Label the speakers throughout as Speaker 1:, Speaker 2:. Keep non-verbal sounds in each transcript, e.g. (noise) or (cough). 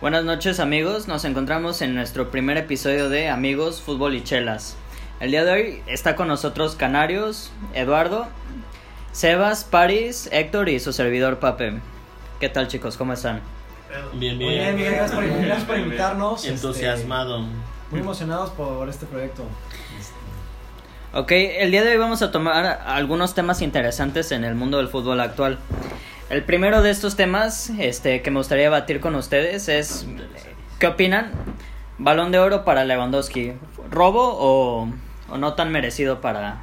Speaker 1: Buenas noches amigos, nos encontramos en nuestro primer episodio de Amigos, Fútbol y Chelas. El día de hoy está con nosotros Canarios, Eduardo, Sebas, Paris, Héctor y su servidor Pape. ¿Qué tal chicos? ¿Cómo están?
Speaker 2: Bien, bien.
Speaker 3: Muy bien, bien, gracias por, gracias por invitarnos. este,
Speaker 2: Entusiasmado.
Speaker 3: muy emocionados por este proyecto.
Speaker 1: Ok, el día de hoy vamos a tomar algunos temas interesantes en el mundo del fútbol actual. El primero de estos temas este, que me gustaría debatir con ustedes es, ¿qué opinan? ¿Balón de oro para Lewandowski? ¿Robo o, o no tan merecido para,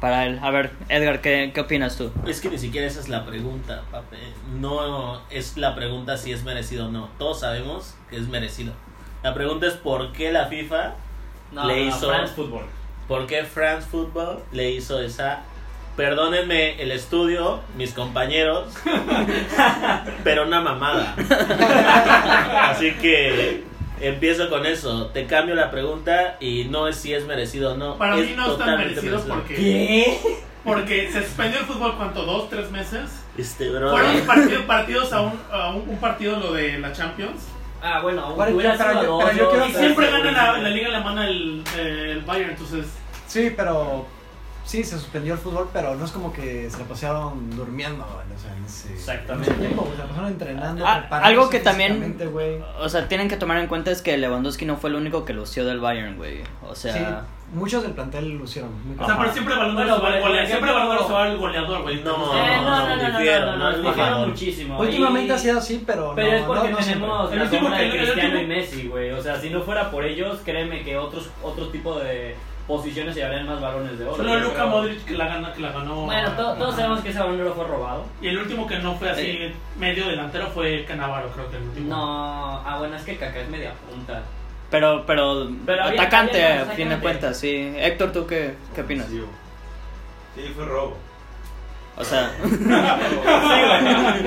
Speaker 1: para él? A ver, Edgar, ¿qué, qué opinas tú?
Speaker 2: Es que ni siquiera esa es la pregunta, papi. No es la pregunta si es merecido o no. Todos sabemos que es merecido. La pregunta es por qué la FIFA,
Speaker 4: No,
Speaker 2: Le
Speaker 4: no,
Speaker 2: hizo-
Speaker 4: France Football.
Speaker 2: por qué France Football le hizo esa... Perdónenme el estudio,
Speaker 4: (laughs)
Speaker 2: mis compañeros, pero una mamada. Así que empiezo con eso. Te cambio la pregunta y no es si es merecido o no.
Speaker 4: Para
Speaker 2: Es
Speaker 4: mí no es tan
Speaker 2: totalmente
Speaker 4: merecido porque
Speaker 2: ¿Qué?
Speaker 4: porque se suspendió el fútbol cuánto dos tres meses.
Speaker 2: Este bro.
Speaker 4: Fueron partido- partidos a un, a un, un partido lo de la Champions
Speaker 5: Ah, bueno, aún
Speaker 3: Vale,
Speaker 5: hubiera
Speaker 3: pero
Speaker 5: sido
Speaker 3: yo-
Speaker 5: dos,
Speaker 3: pero yo quiero-
Speaker 4: y
Speaker 5: tres,
Speaker 4: siempre
Speaker 5: seguro.
Speaker 4: gana la, la liga alemana el, el Bayern entonces
Speaker 3: Sí, pero sí, se suspendió el fútbol, pero no es como que se la pasaron durmiendo, güey, o sea, en ese-
Speaker 4: Exactamente.
Speaker 3: mucho tiempo, güey, se la pasaron entrenando,
Speaker 1: Ah,
Speaker 3: preparándose
Speaker 1: algo que también-
Speaker 3: físicamente, güey.
Speaker 1: O sea, tienen que tomar en cuenta es que Lewandowski no fue el único que lució del Bayern, güey. O sea...
Speaker 3: Sí, muchos del plantel lucieron. muy
Speaker 4: o sea,
Speaker 3: cabrón.
Speaker 4: pero siempre balón de
Speaker 5: Bueno,
Speaker 4: oro se va al
Speaker 5: por
Speaker 4: golea-
Speaker 5: ejemplo,
Speaker 4: siempre balón de oro se va al goleador, güey.
Speaker 2: No,
Speaker 5: Eh, no, no, no, no,
Speaker 2: difiero,
Speaker 5: no, no,
Speaker 2: no,
Speaker 5: no, difiero
Speaker 2: no.
Speaker 5: muchísimo.
Speaker 3: Últimamente
Speaker 5: Y-
Speaker 3: ha sido así, pero,
Speaker 5: Pero
Speaker 3: no,
Speaker 5: es porque
Speaker 3: no, no siempre.
Speaker 5: tenemos
Speaker 4: El
Speaker 5: la
Speaker 4: último
Speaker 5: sombra
Speaker 4: que-
Speaker 5: de
Speaker 4: el
Speaker 5: Cristiano y
Speaker 4: último-
Speaker 5: Messi, güey. O sea, si no fuera por ellos, créeme que otros otro tipo de posiciones llevarían más balones de oro.
Speaker 4: Solo
Speaker 5: yo
Speaker 4: Luka
Speaker 5: creo.
Speaker 4: Modric que la gana que la ganó.
Speaker 5: Bueno, to- todos sabemos que ese balón de oro fue robado.
Speaker 4: Y el último que no fue así
Speaker 1: Sí.
Speaker 4: medio delantero fue Canavaro, creo que el último.
Speaker 5: No, ah, bueno, es que Kaká es media punta.
Speaker 1: Pero, pero,
Speaker 5: Pero había-
Speaker 1: atacante,
Speaker 5: había más
Speaker 1: a fin de
Speaker 5: atacante.
Speaker 1: cuentas, sí. Héctor, ¿tú qué, qué opinas?
Speaker 6: Sí, fue robo.
Speaker 1: O sea,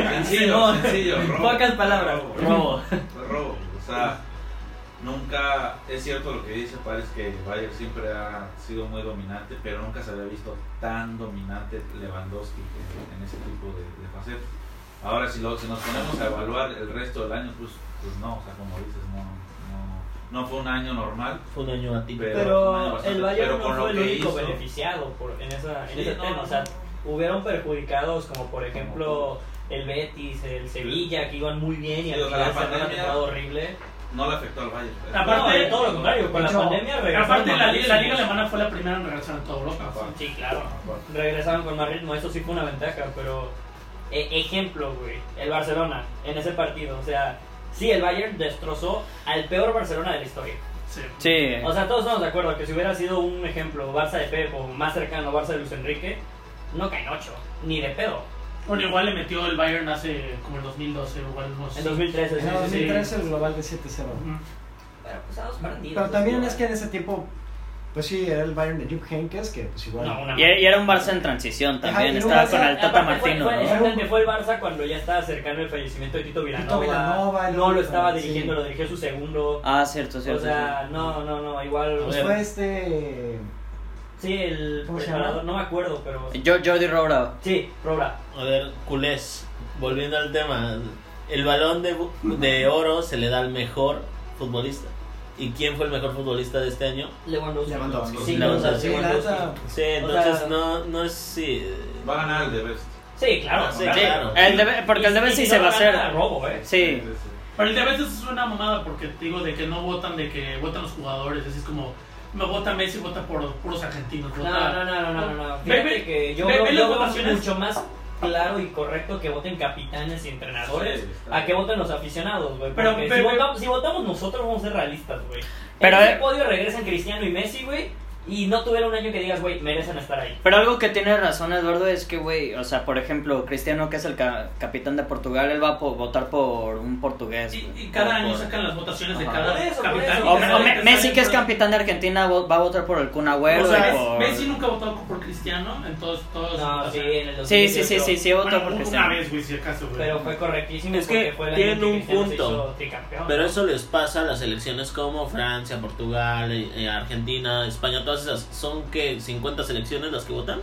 Speaker 6: Sencillo, sencillo. Robo.
Speaker 5: Pocas palabras.
Speaker 6: Robo.
Speaker 5: Robo.
Speaker 6: Fue robo. O sea, nunca. Es cierto lo que dice Paris que Bayern siempre ha sido muy dominante, pero nunca se había visto tan dominante Lewandowski en, en ese tipo de, de facetas. Ahora, si, lo- si nos ponemos a evaluar el resto del año, pues, pues no, o sea, como dices, no, no, no fue un año normal.
Speaker 2: Fue un año atípico.
Speaker 6: Pero- no,
Speaker 5: Pero
Speaker 6: bastante.
Speaker 5: el Bayern
Speaker 6: Pero
Speaker 5: no
Speaker 6: con
Speaker 5: fue
Speaker 6: lo
Speaker 5: el
Speaker 6: que
Speaker 5: único
Speaker 6: hizo.
Speaker 5: beneficiado por, en, esa, en
Speaker 6: Sí,
Speaker 5: ese
Speaker 6: no,
Speaker 5: tema.
Speaker 6: no.
Speaker 5: O sea, hubieron perjudicados como por ejemplo el Betis, el Sevilla, que iban muy bien y
Speaker 6: Sí,
Speaker 5: al
Speaker 6: o sea,
Speaker 5: final
Speaker 6: la
Speaker 5: cerraron la
Speaker 6: pandemia-
Speaker 5: temporada horrible.
Speaker 6: No le afectó al Bayern. pues.
Speaker 4: Aparte-
Speaker 5: No, eh, todo lo contrario, con la
Speaker 3: Mucho-
Speaker 5: pandemia regresaron.
Speaker 4: Aparte,
Speaker 5: con
Speaker 4: la,
Speaker 5: más
Speaker 4: liga- la liga
Speaker 5: ritmo.
Speaker 4: alemana fue la primera en regresar en toda Europa.
Speaker 6: Aparte.
Speaker 5: Sí, claro.
Speaker 6: Aparte.
Speaker 5: Regresaron con más ritmo, eso sí fue una ventaja, pero. e- ejemplo, güey, el Barcelona en ese partido. O sea, sí, el Bayern destrozó al peor Barcelona de la historia.
Speaker 4: Sí.
Speaker 1: sí.
Speaker 5: O sea, todos estamos de acuerdo que si hubiera sido un ejemplo Barça de Pep o más cercano Barça de Luis Enrique, no caen ocho, ni de pedo.
Speaker 4: Bueno, igual le metió el Bayern hace como el 2012, igual unos.
Speaker 5: En 2013,
Speaker 3: En
Speaker 5: sí,
Speaker 3: el
Speaker 5: sí, sí.
Speaker 3: 2013 el global de 7-0.
Speaker 4: Ujú.
Speaker 5: Pero pues a dos partidos.
Speaker 3: Pero también es que en
Speaker 5: igual.
Speaker 3: ese tiempo, pues sí, era el Bayern de Jupp Heynckes, que pues igual...
Speaker 5: No, una
Speaker 1: Y, y era un Barça en transición también,
Speaker 3: Ajá, y un
Speaker 1: estaba
Speaker 3: Barça-
Speaker 1: con el Tata
Speaker 5: Aparte fue-
Speaker 1: Martino,
Speaker 5: fue-
Speaker 1: ¿no?
Speaker 5: Exactamente, fue el Barça cuando ya estaba cercano el fallecimiento de Tito Villanova.
Speaker 3: Villanova, el
Speaker 5: no lo
Speaker 3: otro,
Speaker 5: estaba
Speaker 3: sí.
Speaker 5: dirigiendo, lo dirigió su segundo.
Speaker 1: Ah, cierto,
Speaker 5: o
Speaker 1: cierto.
Speaker 5: sea, no, no, no, igual.
Speaker 3: Pues fue este...
Speaker 5: Sí, el
Speaker 3: ¿Cómo se
Speaker 5: preparador,
Speaker 3: llama?
Speaker 5: no me acuerdo, pero.
Speaker 1: cierto. Yo, Jordi Roura.
Speaker 5: Sí, Robra.
Speaker 2: A ver, culés, volviendo al tema. El balón de, bu- de oro se le da al mejor futbolista. ¿Y quién fue el mejor futbolista de este año?
Speaker 5: Lewandowski.
Speaker 3: Lewandowski.
Speaker 5: Sí,
Speaker 2: Lewandowski.
Speaker 5: Lewandowski.
Speaker 3: Sí, la neta,
Speaker 5: Lewandowski.
Speaker 2: Sí,
Speaker 5: O
Speaker 2: entonces
Speaker 5: sea-
Speaker 2: no, no es sí.
Speaker 6: Va a ganar el de Best.
Speaker 5: Sí, claro.
Speaker 2: Sí,
Speaker 1: Sí,
Speaker 2: claro.
Speaker 1: el de- porque el debe sí se va a hacer.
Speaker 5: robo, ¿eh?
Speaker 1: Sí.
Speaker 4: Pero el de veces es una mamada porque te digo de que no votan, de que votan los jugadores. Así es como, me vota Messi, vota por puros argentinos.
Speaker 5: No,
Speaker 4: Vota...
Speaker 5: no, no, no, no, no.
Speaker 4: Ve-
Speaker 5: Fíjate
Speaker 4: ve-
Speaker 5: que yo
Speaker 4: ve-
Speaker 5: veo
Speaker 4: ve
Speaker 5: yo
Speaker 4: las
Speaker 5: veo
Speaker 4: votaciones.
Speaker 5: mucho más claro y correcto que voten capitanes y entrenadores
Speaker 6: Sí, está
Speaker 5: a que
Speaker 6: bien.
Speaker 5: voten los aficionados, güey.
Speaker 4: Pero-
Speaker 5: Porque
Speaker 4: ve-
Speaker 5: si,
Speaker 4: ve-
Speaker 5: votamos, si votamos nosotros vamos a ser realistas, güey.
Speaker 1: Pero,
Speaker 5: en ese
Speaker 1: eh,
Speaker 5: podio regresan Cristiano y Messi, güey, y no tuvieron un año que digas, güey, merecen estar ahí.
Speaker 1: Pero algo que tiene razón Eduardo es que, güey, o sea, por ejemplo, Cristiano, que es el ca- capitán de Portugal, él va a po- votar por un portugués.
Speaker 4: Y,
Speaker 1: güey.
Speaker 4: y cada año
Speaker 1: Por-
Speaker 4: sacan las votaciones de
Speaker 1: Ajá.
Speaker 4: cada
Speaker 5: Por eso, por
Speaker 4: capitán.
Speaker 5: eso.
Speaker 1: O,
Speaker 4: y cada
Speaker 1: o
Speaker 4: vez
Speaker 1: Me- Messi, que es
Speaker 4: salen-
Speaker 1: capitán de Argentina, vo- va a votar por el Kun Agüero
Speaker 4: O sea,
Speaker 1: y por...
Speaker 4: Messi nunca ha votado por Cristiano en todos. todos
Speaker 5: No, sí, en el
Speaker 1: Sí, sí, sí, sí, sí, votó
Speaker 4: Bueno,
Speaker 1: por
Speaker 4: una
Speaker 1: Cristiano.
Speaker 4: vez, güey, si acaso, güey.
Speaker 5: Pero fue correctísimo
Speaker 2: Es que
Speaker 5: porque fue el
Speaker 2: tienen
Speaker 5: año que
Speaker 2: un
Speaker 5: Cristiano se
Speaker 2: punto.
Speaker 5: hizo tricampeón.
Speaker 2: Pero eso les pasa a las selecciones como Francia, Portugal, eh, eh, Argentina, España, todas esas. ¿Son que 50 selecciones las que votan?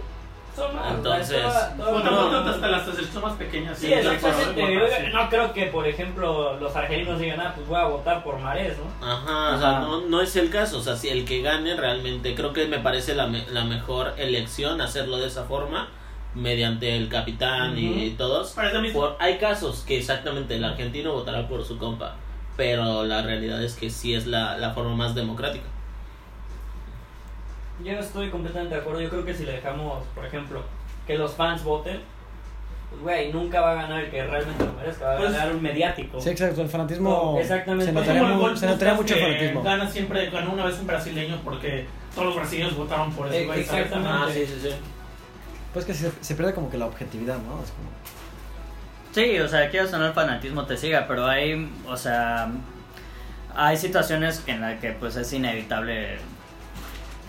Speaker 5: son malos.
Speaker 2: Entonces,
Speaker 5: toda- toda-
Speaker 4: O
Speaker 5: no,
Speaker 4: tampoco
Speaker 5: no, no.
Speaker 4: hasta las selecciones más pequeñas. ¿eh?
Speaker 5: Sí,
Speaker 4: siempre fueron
Speaker 5: exactamente.
Speaker 4: por
Speaker 5: Yo
Speaker 4: Brasil.
Speaker 5: no creo que, por ejemplo, los argelinos digan, ah, pues voy a votar por Marés, ¿no?
Speaker 2: Ajá, o
Speaker 1: Ajá.
Speaker 2: sea, no, no es el caso. O sea, si el que gane realmente, creo que me parece la, me- la mejor elección hacerlo de esa forma, mediante el capitán y
Speaker 4: Ujú.
Speaker 2: todos.
Speaker 4: Parece lo mismo.
Speaker 2: Por- hay casos que exactamente el argentino votará por su compa, pero la realidad es que sí es la, la forma más democrática.
Speaker 5: Yo estoy completamente de acuerdo. Yo creo que si le dejamos, por ejemplo, que los fans voten, pues, güey, nunca va a ganar el que realmente lo merezca. Va a
Speaker 4: Pues-
Speaker 5: ganar un mediático.
Speaker 3: Sí, exacto, el fanatismo.
Speaker 5: No, exactamente.
Speaker 3: Se
Speaker 5: Pero
Speaker 4: Es
Speaker 3: notaría,
Speaker 4: como el
Speaker 3: mu-
Speaker 4: gol
Speaker 3: se notaría
Speaker 4: de
Speaker 3: mucho el
Speaker 4: que
Speaker 3: fanatismo.
Speaker 4: Gana siempre, ganó una vez un brasileño porque todos los brasileños votaron por
Speaker 5: Eh,
Speaker 4: ese güey. ¿sabes?
Speaker 5: exactamente.
Speaker 4: Ah,
Speaker 5: sí,
Speaker 2: sí.
Speaker 3: Pues que se, se pierde como que la objetividad, ¿no? Es como.
Speaker 1: Sí, o sea, quieres o no el fanatismo te siga, pero hay, o sea, hay situaciones en las que pues es inevitable,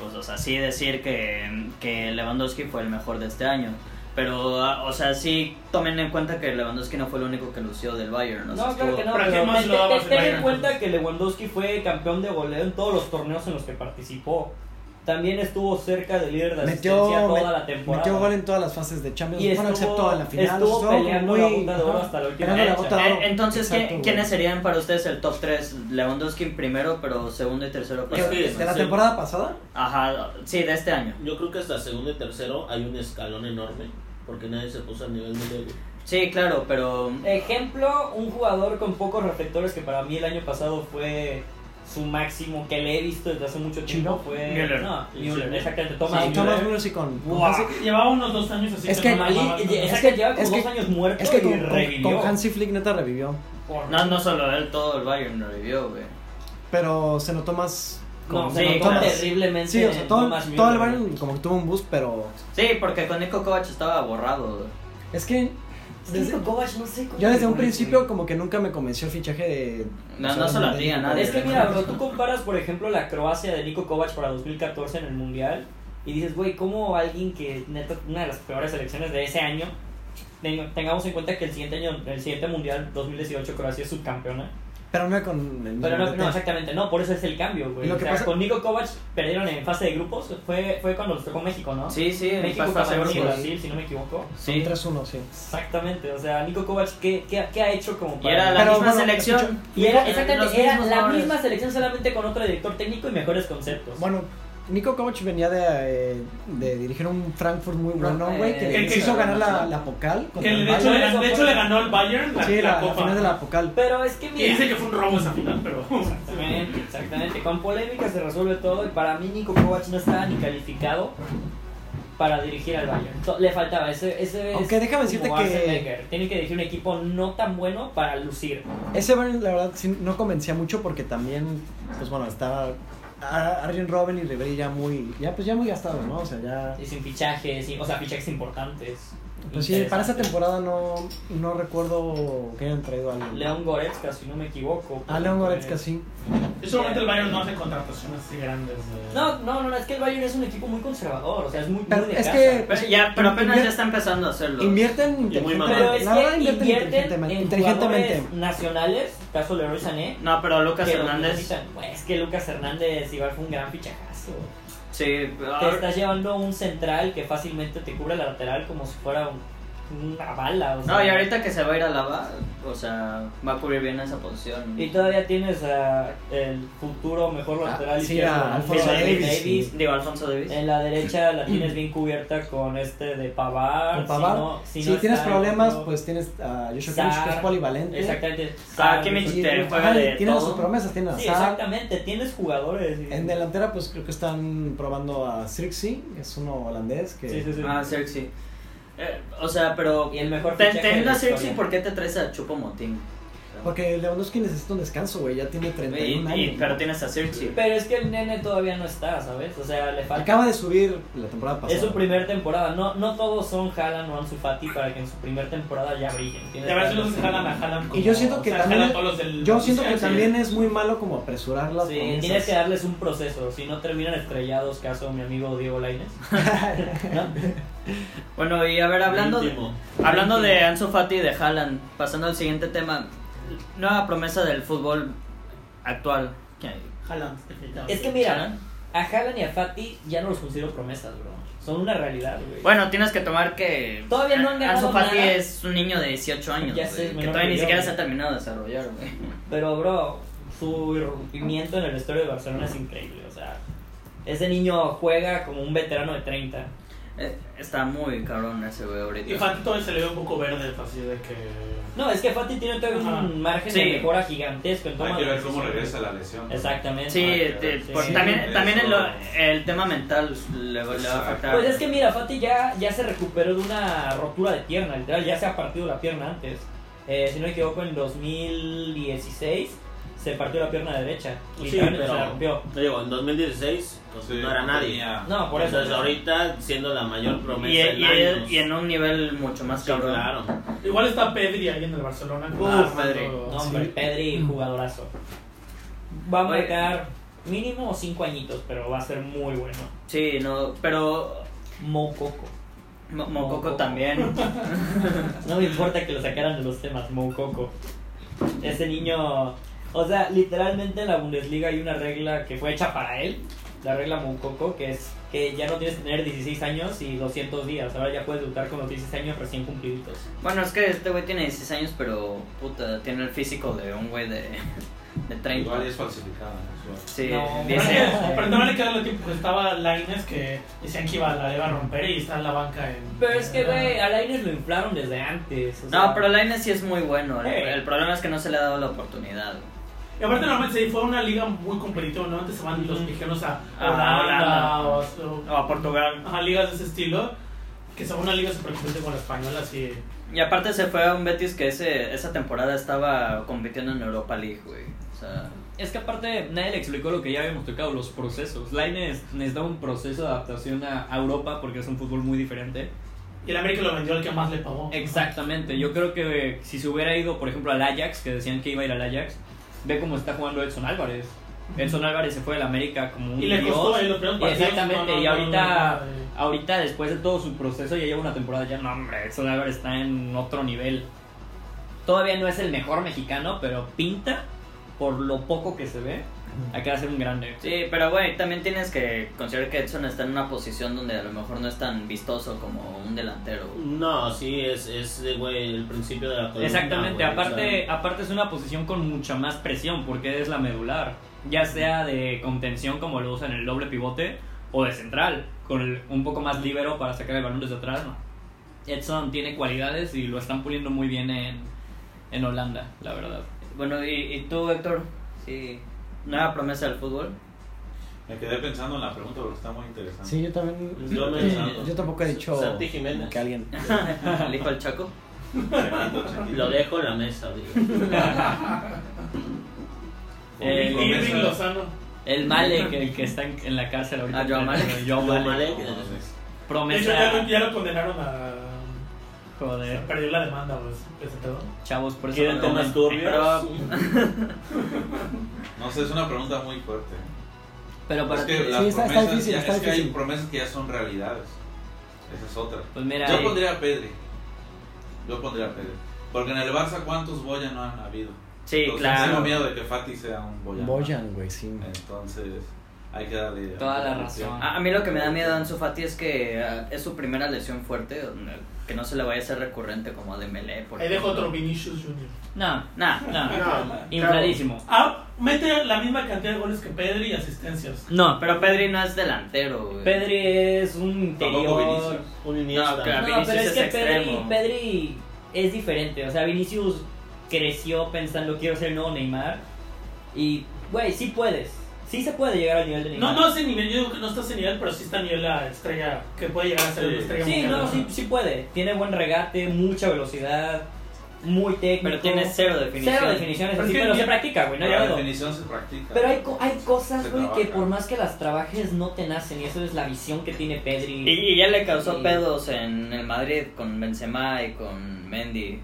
Speaker 1: pues, o sea, sí decir que, que Lewandowski fue el mejor de este año. Pero, ah, o sea, sí tomen en cuenta que Lewandowski no fue el único que lució del Bayern. o sea,
Speaker 5: No, claro
Speaker 1: estuvo-
Speaker 5: que no.
Speaker 4: ¿Para qué
Speaker 5: Pero
Speaker 4: más
Speaker 5: ten-
Speaker 4: lo dabas
Speaker 5: ten-
Speaker 4: el
Speaker 5: ten en
Speaker 4: Bayern?
Speaker 5: cuenta que Lewandowski fue campeón de goleo en todos los torneos en los que participó. También estuvo cerca del líder de
Speaker 3: Metió,
Speaker 5: asistencia toda
Speaker 3: me-
Speaker 5: la temporada.
Speaker 3: metió gol en todas las fases de Champions.
Speaker 5: Y
Speaker 3: bueno,
Speaker 5: estuvo-
Speaker 3: excepto en la final.
Speaker 5: estuvo
Speaker 3: como
Speaker 5: peleando la bota de oro
Speaker 3: ajá,
Speaker 5: hasta la última
Speaker 3: peleando la
Speaker 5: fecha.
Speaker 3: bota de
Speaker 1: Eh,
Speaker 3: oro.
Speaker 1: entonces, ¿quién-
Speaker 3: Exacto, güey.
Speaker 1: ¿quiénes serían para ustedes el top 3? Lewandowski en primero, pero segundo y tercero
Speaker 5: Pues
Speaker 1: para...
Speaker 2: Es que-
Speaker 3: ¿De la temporada pasada?
Speaker 1: Ajá, sí, de este año.
Speaker 2: Yo creo que hasta segundo y tercero hay un escalón enorme, porque nadie se puso al nivel de...
Speaker 1: Sí, claro, pero...
Speaker 3: Eh.
Speaker 5: Ejemplo, un jugador con pocos reflectores que para mí el año pasado fue su máximo que le he visto desde hace mucho tiempo
Speaker 3: Chino.
Speaker 5: fue
Speaker 1: Müller.
Speaker 5: No,
Speaker 2: Sí,
Speaker 5: Müller,
Speaker 2: sí.
Speaker 5: exactamente,
Speaker 3: Sí,
Speaker 5: Thomas
Speaker 3: Thomas
Speaker 5: Müller.
Speaker 3: Müller sí con. con
Speaker 5: Guau.
Speaker 3: Hansi-
Speaker 4: Llevaba unos dos años así.
Speaker 3: Pues Es que- eh,
Speaker 4: no
Speaker 5: Ahí-
Speaker 4: mamaba,
Speaker 5: y-
Speaker 4: ¿no?
Speaker 5: es
Speaker 3: Es
Speaker 5: que
Speaker 3: que-
Speaker 5: lleva como
Speaker 3: es
Speaker 5: dos
Speaker 3: que-
Speaker 5: años muerto
Speaker 3: Es que
Speaker 5: y
Speaker 3: con, con,
Speaker 5: revivió.
Speaker 3: con Hansi Flick neta revivió.
Speaker 5: Por-
Speaker 1: No, no solo él, todo el Bayern lo vivió, güey.
Speaker 3: pero se notó más.
Speaker 5: No,
Speaker 3: como-
Speaker 5: se
Speaker 1: sí,
Speaker 5: notó
Speaker 1: Thomas.
Speaker 5: terriblemente
Speaker 3: Sí, o sea,
Speaker 5: en
Speaker 3: todo,
Speaker 5: Thomas
Speaker 3: todo el
Speaker 5: Müller.
Speaker 3: Bayern como que tuvo un boost, pero
Speaker 1: Sí, porque con Nico Kovac estaba borrado, güey.
Speaker 3: es que
Speaker 5: Es que
Speaker 3: desde-
Speaker 5: con Kovac no sé cómo
Speaker 3: yo desde un
Speaker 5: se-
Speaker 3: principio como que nunca me convenció el fichaje de...
Speaker 1: No,
Speaker 3: o sea,
Speaker 1: no se lo
Speaker 3: de-
Speaker 1: diga a nadie.
Speaker 5: Es que mira, bro, tú comparas, por ejemplo, la Croacia de Nico Kovac para 2014 en el Mundial y dices, güey, ¿cómo alguien que neta una de las peores selecciones de ese año ten- tengamos en cuenta que el siguiente año, el siguiente Mundial 2018 Croacia es subcampeona?
Speaker 3: Pero no con el mismo
Speaker 5: Pero no,
Speaker 3: DT.
Speaker 5: no, exactamente, no, por eso es el cambio, güey.
Speaker 3: Lo
Speaker 5: O
Speaker 3: que
Speaker 5: sea,
Speaker 3: pasa-
Speaker 5: con Nico Kovac perdieron en fase de grupos, fue, fue cuando los tocó México, ¿no?
Speaker 1: Sí, sí, en
Speaker 5: México,
Speaker 1: fase de
Speaker 5: Camerún y
Speaker 1: grupos.
Speaker 5: Brasil, si no me equivoco.
Speaker 3: Son
Speaker 1: Sí.
Speaker 3: 3-1, sí.
Speaker 5: Exactamente, o sea, Nico Kovac, ¿qué, qué, qué ha hecho
Speaker 1: Y
Speaker 5: como para...?
Speaker 1: era la
Speaker 3: Pero
Speaker 1: misma
Speaker 3: bueno,
Speaker 1: selección.
Speaker 3: escucha-
Speaker 5: Y era-
Speaker 1: Eran los
Speaker 5: exactamente, era
Speaker 1: mismos
Speaker 5: la
Speaker 1: jugadores.
Speaker 5: misma selección solamente con otro director técnico y mejores conceptos.
Speaker 3: Bueno, Nico Kovac venía de, eh, de dirigir un Frankfurt muy bueno,
Speaker 1: eh,
Speaker 3: güey, que
Speaker 4: el que
Speaker 3: hizo
Speaker 1: hizo
Speaker 3: ganar la,
Speaker 1: ganó.
Speaker 3: la Pocal. contra
Speaker 4: Que
Speaker 3: el
Speaker 4: de hecho,
Speaker 3: Bayern.
Speaker 4: le, de hecho le ganó al Bayern la,
Speaker 3: Sí,
Speaker 4: la
Speaker 3: la, la
Speaker 4: copa.
Speaker 3: final de la Pocal.
Speaker 5: Pero es que
Speaker 4: Y
Speaker 5: mira...
Speaker 4: dice que fue un robo esa final, pero.
Speaker 5: Exactamente, exactamente. Con polémica se resuelve todo y para mí Nico Kovac no estaba ni calificado para dirigir al Bayern. To- Le faltaba ese... ese es
Speaker 3: Aunque déjame decirte
Speaker 5: como
Speaker 3: que-
Speaker 5: Arsène Wenger. Tiene que dirigir un equipo no tan bueno para lucir.
Speaker 3: Ese Bayern, la verdad, sí, no convencía mucho porque también, pues bueno, estaba Ar- Arjen Robben y Ribery ya muy, ya pues ya muy gastados, ¿no? O sea, ya...
Speaker 5: Y sin fichajes, y- o sea, fichajes importantes.
Speaker 3: Pues sí, para esa
Speaker 5: Interesantes.
Speaker 3: temporada no, no recuerdo que hayan traído a alguien.
Speaker 5: León Goretzka, si no me equivoco.
Speaker 3: A León Goretzka, sí.
Speaker 4: Y solamente el Bayern no hace contrataciones así grandes. de-
Speaker 5: No, no, no, es que el Bayern es un equipo muy conservador, o sea, es muy, muy
Speaker 3: Pero
Speaker 5: de
Speaker 3: es
Speaker 5: casa.
Speaker 3: que-
Speaker 1: Pero, ya, pero apenas
Speaker 3: Invier-
Speaker 1: ya está empezando a hacerlo.
Speaker 3: Invierten
Speaker 2: muy
Speaker 3: inteligentemente.
Speaker 2: mamón.
Speaker 5: Pero es
Speaker 3: la verdad,
Speaker 5: que
Speaker 3: invierten,
Speaker 5: invierten
Speaker 3: inteligentemente.
Speaker 5: en
Speaker 3: inteligentemente.
Speaker 5: jugadores nacionales, caso Leroy Sané.
Speaker 1: No, pero Lucas
Speaker 5: que los
Speaker 1: Hernández.
Speaker 5: necesitan. Pues que Lucas Hernández igual fue un gran fichajazo.
Speaker 1: Sí, ah, pero
Speaker 5: Te
Speaker 1: ahora-
Speaker 5: estás llevando un central que fácilmente te cubre la lateral como si fuera un- una bala. o sea.
Speaker 1: No, y ahorita que se va a ir a Lava, o sea, va a cubrir bien esa posición.
Speaker 5: Y todavía tienes a el futuro mejor
Speaker 3: Ah,
Speaker 5: lateral
Speaker 3: sí,
Speaker 5: izquierdo,
Speaker 3: a Alfonso
Speaker 5: Alfonso
Speaker 3: Davis,
Speaker 5: Davis,
Speaker 1: Digo, Alfonso Davis.
Speaker 5: En la
Speaker 1: (clears throat)
Speaker 5: derecha la tienes bien cubierta con este de Pavar.
Speaker 3: Con Pavard. Si, tienes problemas, pues tienes a Joshua Kimmich, que es polivalente.
Speaker 5: Exactamente.
Speaker 1: Ah,
Speaker 5: Sar,
Speaker 1: Kimmich
Speaker 5: pues,
Speaker 3: Y-
Speaker 1: te
Speaker 3: ajá,
Speaker 1: juega de
Speaker 3: y Tienes
Speaker 1: todo.
Speaker 3: sus promesas, tienes a
Speaker 5: Sí,
Speaker 3: Sarr.
Speaker 5: exactamente. Tienes jugadores. y-
Speaker 3: En delantera, pues creo que están probando a Sirksi, que es uno holandés que...
Speaker 5: Sí, sí, sí.
Speaker 1: Ah, Sergi. Eh, o sea, pero.
Speaker 5: Y el mejor
Speaker 1: Te
Speaker 5: fichaje de
Speaker 1: entiendo
Speaker 5: la
Speaker 1: a Sergi,
Speaker 5: historia.
Speaker 1: ¿por qué te traes a Chupo Motín?
Speaker 3: Porque Lewandowski necesita un descanso, güey, ya tiene
Speaker 1: Y-
Speaker 3: 31
Speaker 1: y-
Speaker 3: años.
Speaker 1: pero
Speaker 3: ¿no?
Speaker 1: tienes a Sergi.
Speaker 5: Pero es que el nene todavía no está, ¿sabes? O sea, le falta.
Speaker 3: Acaba de subir la temporada pasada.
Speaker 5: Es su primer temporada. No, no todos son Haaland o Ansu Fati para que en su primer temporada ya brillen. Tienes
Speaker 4: De verdad,
Speaker 5: que-
Speaker 4: si los jalan a jalan.
Speaker 3: Y yo siento que también- Yo siento que
Speaker 4: eh,
Speaker 3: también es muy malo como apresurar las
Speaker 5: Sí,
Speaker 3: promesas.
Speaker 5: tienes que darles un proceso. Si no terminan estrellados, caso mi amigo
Speaker 3: (laughs)
Speaker 5: Diego Lainez.
Speaker 1: Bueno, y a ver, hablando de.
Speaker 2: Último.
Speaker 1: Hablando de Ansu Fati y de Haaland, pasando al siguiente tema, nueva promesa del fútbol actual. ¿Qué?
Speaker 4: Jalan.
Speaker 5: Es que mira,
Speaker 1: ¿Haaland?
Speaker 5: a Haaland y a Fati ya no los considero promesas, bro. Son una realidad, güey.
Speaker 1: Bueno, tienes que tomar que.
Speaker 5: Todavía no han ganado
Speaker 1: Ansu Fati
Speaker 5: nada.
Speaker 1: es un niño de 18 años.
Speaker 5: Ya
Speaker 1: güey,
Speaker 5: sé, es
Speaker 1: que
Speaker 5: menor
Speaker 1: todavía
Speaker 5: que
Speaker 1: ni
Speaker 5: yo,
Speaker 1: siquiera
Speaker 5: güey.
Speaker 1: se ha terminado de desarrollar, güey. (laughs)
Speaker 5: Pero, bro, su irrumpimiento en el historia de Barcelona es increíble. O sea, ese niño juega como un veterano de 30.
Speaker 1: Eh, Está muy cabrón ese güey
Speaker 4: Y
Speaker 1: ahorita.
Speaker 4: Fati todavía se le ve un poco verde, así de que.
Speaker 5: No, es que Fati tiene todavía
Speaker 4: Ajá.
Speaker 5: un margen
Speaker 1: Sí.
Speaker 5: de mejora gigantesco en toma
Speaker 6: Hay que
Speaker 5: de
Speaker 6: ver cómo
Speaker 5: decisiones.
Speaker 6: regresa la lesión. ¿no?
Speaker 5: Exactamente.
Speaker 1: Sí,
Speaker 6: Ah,
Speaker 1: te-
Speaker 6: claro.
Speaker 1: por-
Speaker 5: Sí.
Speaker 1: también, también
Speaker 6: Eso.
Speaker 1: el, el tema mental le, va- le va a afectar.
Speaker 5: Pues es que mira, Fati ya, ya se recuperó de una rotura de pierna, literal, ya se ha partido la pierna antes. Eh, si no me equivoco, en 2016 se partió la pierna derecha.
Speaker 2: Sí,
Speaker 5: Literalmente
Speaker 2: pero-
Speaker 5: se la rompió.
Speaker 2: Yo digo, en 2016 pues,
Speaker 6: Sí,
Speaker 2: no era nadie.
Speaker 6: tenía-
Speaker 5: No, por eso.
Speaker 2: Entonces ahorita siendo la mayor promesa
Speaker 1: Y,
Speaker 2: en
Speaker 1: y-
Speaker 2: años.
Speaker 1: y en un nivel mucho más
Speaker 2: Sí,
Speaker 1: cabrón.
Speaker 2: claro.
Speaker 4: Igual está Pedri ahí en el Barcelona.
Speaker 1: Uf,
Speaker 4: Armando-
Speaker 1: Pedri.
Speaker 5: No, hombre,
Speaker 3: Sí.
Speaker 5: Pedri, jugadorazo. Va a
Speaker 1: Oye.
Speaker 5: marcar mínimo 5 añitos, pero va a ser muy bueno.
Speaker 1: Sí, no, pero
Speaker 5: Mococo.
Speaker 1: Mo- Mococo
Speaker 5: Mococo. (laughs)
Speaker 1: también.
Speaker 5: No me importa que lo sacaran de los temas, Mococo. Ese niño. O sea, literalmente en la Bundesliga hay una regla que fue hecha para él, la regla Mococo, que es que ya no tienes que tener 16 años y 200 días. Ahora ya puedes debutar con los 16 años recién cumpliditos.
Speaker 1: Bueno, es que este güey tiene 16 años, pero puta, tiene el físico de un güey de, (laughs) de 30.
Speaker 6: Igual es falsificada. ¿no? Eso-
Speaker 1: Sí,
Speaker 5: No,
Speaker 1: dice-
Speaker 4: Pero no le queda lo tiempo que estaba Laines que decían que iba, la iba a romper y está en la banca. En,
Speaker 5: Pero es que, güey,
Speaker 4: Ah.
Speaker 5: a Lainez lo inflaron desde antes. o sea,
Speaker 1: No, pero Lainez sí es muy bueno. El,
Speaker 5: Eh.
Speaker 1: el problema es que no se le ha dado la oportunidad. güey.
Speaker 4: Y aparte, normalmente sí, fue una liga muy competitiva. ¿no? Antes se van los
Speaker 5: Ujú.
Speaker 4: mexicanos a
Speaker 1: A
Speaker 4: a Holanda
Speaker 1: Holanda.
Speaker 4: o a su-
Speaker 1: a Portugal.
Speaker 4: a ligas de ese estilo. Que son una liga súper competitiva con la española. Así.
Speaker 1: Y aparte se fue a un Betis que ese, esa temporada estaba compitiendo en Europa League, güey. O sea,
Speaker 5: Es que aparte nadie le explicó lo que ya habíamos tocado, los procesos. Laines necesita un proceso de adaptación a a Europa porque es un fútbol muy diferente.
Speaker 4: Y el América lo vendió al que más le pagó.
Speaker 5: Exactamente, yo creo que eh, si se hubiera ido, por ejemplo, al Ajax, que decían que iba a ir al Ajax, ve cómo está jugando Edson Álvarez. Edson Álvarez se fue del América como un
Speaker 4: Y le costó
Speaker 5: dios.
Speaker 4: en los primeros partidos.
Speaker 5: Exactamente,
Speaker 4: no, no,
Speaker 5: y
Speaker 4: no,
Speaker 5: ahorita,
Speaker 4: no, no, no, no.
Speaker 5: ahorita después de todo su proceso ya lleva una temporada ya, no hombre, Edson Álvarez está en otro nivel. Todavía no es el mejor mexicano, pero pinta por lo poco que se ve. Acá va a ser un grande.
Speaker 1: sí, pero güey, también tienes que considerar que Edson está en una posición donde a lo mejor no es tan vistoso como un delantero. güey.
Speaker 2: No, sí, es, es eh, güey, el principio de la columna,
Speaker 5: Exactamente,
Speaker 2: güey,
Speaker 5: aparte,
Speaker 2: o sea,
Speaker 5: aparte es una posición con mucha más presión porque es la medular, ya sea de contención como lo usan en el doble pivote o de central, con el- un poco más libero para sacar el balón desde atrás. ¿no? Edson tiene cualidades y lo están puliendo muy bien en, en Holanda, la verdad.
Speaker 1: Bueno, ¿y, y tú, Héctor? Sí. ¿Nueva promesa del fútbol? (laughs)
Speaker 6: Me quedé pensando en la pregunta porque está muy interesante.
Speaker 3: Sí, yo también.
Speaker 2: Yo
Speaker 3: (clears throat)
Speaker 2: me-
Speaker 3: yo tampoco he dicho
Speaker 2: Santi Jiménez.
Speaker 3: que alguien.
Speaker 1: ¿Le dijo al Chaco?
Speaker 6: Chaquito, chaquito.
Speaker 2: Lo dejo en la mesa, digo.
Speaker 5: Eh,
Speaker 4: Y- y
Speaker 6: Promesa-
Speaker 4: Irving Lozano.
Speaker 5: El Malek, el que está en, en la cárcel ahorita.
Speaker 1: Ah, Joao Malek.
Speaker 5: Joao
Speaker 2: Joao Malek.
Speaker 5: Malek.
Speaker 4: De hecho, ya lo,
Speaker 5: Promesa.
Speaker 4: ya lo condenaron a.
Speaker 5: Joder,
Speaker 4: Perdió la demanda, pues, presentador.
Speaker 5: chavos, por eso
Speaker 2: ¿Quieren
Speaker 5: no tomen.
Speaker 2: temas turbios?
Speaker 6: No sé, es una pregunta muy fuerte.
Speaker 5: Pero para
Speaker 6: Es que
Speaker 5: ti-
Speaker 6: las
Speaker 3: Sí, está- está
Speaker 6: promesas,
Speaker 3: difícil,
Speaker 6: ya-
Speaker 3: está
Speaker 6: es que hay
Speaker 3: difícil.
Speaker 6: promesas que ya son realidades. Esa es otra.
Speaker 5: Pues mira,
Speaker 6: Yo
Speaker 5: eh,
Speaker 6: pondría a Pedri. Yo pondría a Pedri. Porque en el Barça, ¿cuántos Boya no han habido?
Speaker 1: Sí,
Speaker 6: Entonces, Tengo
Speaker 1: claro.
Speaker 6: miedo de que Fati sea un Boya.
Speaker 3: Boyan, güey, sí.
Speaker 6: Eh. Entonces, hay que darle.
Speaker 5: Toda la razón.
Speaker 1: A, a mí lo que me da miedo a Ansu Fati es que ah, es su primera lesión fuerte, donde- que no se le vaya a ser recurrente como a Dembélé. por
Speaker 4: Ahí dejo
Speaker 1: ejemplo.
Speaker 4: otro Vinicius Jr.
Speaker 5: no,
Speaker 1: Nah,
Speaker 5: no,
Speaker 2: No,
Speaker 5: infladísimo.
Speaker 4: Ah, mete la misma cantidad de goles que Pedri y asistencias.
Speaker 5: No,
Speaker 1: pero Pedri no es delantero, güey.
Speaker 5: Pedri es un
Speaker 6: Tampoco Vinicius.
Speaker 5: interior.
Speaker 2: un Iniesta.
Speaker 1: No, claro.
Speaker 5: No,
Speaker 1: Vinicius
Speaker 5: pero es,
Speaker 1: es
Speaker 5: que Pedri,
Speaker 1: extremo.
Speaker 5: Pedri es diferente. O sea, Vinicius creció pensando quiero ser el nuevo Neymar. Y, güey, sí puedes. Sí se puede llegar al nivel de
Speaker 4: No,
Speaker 5: Neymar.
Speaker 4: no es en nivel, yo digo que no estás en nivel, pero sí está en nivel la estrella, que puede llegar a ser una
Speaker 6: Sí.
Speaker 4: estrella
Speaker 5: Sí,
Speaker 4: mundial,
Speaker 5: no, sí, sí puede. Tiene buen regate, mucha velocidad, muy técnico.
Speaker 1: Pero tiene cero definición.
Speaker 5: Cero definiciones,
Speaker 4: Pero
Speaker 5: así,
Speaker 4: es que
Speaker 5: pero
Speaker 4: ni-
Speaker 5: se practica, güey, no hay
Speaker 6: la
Speaker 5: pedo.
Speaker 6: definición se practica.
Speaker 5: Pero hay, co- hay cosas,
Speaker 6: Se
Speaker 5: güey, que
Speaker 6: trabaja.
Speaker 5: por más que las trabajes no te nacen. Y eso es la visión que tiene Pedri.
Speaker 1: Y, y ya le causó
Speaker 5: Sí.
Speaker 1: pedos en el Madrid con Benzema y con Mendy.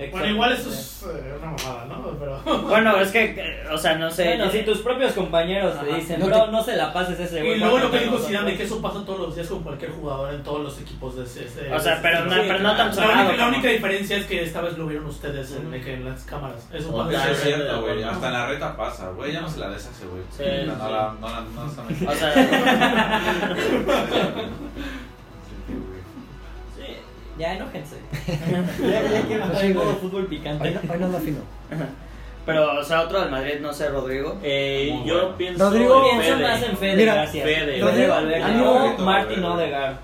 Speaker 5: Exacto.
Speaker 4: Bueno, igual eso es eh, una mamada, ¿no? Pero
Speaker 1: Bueno, es que, eh, o sea, no sé.
Speaker 5: Bueno,
Speaker 1: yo-
Speaker 5: si tus propios compañeros te
Speaker 4: Ajá.
Speaker 5: dicen,
Speaker 3: No
Speaker 5: bro,
Speaker 3: te-
Speaker 5: no se la pases a ese güey.
Speaker 4: Y luego lo
Speaker 5: porque
Speaker 4: que dijo
Speaker 5: nosotros-
Speaker 4: Zidane, que eso pasa todos los días con cualquier jugador en todos los equipos de ese... ese-
Speaker 1: O sea,
Speaker 4: de-
Speaker 1: pero no-
Speaker 4: Sí,
Speaker 1: pero no tan
Speaker 4: la
Speaker 1: sonado,
Speaker 4: única- La
Speaker 1: como-
Speaker 4: única diferencia es que esta vez lo vieron ustedes en, de que en las cámaras. Eso
Speaker 2: O
Speaker 6: Eso
Speaker 4: pasa.
Speaker 2: sea,
Speaker 6: es cierto, güey.
Speaker 2: Ajá.
Speaker 6: Hasta en la reta pasa, güey. Ya no se la des a ese güey.
Speaker 2: Sí,
Speaker 6: no,
Speaker 2: sí.
Speaker 6: no la, no la,
Speaker 5: (laughs)
Speaker 6: no está metiendo.
Speaker 1: O
Speaker 6: (laughs)
Speaker 1: sea,
Speaker 6: Sí, güey.
Speaker 5: Sí, ya
Speaker 4: (laughs)
Speaker 5: enójense. ya, ya que no
Speaker 3: Sí,
Speaker 5: traigo
Speaker 3: güey.
Speaker 5: fútbol
Speaker 3: Hoy
Speaker 5: picante.
Speaker 3: no, hoy no anda fino.
Speaker 1: pero, o sea, otro del Madrid, no sé, Rodrigo.
Speaker 2: Eh,
Speaker 6: Muy
Speaker 2: yo
Speaker 6: bueno.
Speaker 2: pienso
Speaker 3: Rodrigo.
Speaker 2: en
Speaker 5: Pienso
Speaker 2: Fede.
Speaker 5: más en Fede,
Speaker 3: Mira,
Speaker 5: gracias.
Speaker 2: Fede.
Speaker 5: Fede
Speaker 3: Rodrigo,
Speaker 5: Valverde
Speaker 3: amigo-
Speaker 5: o Martín Odegaard.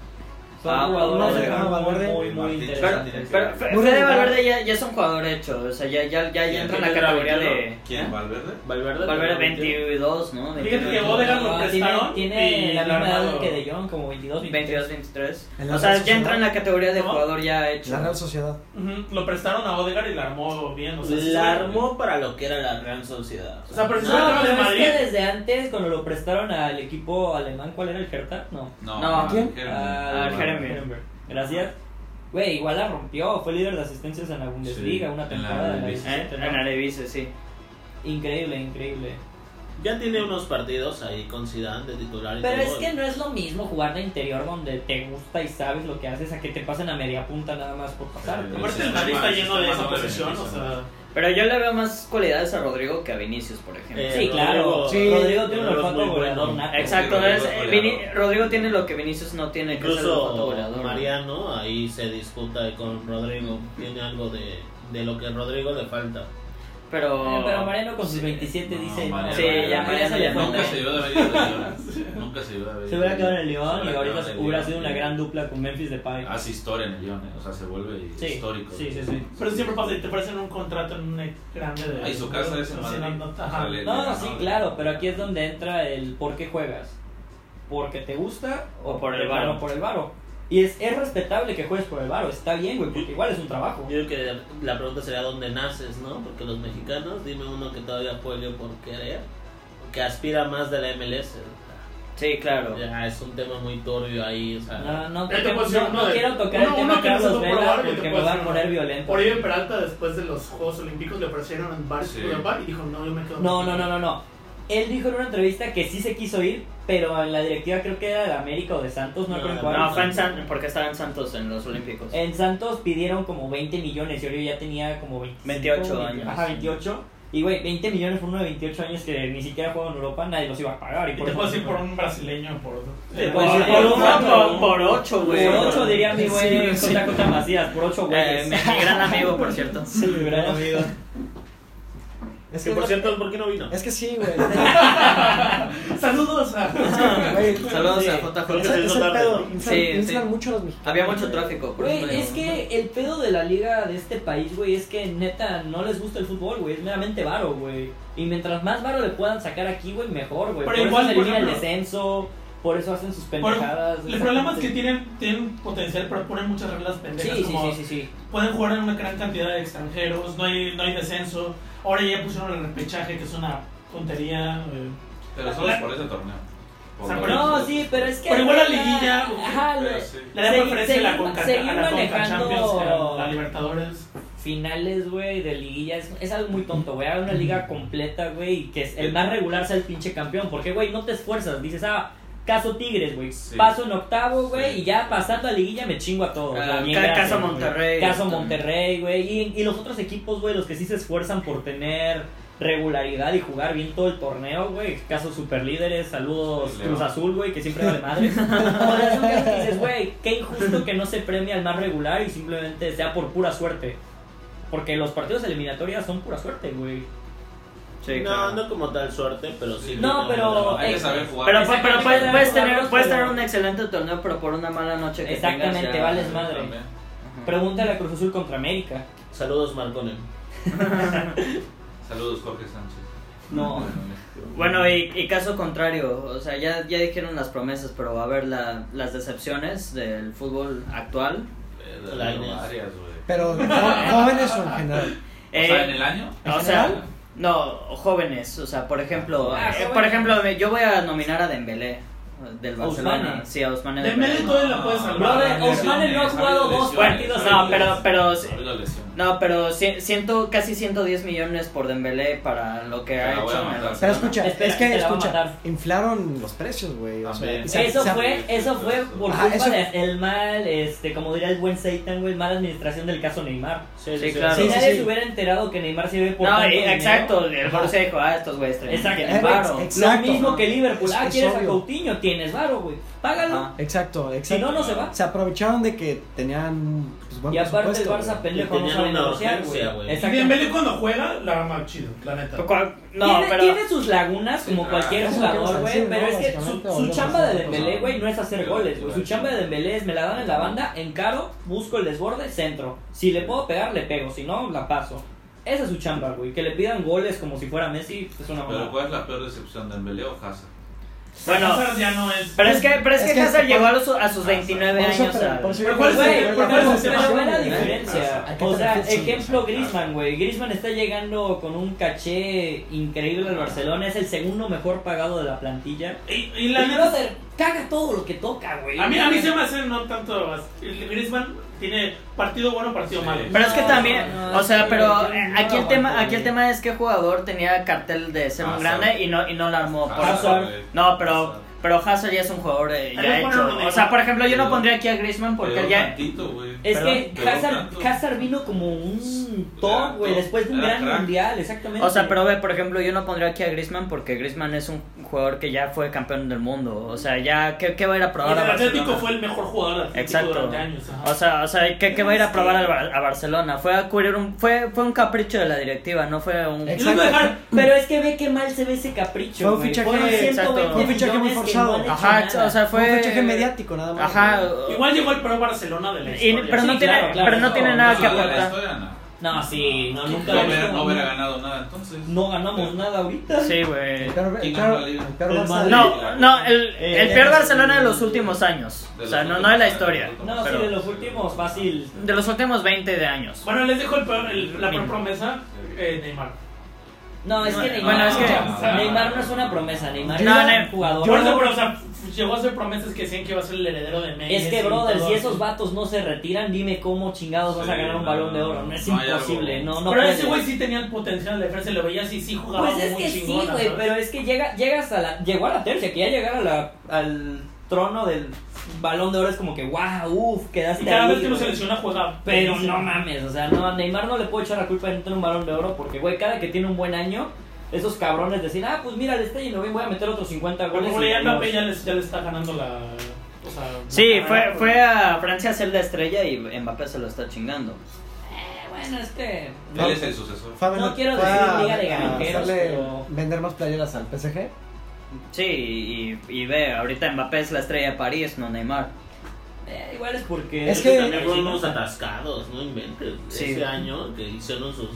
Speaker 5: Son
Speaker 1: Ah,
Speaker 5: jugadores que
Speaker 3: Odegaard,
Speaker 5: son
Speaker 3: Valverde.
Speaker 5: muy, muy
Speaker 6: Martín,
Speaker 1: Pero,
Speaker 5: interesantes.
Speaker 1: pero Fe-
Speaker 3: Muy
Speaker 1: Fede
Speaker 3: regular.
Speaker 1: Valverde ya, ya es un jugador hecho, o sea, ya, ya, ya, ya
Speaker 2: ¿Quién
Speaker 1: entra en la
Speaker 2: tiene
Speaker 1: categoría de...
Speaker 2: 21?
Speaker 6: ¿Quién?
Speaker 1: ¿Eh?
Speaker 6: ¿Valverde?
Speaker 2: Valverde.
Speaker 1: Valverde
Speaker 2: pero 21.
Speaker 1: 22, ¿no?
Speaker 4: Fíjate que
Speaker 1: 22.
Speaker 4: Odegaard lo
Speaker 5: Ah, tiene
Speaker 4: prestaron
Speaker 5: tiene
Speaker 4: y
Speaker 5: la
Speaker 4: le
Speaker 5: misma edad
Speaker 4: armaron.
Speaker 5: que De Jong, como 22,
Speaker 1: 22,
Speaker 5: 23.
Speaker 1: 23.
Speaker 3: En la
Speaker 1: O sea,
Speaker 3: Real
Speaker 1: ya entra
Speaker 3: Sociedad.
Speaker 1: en la categoría de
Speaker 4: ¿No?
Speaker 1: jugador ya hecho.
Speaker 3: La Real Sociedad.
Speaker 4: Ujú, Lo prestaron a Odegaard y la armó bien. O sea, sí se-
Speaker 2: La armó para lo que era la Real Sociedad.
Speaker 4: O sea, pero si
Speaker 5: Ah, No,
Speaker 4: se
Speaker 5: pero
Speaker 4: de
Speaker 5: es
Speaker 4: Madrid...
Speaker 5: que desde antes, cuando lo prestaron al equipo alemán, ¿cuál era el Hertha? No.
Speaker 6: No.
Speaker 1: No.
Speaker 6: al
Speaker 3: ¿Quién?
Speaker 6: Jeremy.
Speaker 5: Ah,
Speaker 1: al Jeremy.
Speaker 5: Gracias. Güey, igual la rompió. Fue líder de asistencias en la Bundesliga
Speaker 6: Sí,
Speaker 5: una
Speaker 6: en la
Speaker 5: temporada. la
Speaker 6: Bundesliga.
Speaker 1: ¿Eh?
Speaker 5: 17, ¿no?
Speaker 1: En Arevice, sí.
Speaker 5: Increíble, increíble.
Speaker 2: Ya tiene unos partidos ahí con Zidane de titular y
Speaker 5: Pero
Speaker 2: todo.
Speaker 5: es que no es lo mismo jugar de interior donde te gusta y sabes lo que haces a que te pasen a media punta nada más por pasar.
Speaker 6: Sí.
Speaker 4: Aparte el
Speaker 6: sistema-
Speaker 4: Madrid está
Speaker 6: el
Speaker 4: lleno de
Speaker 6: sistema
Speaker 4: esa
Speaker 6: no
Speaker 4: posición, o
Speaker 6: beneficia, ¿no?
Speaker 4: sea...
Speaker 1: Pero yo le veo más cualidades a Rodrigo que a Vinicius, por ejemplo.
Speaker 2: Eh,
Speaker 5: Sí, claro.
Speaker 2: Rodrigo-
Speaker 3: Sí.
Speaker 5: Rodrigo tiene un
Speaker 2: Rodrigo es
Speaker 5: olfato
Speaker 2: muy bueno.
Speaker 5: goleador nato.
Speaker 1: Exacto,
Speaker 6: Rodrigo
Speaker 1: es,
Speaker 6: es
Speaker 1: eh,
Speaker 6: goleador.
Speaker 1: Vini- Rodrigo tiene lo que Vinicius no tiene, que es el olfato
Speaker 2: Incluso
Speaker 1: goleador.
Speaker 2: Mariano ahí se disputa con Rodrigo. Tiene algo de, de lo que a Rodrigo le falta.
Speaker 1: Pero...
Speaker 5: Eh, Pero Mariano con sus 27
Speaker 6: No,
Speaker 5: dice...
Speaker 6: Mariano,
Speaker 1: Sí,
Speaker 6: Mariano,
Speaker 1: ya,
Speaker 5: Mariano
Speaker 1: Mariano
Speaker 5: le
Speaker 1: ya no.
Speaker 5: falta.
Speaker 6: Nunca se dio de haber ido de León. Nunca se dio de haber ido.
Speaker 5: Se hubiera quedado en el
Speaker 6: Se
Speaker 5: León y
Speaker 6: hubiera
Speaker 5: ahorita
Speaker 6: quedado en el
Speaker 5: hubiera
Speaker 6: León.
Speaker 5: sido una gran dupla con Memphis Depay.
Speaker 6: Hace historia en el León, eh, o sea, se vuelve
Speaker 5: Sí,
Speaker 6: histórico.
Speaker 5: sí, sí, sí.
Speaker 4: Pero eso siempre pasa, y te parecen un contrato en un ex grande de...
Speaker 6: Ah, y su casa es en
Speaker 4: Sí, no,
Speaker 6: Madrid.
Speaker 4: no,
Speaker 6: O sea,
Speaker 4: ajá.
Speaker 6: le-
Speaker 5: No,
Speaker 6: le-
Speaker 5: sí, claro, pero aquí es donde entra el por qué juegas. ¿Porque te gusta
Speaker 1: O por el
Speaker 5: claro,
Speaker 1: varo.
Speaker 5: por el varo. Y es, es respetable que juegues por el varo, está bien, güey, porque igual es un trabajo.
Speaker 2: Yo creo que la pregunta sería dónde naces, ¿no? Porque los mexicanos, dime uno que todavía juegue por querer, que aspira más de la MLS.
Speaker 1: Sí, claro.
Speaker 2: Ya, es un tema muy turbio ahí, o sea.
Speaker 1: Ah.
Speaker 5: No, no,
Speaker 4: Ya te
Speaker 5: no,
Speaker 4: puedo decir
Speaker 5: no
Speaker 4: Este uno de-
Speaker 5: quiero tocar el
Speaker 4: uno-
Speaker 5: tema
Speaker 4: uno que no se
Speaker 5: Carlos
Speaker 4: supo
Speaker 5: Vela
Speaker 4: lavar, yo te
Speaker 5: porque me
Speaker 4: puedo
Speaker 5: va a
Speaker 4: decir
Speaker 5: poner
Speaker 4: uno.
Speaker 5: violento.
Speaker 4: Oribe Peralta después de los Juegos Olímpicos le ofrecieron en bar
Speaker 6: Sí.
Speaker 4: Bar y dijo, no, yo me quedo.
Speaker 5: No, no, no, no, no. Él dijo en una entrevista que sí se quiso ir, pero en la directiva creo que era de América o de Santos, no,
Speaker 2: No,
Speaker 5: creo
Speaker 2: no,
Speaker 5: cuál.
Speaker 1: No, fue en San- porque estaba en Santos en los Olímpicos.
Speaker 5: En Santos pidieron como 20 millones y Oribe ya tenía como 25,
Speaker 1: 28
Speaker 5: 20,
Speaker 1: años.
Speaker 5: Ajá, 28. Y güey, 20 millones por uno de 28 años que ni siquiera jugó en Europa, nadie los iba a pagar.
Speaker 4: Y
Speaker 5: por
Speaker 4: te puedo decir
Speaker 5: eso-
Speaker 4: por un brasileño, por...
Speaker 5: Te
Speaker 4: Eh,
Speaker 5: puedo
Speaker 1: por,
Speaker 5: decir
Speaker 1: por
Speaker 5: por
Speaker 1: uno,
Speaker 5: cuatro.
Speaker 1: por,
Speaker 5: (laughs)
Speaker 1: por ocho, güey.
Speaker 5: Por 8 diría mi güey
Speaker 3: Sí, sí.
Speaker 5: Contra Contra Macías, por
Speaker 1: Eh,
Speaker 5: 8 güeyes.
Speaker 1: mi, mi gran amigo, por cierto.
Speaker 5: Sí, ¿verdad?
Speaker 3: Es
Speaker 2: Que
Speaker 3: que,
Speaker 2: por
Speaker 3: es,
Speaker 2: cierto, ¿por qué no vino?
Speaker 3: es que sí, güey.
Speaker 4: Saludos a... (laughs)
Speaker 3: Güey,
Speaker 1: Saludos
Speaker 2: Sí.
Speaker 1: a JJ.
Speaker 2: Creo que
Speaker 3: Es,
Speaker 2: se
Speaker 3: es
Speaker 2: hizo
Speaker 3: el
Speaker 2: tarde.
Speaker 3: pedo. Inflan,
Speaker 1: Sí, sí.
Speaker 3: inflan mucho los mexicanos.
Speaker 1: Había mucho
Speaker 3: güey.
Speaker 1: tráfico, por eso
Speaker 5: Güey,
Speaker 1: me
Speaker 5: es
Speaker 1: llamó.
Speaker 5: que el pedo de la liga de este país, güey, es que neta no les gusta el fútbol, güey. Es meramente varo, güey. Y mientras más varo le puedan sacar aquí, güey, mejor, güey.
Speaker 4: Pero
Speaker 5: Por eso
Speaker 4: igual,
Speaker 5: se
Speaker 4: por
Speaker 5: elimina el
Speaker 4: ejemplo-
Speaker 5: descenso, por eso hacen sus
Speaker 4: Por-
Speaker 5: pendejadas.
Speaker 4: el problema es que tienen, tienen potencial para poner muchas reglas
Speaker 5: Sí,
Speaker 4: pendejas
Speaker 5: sí,
Speaker 4: como
Speaker 5: sí, sí, sí.
Speaker 4: pueden jugar en una gran cantidad de extranjeros, no hay, no hay descenso. Ahora ya pusieron el repechaje, que es una tontería. eh.
Speaker 6: Pero solo es por ese torneo. Por
Speaker 4: O sea,
Speaker 6: lo
Speaker 4: pero-
Speaker 6: menos.
Speaker 5: No, sí, pero es que.
Speaker 4: Pero igual la
Speaker 5: neta-
Speaker 4: liguilla,
Speaker 5: Ajá,
Speaker 6: Pero
Speaker 5: lo-
Speaker 6: sí.
Speaker 4: Le da
Speaker 5: Segui-
Speaker 4: preferencia a la
Speaker 5: seguimos-
Speaker 4: Conca,
Speaker 5: seguimos
Speaker 4: a la Conca
Speaker 5: manejando-
Speaker 4: Champions, que a la Libertadores.
Speaker 5: finales, güey, de liguilla es, es algo muy tonto, güey. Haga una liga completa, güey, y que es- el más regular sea el pinche campeón. Porque, güey, no te esfuerzas. Dices, ah, caso Tigres, güey.
Speaker 6: Sí.
Speaker 5: Paso en octavo, güey,
Speaker 6: Sí.
Speaker 5: y ya pasando a liguilla me chingo a todos.
Speaker 1: Ah,
Speaker 5: güey. Bien,
Speaker 1: ca-
Speaker 5: gracias,
Speaker 1: caso
Speaker 5: güey.
Speaker 1: Monterrey.
Speaker 5: Caso Monterrey, güey. Y, y los otros equipos, güey, los que sí se esfuerzan por tener regularidad y jugar bien todo el torneo, güey. Caso superlíderes, saludos
Speaker 6: Sí, Leo.
Speaker 5: Cruz Azul, güey, que siempre vale
Speaker 3: (laughs)
Speaker 5: madre. o sea, son casos que dices, güey, qué injusto que no se premie al más regular y simplemente sea por pura suerte. Porque los partidos de eliminatoria son pura suerte, güey.
Speaker 1: Sí,
Speaker 2: no,
Speaker 1: claro.
Speaker 2: no como tal suerte, pero sí.
Speaker 5: No,
Speaker 2: tiene
Speaker 5: pero-
Speaker 2: un trabajo.
Speaker 6: Hay que saber jugar.
Speaker 1: eh, Pero, pu- pero puedes, puedes tener,
Speaker 5: Jugarlos,
Speaker 1: puedes
Speaker 5: pero-
Speaker 1: tener un excelente torneo, pero por una mala noche que
Speaker 5: Exactamente,
Speaker 1: tengas ya-
Speaker 5: vales madre.
Speaker 6: También.
Speaker 1: Ajá.
Speaker 5: Pregúntale a Cruz Azul contra América.
Speaker 1: eh,
Speaker 2: Saludos, Marcone.
Speaker 6: Saludos, Jorge Sánchez. (laughs)
Speaker 5: No.
Speaker 1: Bueno, y, y caso contrario, o sea, ya, ya dijeron las promesas, pero a ver la- las decepciones del fútbol actual.
Speaker 6: Eh,
Speaker 2: La
Speaker 6: tengo
Speaker 2: Inés.
Speaker 6: varias, güey.
Speaker 3: Pero jo- jóvenes o en general.
Speaker 1: Eh,
Speaker 6: O sea, en el año.
Speaker 1: o sea, no, jóvenes, o sea, por ejemplo,
Speaker 5: Ah,
Speaker 1: eh,
Speaker 5: jóvenes.
Speaker 1: por ejemplo, me- yo voy a nominar a Dembélé eh, del Barcelona.
Speaker 5: Ousmane.
Speaker 1: Sí, a Ousmane
Speaker 4: De Melo
Speaker 1: Dembélé.
Speaker 4: todavía la puedes salvar.
Speaker 5: Brother, Ousmane no ha jugado dos
Speaker 6: Lesiones,
Speaker 5: partidos
Speaker 1: No,
Speaker 5: seguidos.
Speaker 1: pero pero sí,
Speaker 6: Ha habido lesiones.
Speaker 1: No, pero cien- ciento, casi 110 millones por Dembélé para lo que
Speaker 6: Se la
Speaker 1: ha
Speaker 6: voy a
Speaker 1: hecho. en
Speaker 6: mandar.
Speaker 1: el
Speaker 3: Pero
Speaker 1: Barcelona.
Speaker 3: escucha,
Speaker 5: Espera,
Speaker 3: es que
Speaker 5: te la va a
Speaker 3: escucha,
Speaker 5: matar.
Speaker 3: inflaron los precios, güey. O sea,
Speaker 6: También.
Speaker 3: y se-
Speaker 5: Eso
Speaker 3: se-
Speaker 5: fue, eso fue por
Speaker 3: Ajá,
Speaker 5: culpa
Speaker 3: eso-
Speaker 5: del mal, este, como diría el buen Seitan, güey, mala administración del caso Neymar.
Speaker 2: Sí,
Speaker 1: Sí, claro.
Speaker 5: si
Speaker 3: sí,
Speaker 5: nadie
Speaker 3: sí.
Speaker 5: se hubiera enterado que Neymar se ve por
Speaker 1: No,
Speaker 5: tanto
Speaker 1: eh,
Speaker 5: dinero,
Speaker 1: exacto. El Borussia dijo, ah, estos güeyes traen-
Speaker 5: Exacto.
Speaker 1: tienen varo.
Speaker 3: Eh, Ex-
Speaker 5: Lo
Speaker 3: Exacto.
Speaker 5: mismo que Liverpool.
Speaker 3: Es-
Speaker 5: Ah,
Speaker 3: es
Speaker 5: quieres a
Speaker 3: obvio.
Speaker 5: Coutinho, tienes varo, güey. Págalo.
Speaker 1: Ajá.
Speaker 3: Exacto,
Speaker 5: Si
Speaker 3: exacto.
Speaker 5: no, no se va.
Speaker 3: Se aprovecharon de que tenían pues, buen
Speaker 5: Y aparte el
Speaker 3: presupuesto,
Speaker 5: Barça
Speaker 3: güey.
Speaker 5: pendejo
Speaker 2: Y
Speaker 5: no
Speaker 2: tenían
Speaker 5: sabe
Speaker 2: una
Speaker 5: negociar,
Speaker 2: urgencia,
Speaker 5: güey.
Speaker 2: güey.
Speaker 4: Y
Speaker 5: Exactamente.
Speaker 4: Dembélé cuando juega, la arma chido, la neta.
Speaker 1: Cual- No,
Speaker 5: tiene,
Speaker 1: pero.
Speaker 5: tiene sus lagunas como
Speaker 6: Sí,
Speaker 5: cualquier
Speaker 3: claro. Eso es lo que vamos
Speaker 5: jugador,
Speaker 3: a
Speaker 5: güey,
Speaker 3: decir,
Speaker 5: pero
Speaker 3: ¿no?
Speaker 5: es que su,
Speaker 3: Básicamente,
Speaker 5: su
Speaker 3: volvemos
Speaker 5: chamba
Speaker 3: a
Speaker 5: de
Speaker 3: nosotros,
Speaker 5: Dembélé,
Speaker 6: ¿no?
Speaker 5: güey, no es hacer
Speaker 6: Sí,
Speaker 5: goles,
Speaker 3: pues
Speaker 6: sí,
Speaker 5: güey.
Speaker 6: sí.
Speaker 5: Su chamba de Dembélé es me la dan en la banda, encaro, busco el desborde, centro. Si le puedo pegar, le pego, si no, la paso. Esa es su chamba, güey. Que le pidan goles como si fuera Messi, pues es una
Speaker 6: Pero
Speaker 5: mamada.
Speaker 6: ¿cuál es la peor decepción de Embelé o Hazard?
Speaker 1: Bueno,
Speaker 4: Hazard ya no es.
Speaker 1: pero es que, pero es
Speaker 3: Es
Speaker 1: que
Speaker 3: que
Speaker 1: Hazard
Speaker 3: por-
Speaker 1: llegó a, los- a sus 29
Speaker 3: Por eso,
Speaker 1: años.
Speaker 3: pero-
Speaker 1: al-
Speaker 3: por eso
Speaker 4: Pero
Speaker 3: yo-
Speaker 4: ¿cuál es
Speaker 5: Güey,
Speaker 4: el-
Speaker 3: yo-
Speaker 5: pero,
Speaker 4: cuál es
Speaker 3: yo-
Speaker 4: el
Speaker 5: pero
Speaker 4: tema?
Speaker 5: ve la
Speaker 3: ¿eh?
Speaker 1: Ah,
Speaker 5: diferencia.
Speaker 3: ¿A qué
Speaker 5: O
Speaker 3: te
Speaker 5: sea,
Speaker 3: refieres?
Speaker 5: ejemplo Griezmann, güey. Griezmann está llegando con un caché increíble al Barcelona. Es el segundo mejor pagado de la plantilla.
Speaker 4: Y, y
Speaker 5: Y
Speaker 4: la
Speaker 5: la
Speaker 4: neta,
Speaker 5: caga todo lo que toca, güey.
Speaker 4: a mí, a mí se me hace no tanto. el Griezmann tiene partido bueno, partido
Speaker 6: Sí.
Speaker 4: malo.
Speaker 1: Pero es que
Speaker 5: No,
Speaker 1: también,
Speaker 5: no,
Speaker 1: o sea,
Speaker 5: sí,
Speaker 1: pero
Speaker 5: yo
Speaker 1: eh,
Speaker 5: no
Speaker 1: aquí el
Speaker 5: aguanto,
Speaker 1: tema, aquí
Speaker 5: güey.
Speaker 1: el tema es que jugador tenía cartel de
Speaker 3: Ah,
Speaker 1: ser un
Speaker 6: Hazard.
Speaker 1: grande y no y no la armó por
Speaker 5: Hazard.
Speaker 6: güey.
Speaker 1: No, pero
Speaker 6: Hazard.
Speaker 1: pero Hazard ya es un jugador eh,
Speaker 4: Pero
Speaker 1: ya
Speaker 4: bueno,
Speaker 1: hecho.
Speaker 4: no me-
Speaker 1: O sea, por ejemplo, yo no
Speaker 6: Pero-
Speaker 1: pondría aquí a Griezmann porque
Speaker 6: Peor
Speaker 1: él ya
Speaker 6: tantito, güey.
Speaker 5: Es
Speaker 1: Perdón,
Speaker 5: que
Speaker 6: pero
Speaker 5: Hazard,
Speaker 6: tanto.
Speaker 5: Hazard vino como un
Speaker 6: Era
Speaker 5: top, güey,
Speaker 6: top,
Speaker 5: después de un
Speaker 6: era
Speaker 5: gran
Speaker 6: crack.
Speaker 5: mundial, exactamente.
Speaker 1: o sea, pero ve, por ejemplo, yo no pondría aquí a Griezmann porque Griezmann es un jugador que ya fue campeón del mundo. O sea, ya ¿qué, qué va a ir a probar
Speaker 4: el
Speaker 1: a
Speaker 4: Atlético
Speaker 1: Barcelona?
Speaker 4: fue el mejor jugador del Atlético
Speaker 1: Exacto.
Speaker 4: durante años. ajá.
Speaker 1: O sea, o sea, ¿qué, qué va a ir a probar al Bar- a Barcelona? Fue a cubrir un fue fue un capricho de la directiva, no fue un
Speaker 4: Y lo iba a dejar.
Speaker 5: Pero es que ve qué mal se ve ese capricho.
Speaker 3: Fue un
Speaker 5: güey.
Speaker 3: fichaje-
Speaker 5: Fueron
Speaker 1: exacto.
Speaker 5: 120
Speaker 1: Fue un
Speaker 3: fichaje muy
Speaker 5: millones que
Speaker 3: forzado.
Speaker 5: no han hecho
Speaker 1: Ajá,
Speaker 5: nada.
Speaker 1: o sea,
Speaker 3: Fue
Speaker 1: fue
Speaker 3: un fichaje mediático nada más.
Speaker 1: Ajá.
Speaker 3: güey.
Speaker 4: Igual llegó el peor Barcelona de la
Speaker 1: Y-
Speaker 4: historia.
Speaker 1: pero no
Speaker 5: Sí,
Speaker 1: tiene
Speaker 5: claro, claro,
Speaker 1: pero no,
Speaker 5: no,
Speaker 1: tiene
Speaker 5: no,
Speaker 1: nada
Speaker 5: no,
Speaker 1: que
Speaker 5: no,
Speaker 6: La
Speaker 1: aportar.
Speaker 6: historia, no.
Speaker 5: No, sí, no, nunca
Speaker 6: No
Speaker 5: lo
Speaker 6: hubiera, no
Speaker 5: hizo.
Speaker 6: hubiera ganado nada entonces.
Speaker 5: No ganamos nada ahorita.
Speaker 1: Sí, güey.
Speaker 3: El peor- el
Speaker 6: ¿Quién
Speaker 3: peor-
Speaker 6: ganó la liga?
Speaker 3: el peor
Speaker 5: El
Speaker 3: Barça
Speaker 5: Madrid.
Speaker 3: de-
Speaker 1: No, no, el, el peor Barcelona de los últimos años. O
Speaker 6: De los
Speaker 1: sea, no,
Speaker 6: últimos
Speaker 1: no de la
Speaker 6: años.
Speaker 1: historia.
Speaker 5: No,
Speaker 1: pero
Speaker 5: sí, de los últimos, fácil.
Speaker 1: de los últimos 20 de años.
Speaker 4: Bueno, les dejo el peor, el- la peor promesa, eh, Neymar.
Speaker 5: No, es que Neymar,
Speaker 1: Bueno, es
Speaker 6: que-
Speaker 5: Neymar no es una promesa, Neymar
Speaker 3: Yo-
Speaker 5: es un jugador.
Speaker 4: Por eso, pero, o sea, f- llegó a ser promesas que decían que iba a ser el heredero de Messi.
Speaker 5: Es
Speaker 4: y
Speaker 5: que, brother,
Speaker 4: todo.
Speaker 5: si esos vatos no se retiran, dime cómo chingados vas a
Speaker 6: Sí,
Speaker 5: ganar un
Speaker 6: no,
Speaker 5: balón de oro. No
Speaker 6: no
Speaker 5: es
Speaker 6: hay
Speaker 5: imposible,
Speaker 6: algo.
Speaker 5: no, no.
Speaker 4: pero
Speaker 5: puedes.
Speaker 4: ese güey sí tenía el potencial de defensa, le veía así, sí jugaba
Speaker 5: Pues es
Speaker 4: muy
Speaker 5: que
Speaker 4: chingón.
Speaker 5: sí, güey, pero es que llega, llegas a la, llegó a la tercia, que ya llegar a la, al trono del balón de oro es como que, wow, uff, quedaste
Speaker 4: Y cada
Speaker 5: ahí,
Speaker 4: vez que lo
Speaker 5: güey. Pues
Speaker 4: selecciona juega.
Speaker 5: Pero no mames, o sea, no, a Neymar no le puedo echar la culpa de no tener un balón de oro porque, güey, cada que tiene un buen año, esos cabrones deciden, ah, pues mira, le está yendo bien, voy a meter otros 50
Speaker 4: Por
Speaker 5: goles.
Speaker 4: ejemplo,
Speaker 5: y
Speaker 4: ya
Speaker 5: Pues los-
Speaker 4: Mbappé ya les- ya le está ganando la. O sea,
Speaker 1: Sí,
Speaker 4: la
Speaker 1: fue,
Speaker 4: carrera,
Speaker 1: fue a Francia a ser la estrella y Mbappé se lo está chingando.
Speaker 5: Eh, bueno, es que...
Speaker 6: Él es el sucesor.
Speaker 3: Fue a vender-
Speaker 5: No quiero
Speaker 3: fue
Speaker 5: decir
Speaker 3: a-
Speaker 5: liga de
Speaker 3: a
Speaker 5: granjeros,
Speaker 3: hacerle-
Speaker 5: pero-
Speaker 3: Vender más playeras al PSG.
Speaker 1: Sí, y, y ve, ahorita Mbappé es la estrella de París, no Neymar.
Speaker 5: eh, igual es porque...
Speaker 3: Es que-
Speaker 2: También fueron unos atascados, no inventes.
Speaker 1: Sí.
Speaker 2: Ese año que hicieron sus,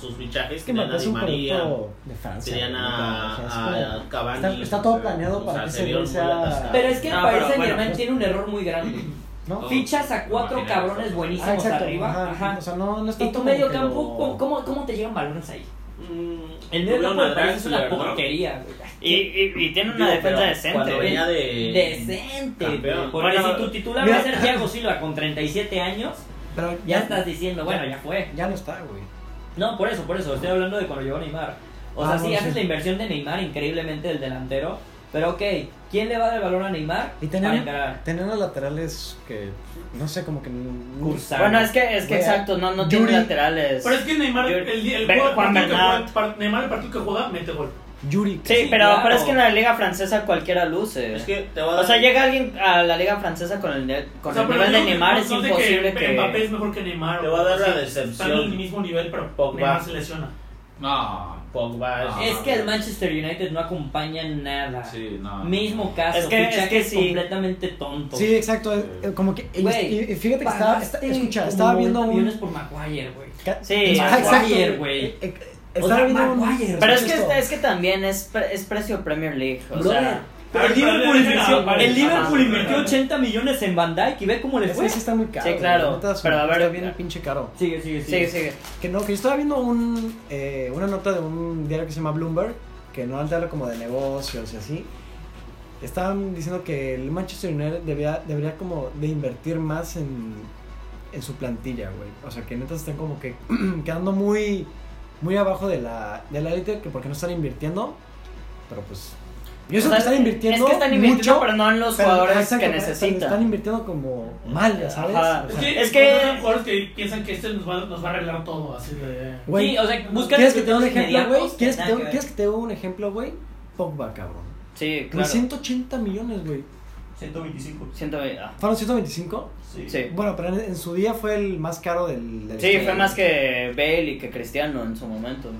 Speaker 2: sus fichajes,
Speaker 3: Es que
Speaker 2: tenían
Speaker 3: Mbappé
Speaker 2: a
Speaker 3: es
Speaker 2: Di
Speaker 3: un
Speaker 2: María,
Speaker 3: producto de Francia.
Speaker 2: tenían
Speaker 3: güey,
Speaker 2: a,
Speaker 3: o sea, es
Speaker 2: a,
Speaker 3: como-
Speaker 2: Cavani.
Speaker 3: está- está todo planeado para que
Speaker 2: se
Speaker 3: ese
Speaker 2: vieron
Speaker 3: güey
Speaker 2: muy
Speaker 3: sea-
Speaker 2: atascados.
Speaker 5: Pero es que el
Speaker 1: Ah,
Speaker 5: Paris
Speaker 1: pero
Speaker 5: Saint
Speaker 1: bueno.
Speaker 5: Germain tiene un error muy grande.
Speaker 3: ¿no?
Speaker 6: Oh.
Speaker 5: Fichas a cuatro
Speaker 6: Imagínate.
Speaker 5: cabrones
Speaker 3: Ah,
Speaker 5: buenísimos
Speaker 3: exacto.
Speaker 5: arriba.
Speaker 3: ajá,
Speaker 5: ajá.
Speaker 3: O sea, no, no es
Speaker 5: Y
Speaker 3: tanto
Speaker 5: tu
Speaker 3: como
Speaker 5: medio
Speaker 3: que
Speaker 5: campo,
Speaker 3: lo-
Speaker 5: ¿cómo, cómo, cómo te llegan balones ahí? El
Speaker 2: El
Speaker 5: medio campo de París es una porquería, güey.
Speaker 1: Y, y, y tiene una
Speaker 2: Digo,
Speaker 1: defensa
Speaker 2: pero
Speaker 1: decente.
Speaker 2: cuando
Speaker 1: güey.
Speaker 2: venía de.
Speaker 5: ¿eh? Decente,
Speaker 2: Campeón.
Speaker 5: güey. Porque
Speaker 1: Bueno,
Speaker 5: si tu titular
Speaker 3: mira-
Speaker 5: va a ser Thiago Silva con 37 años,
Speaker 3: Pero ya,
Speaker 5: ya estás diciendo, bueno, ya fue.
Speaker 3: Ya no está, güey.
Speaker 5: No, por eso, por eso, estoy hablando de cuando llegó Neymar. O
Speaker 3: Ah,
Speaker 5: sea, sí,
Speaker 3: bueno,
Speaker 5: haces
Speaker 3: sí.
Speaker 5: la inversión de Neymar increíblemente del delantero, pero ok, ¿quién le va a dar el balón a Neymar?
Speaker 3: Y
Speaker 5: Para
Speaker 3: tenían,
Speaker 5: encarar.
Speaker 3: tenían a laterales que, no sé, como que... n-
Speaker 5: Cursar.
Speaker 1: Bueno, es que, es que
Speaker 3: Güey,
Speaker 1: exacto, no, no tiene
Speaker 3: Yuri-
Speaker 1: laterales.
Speaker 4: Pero es que Neymar, el, el, el
Speaker 1: Ve-
Speaker 4: juego-
Speaker 1: Juan
Speaker 4: partido que
Speaker 1: Bernat.
Speaker 4: juega- par- Neymar, el partido que juega, mete gol.
Speaker 3: Yuri.
Speaker 1: Sí,
Speaker 5: Sí,
Speaker 1: pero,
Speaker 5: claro.
Speaker 1: pero es que en la liga francesa cualquiera luce.
Speaker 2: Es que te va a dar.
Speaker 1: O sea, llega alguien a la liga francesa con el, ne- con
Speaker 4: O sea,
Speaker 1: el
Speaker 4: pero
Speaker 1: nivel de
Speaker 4: digo que
Speaker 1: Neymar,
Speaker 4: no-
Speaker 1: es
Speaker 4: no sé
Speaker 1: imposible que...
Speaker 4: Mbappé es mejor que Neymar.
Speaker 2: Te va a dar la
Speaker 4: o sea,
Speaker 2: decepción.
Speaker 4: Están en el mismo nivel, pero
Speaker 2: Pogba.
Speaker 4: Neymar se lesiona.
Speaker 6: No.
Speaker 2: Pogba.
Speaker 6: Ah.
Speaker 5: Es que el Manchester United no acompaña nada.
Speaker 6: Sí, no.
Speaker 5: Mismo caso,
Speaker 1: Es que-
Speaker 5: fichajes
Speaker 1: es que sí.
Speaker 5: completamente tonto.
Speaker 3: Sí, exacto. eh, Como que... y-
Speaker 5: Güey,
Speaker 3: y, y fíjate que estaba...
Speaker 5: Pagaste
Speaker 3: esta- escucha,
Speaker 5: como
Speaker 3: estaba viendo
Speaker 5: 90 millones
Speaker 3: un...
Speaker 5: por Maguire, güey.
Speaker 3: ca-
Speaker 1: Sí,
Speaker 3: Ajá, exacto,
Speaker 5: Maguire, güey.
Speaker 3: eh, eh,
Speaker 5: O sea,
Speaker 3: Estaba viendo un...
Speaker 5: Maguire.
Speaker 1: Pero es que,
Speaker 3: Esto.
Speaker 1: es que también es, pre- es precio Premier League. O
Speaker 5: Brother,
Speaker 1: sea,
Speaker 4: Pero
Speaker 5: Ah,
Speaker 4: el Liverpool invirtió-
Speaker 5: el Liverpool
Speaker 4: Ajá.
Speaker 5: invirtió 80 millones en Van Dyke y ve cómo le
Speaker 3: Es
Speaker 5: fue.
Speaker 3: que sí está muy caro.
Speaker 1: Sí, claro,
Speaker 3: la neta, su-
Speaker 1: pero a ver-
Speaker 3: Está bien pinche caro.
Speaker 5: Sigue, sigue,
Speaker 1: sigue, sigue.
Speaker 3: Que no, que yo estaba viendo un, eh, una nota de un diario que se llama Bloomberg, que no habla como de negocios y así. Estaban diciendo que el Manchester United debía, debería como de invertir más en, en su plantilla, güey. O sea, que neta están como que (clears throat) quedando muy, muy abajo de la de la élite, que porque no están invirtiendo, pero pues... Yo sé
Speaker 1: O sea,
Speaker 3: que están invirtiendo
Speaker 1: Es que están invirtiendo,
Speaker 3: mucho,
Speaker 1: pero no en los
Speaker 3: pero-
Speaker 1: jugadores
Speaker 3: exacto,
Speaker 1: que
Speaker 3: pero
Speaker 1: necesitan.
Speaker 3: Están invirtiendo como mal, ya ¿sabes?
Speaker 1: Ajá.
Speaker 3: O
Speaker 4: Es
Speaker 3: sea,
Speaker 4: que,
Speaker 1: Es que-
Speaker 4: son jugadores que piensan que este nos va, nos va a arreglar todo, así de...
Speaker 3: güey,
Speaker 5: Sí, o sea, buscan
Speaker 3: ¿Quieres que te dé un ejemplo,
Speaker 5: inmediatos
Speaker 3: güey? ¿Quieres que
Speaker 5: nada
Speaker 3: te-
Speaker 5: ver.
Speaker 3: quieres que te dé un ejemplo, güey? Pogba, cabrón.
Speaker 1: Sí,
Speaker 3: Güey,
Speaker 1: claro.
Speaker 3: 180 millones, güey.
Speaker 5: 125.
Speaker 1: Siento- ah,
Speaker 3: ¿Fueron 125?
Speaker 5: Sí.
Speaker 1: Sí.
Speaker 3: Bueno, pero en, en su día fue el más caro del... del
Speaker 1: Sí, fue más que Bale y que Cristiano en su momento.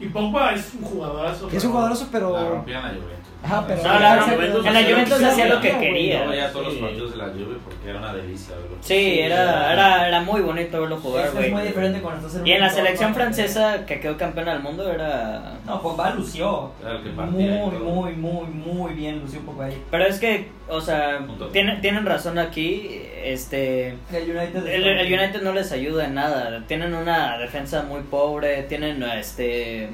Speaker 4: Y Pogba es un jugadorazo.
Speaker 3: Que es un jugadorazo, pero...
Speaker 6: La rompían la Juventus.
Speaker 3: Ajá, pero...
Speaker 2: No, la
Speaker 3: exacto.
Speaker 2: Juventus
Speaker 1: En la Juventus
Speaker 3: Sí,
Speaker 1: hacía lo que
Speaker 3: güey.
Speaker 1: quería.
Speaker 6: Yo ya todos
Speaker 2: Sí.
Speaker 6: los partidos de la Juve porque era una delicia verlo.
Speaker 1: Sí, era, era, era muy bonito verlo jugar,
Speaker 5: Eso es muy
Speaker 1: güey.
Speaker 5: diferente cuando estás en
Speaker 1: Y en la
Speaker 5: un-
Speaker 1: selección francesa que quedó campeona del mundo era...
Speaker 5: No, Pogba lució.
Speaker 6: Era el que
Speaker 5: Muy,
Speaker 6: partía y todo.
Speaker 5: muy, muy, muy bien lució Pogba ahí.
Speaker 1: Pero es que, o sea,
Speaker 6: Punto.
Speaker 1: tienen, tienen razón aquí, este...
Speaker 5: El United.
Speaker 1: El, el United no les ayuda en nada, tienen una defensa muy pobre, tienen, este...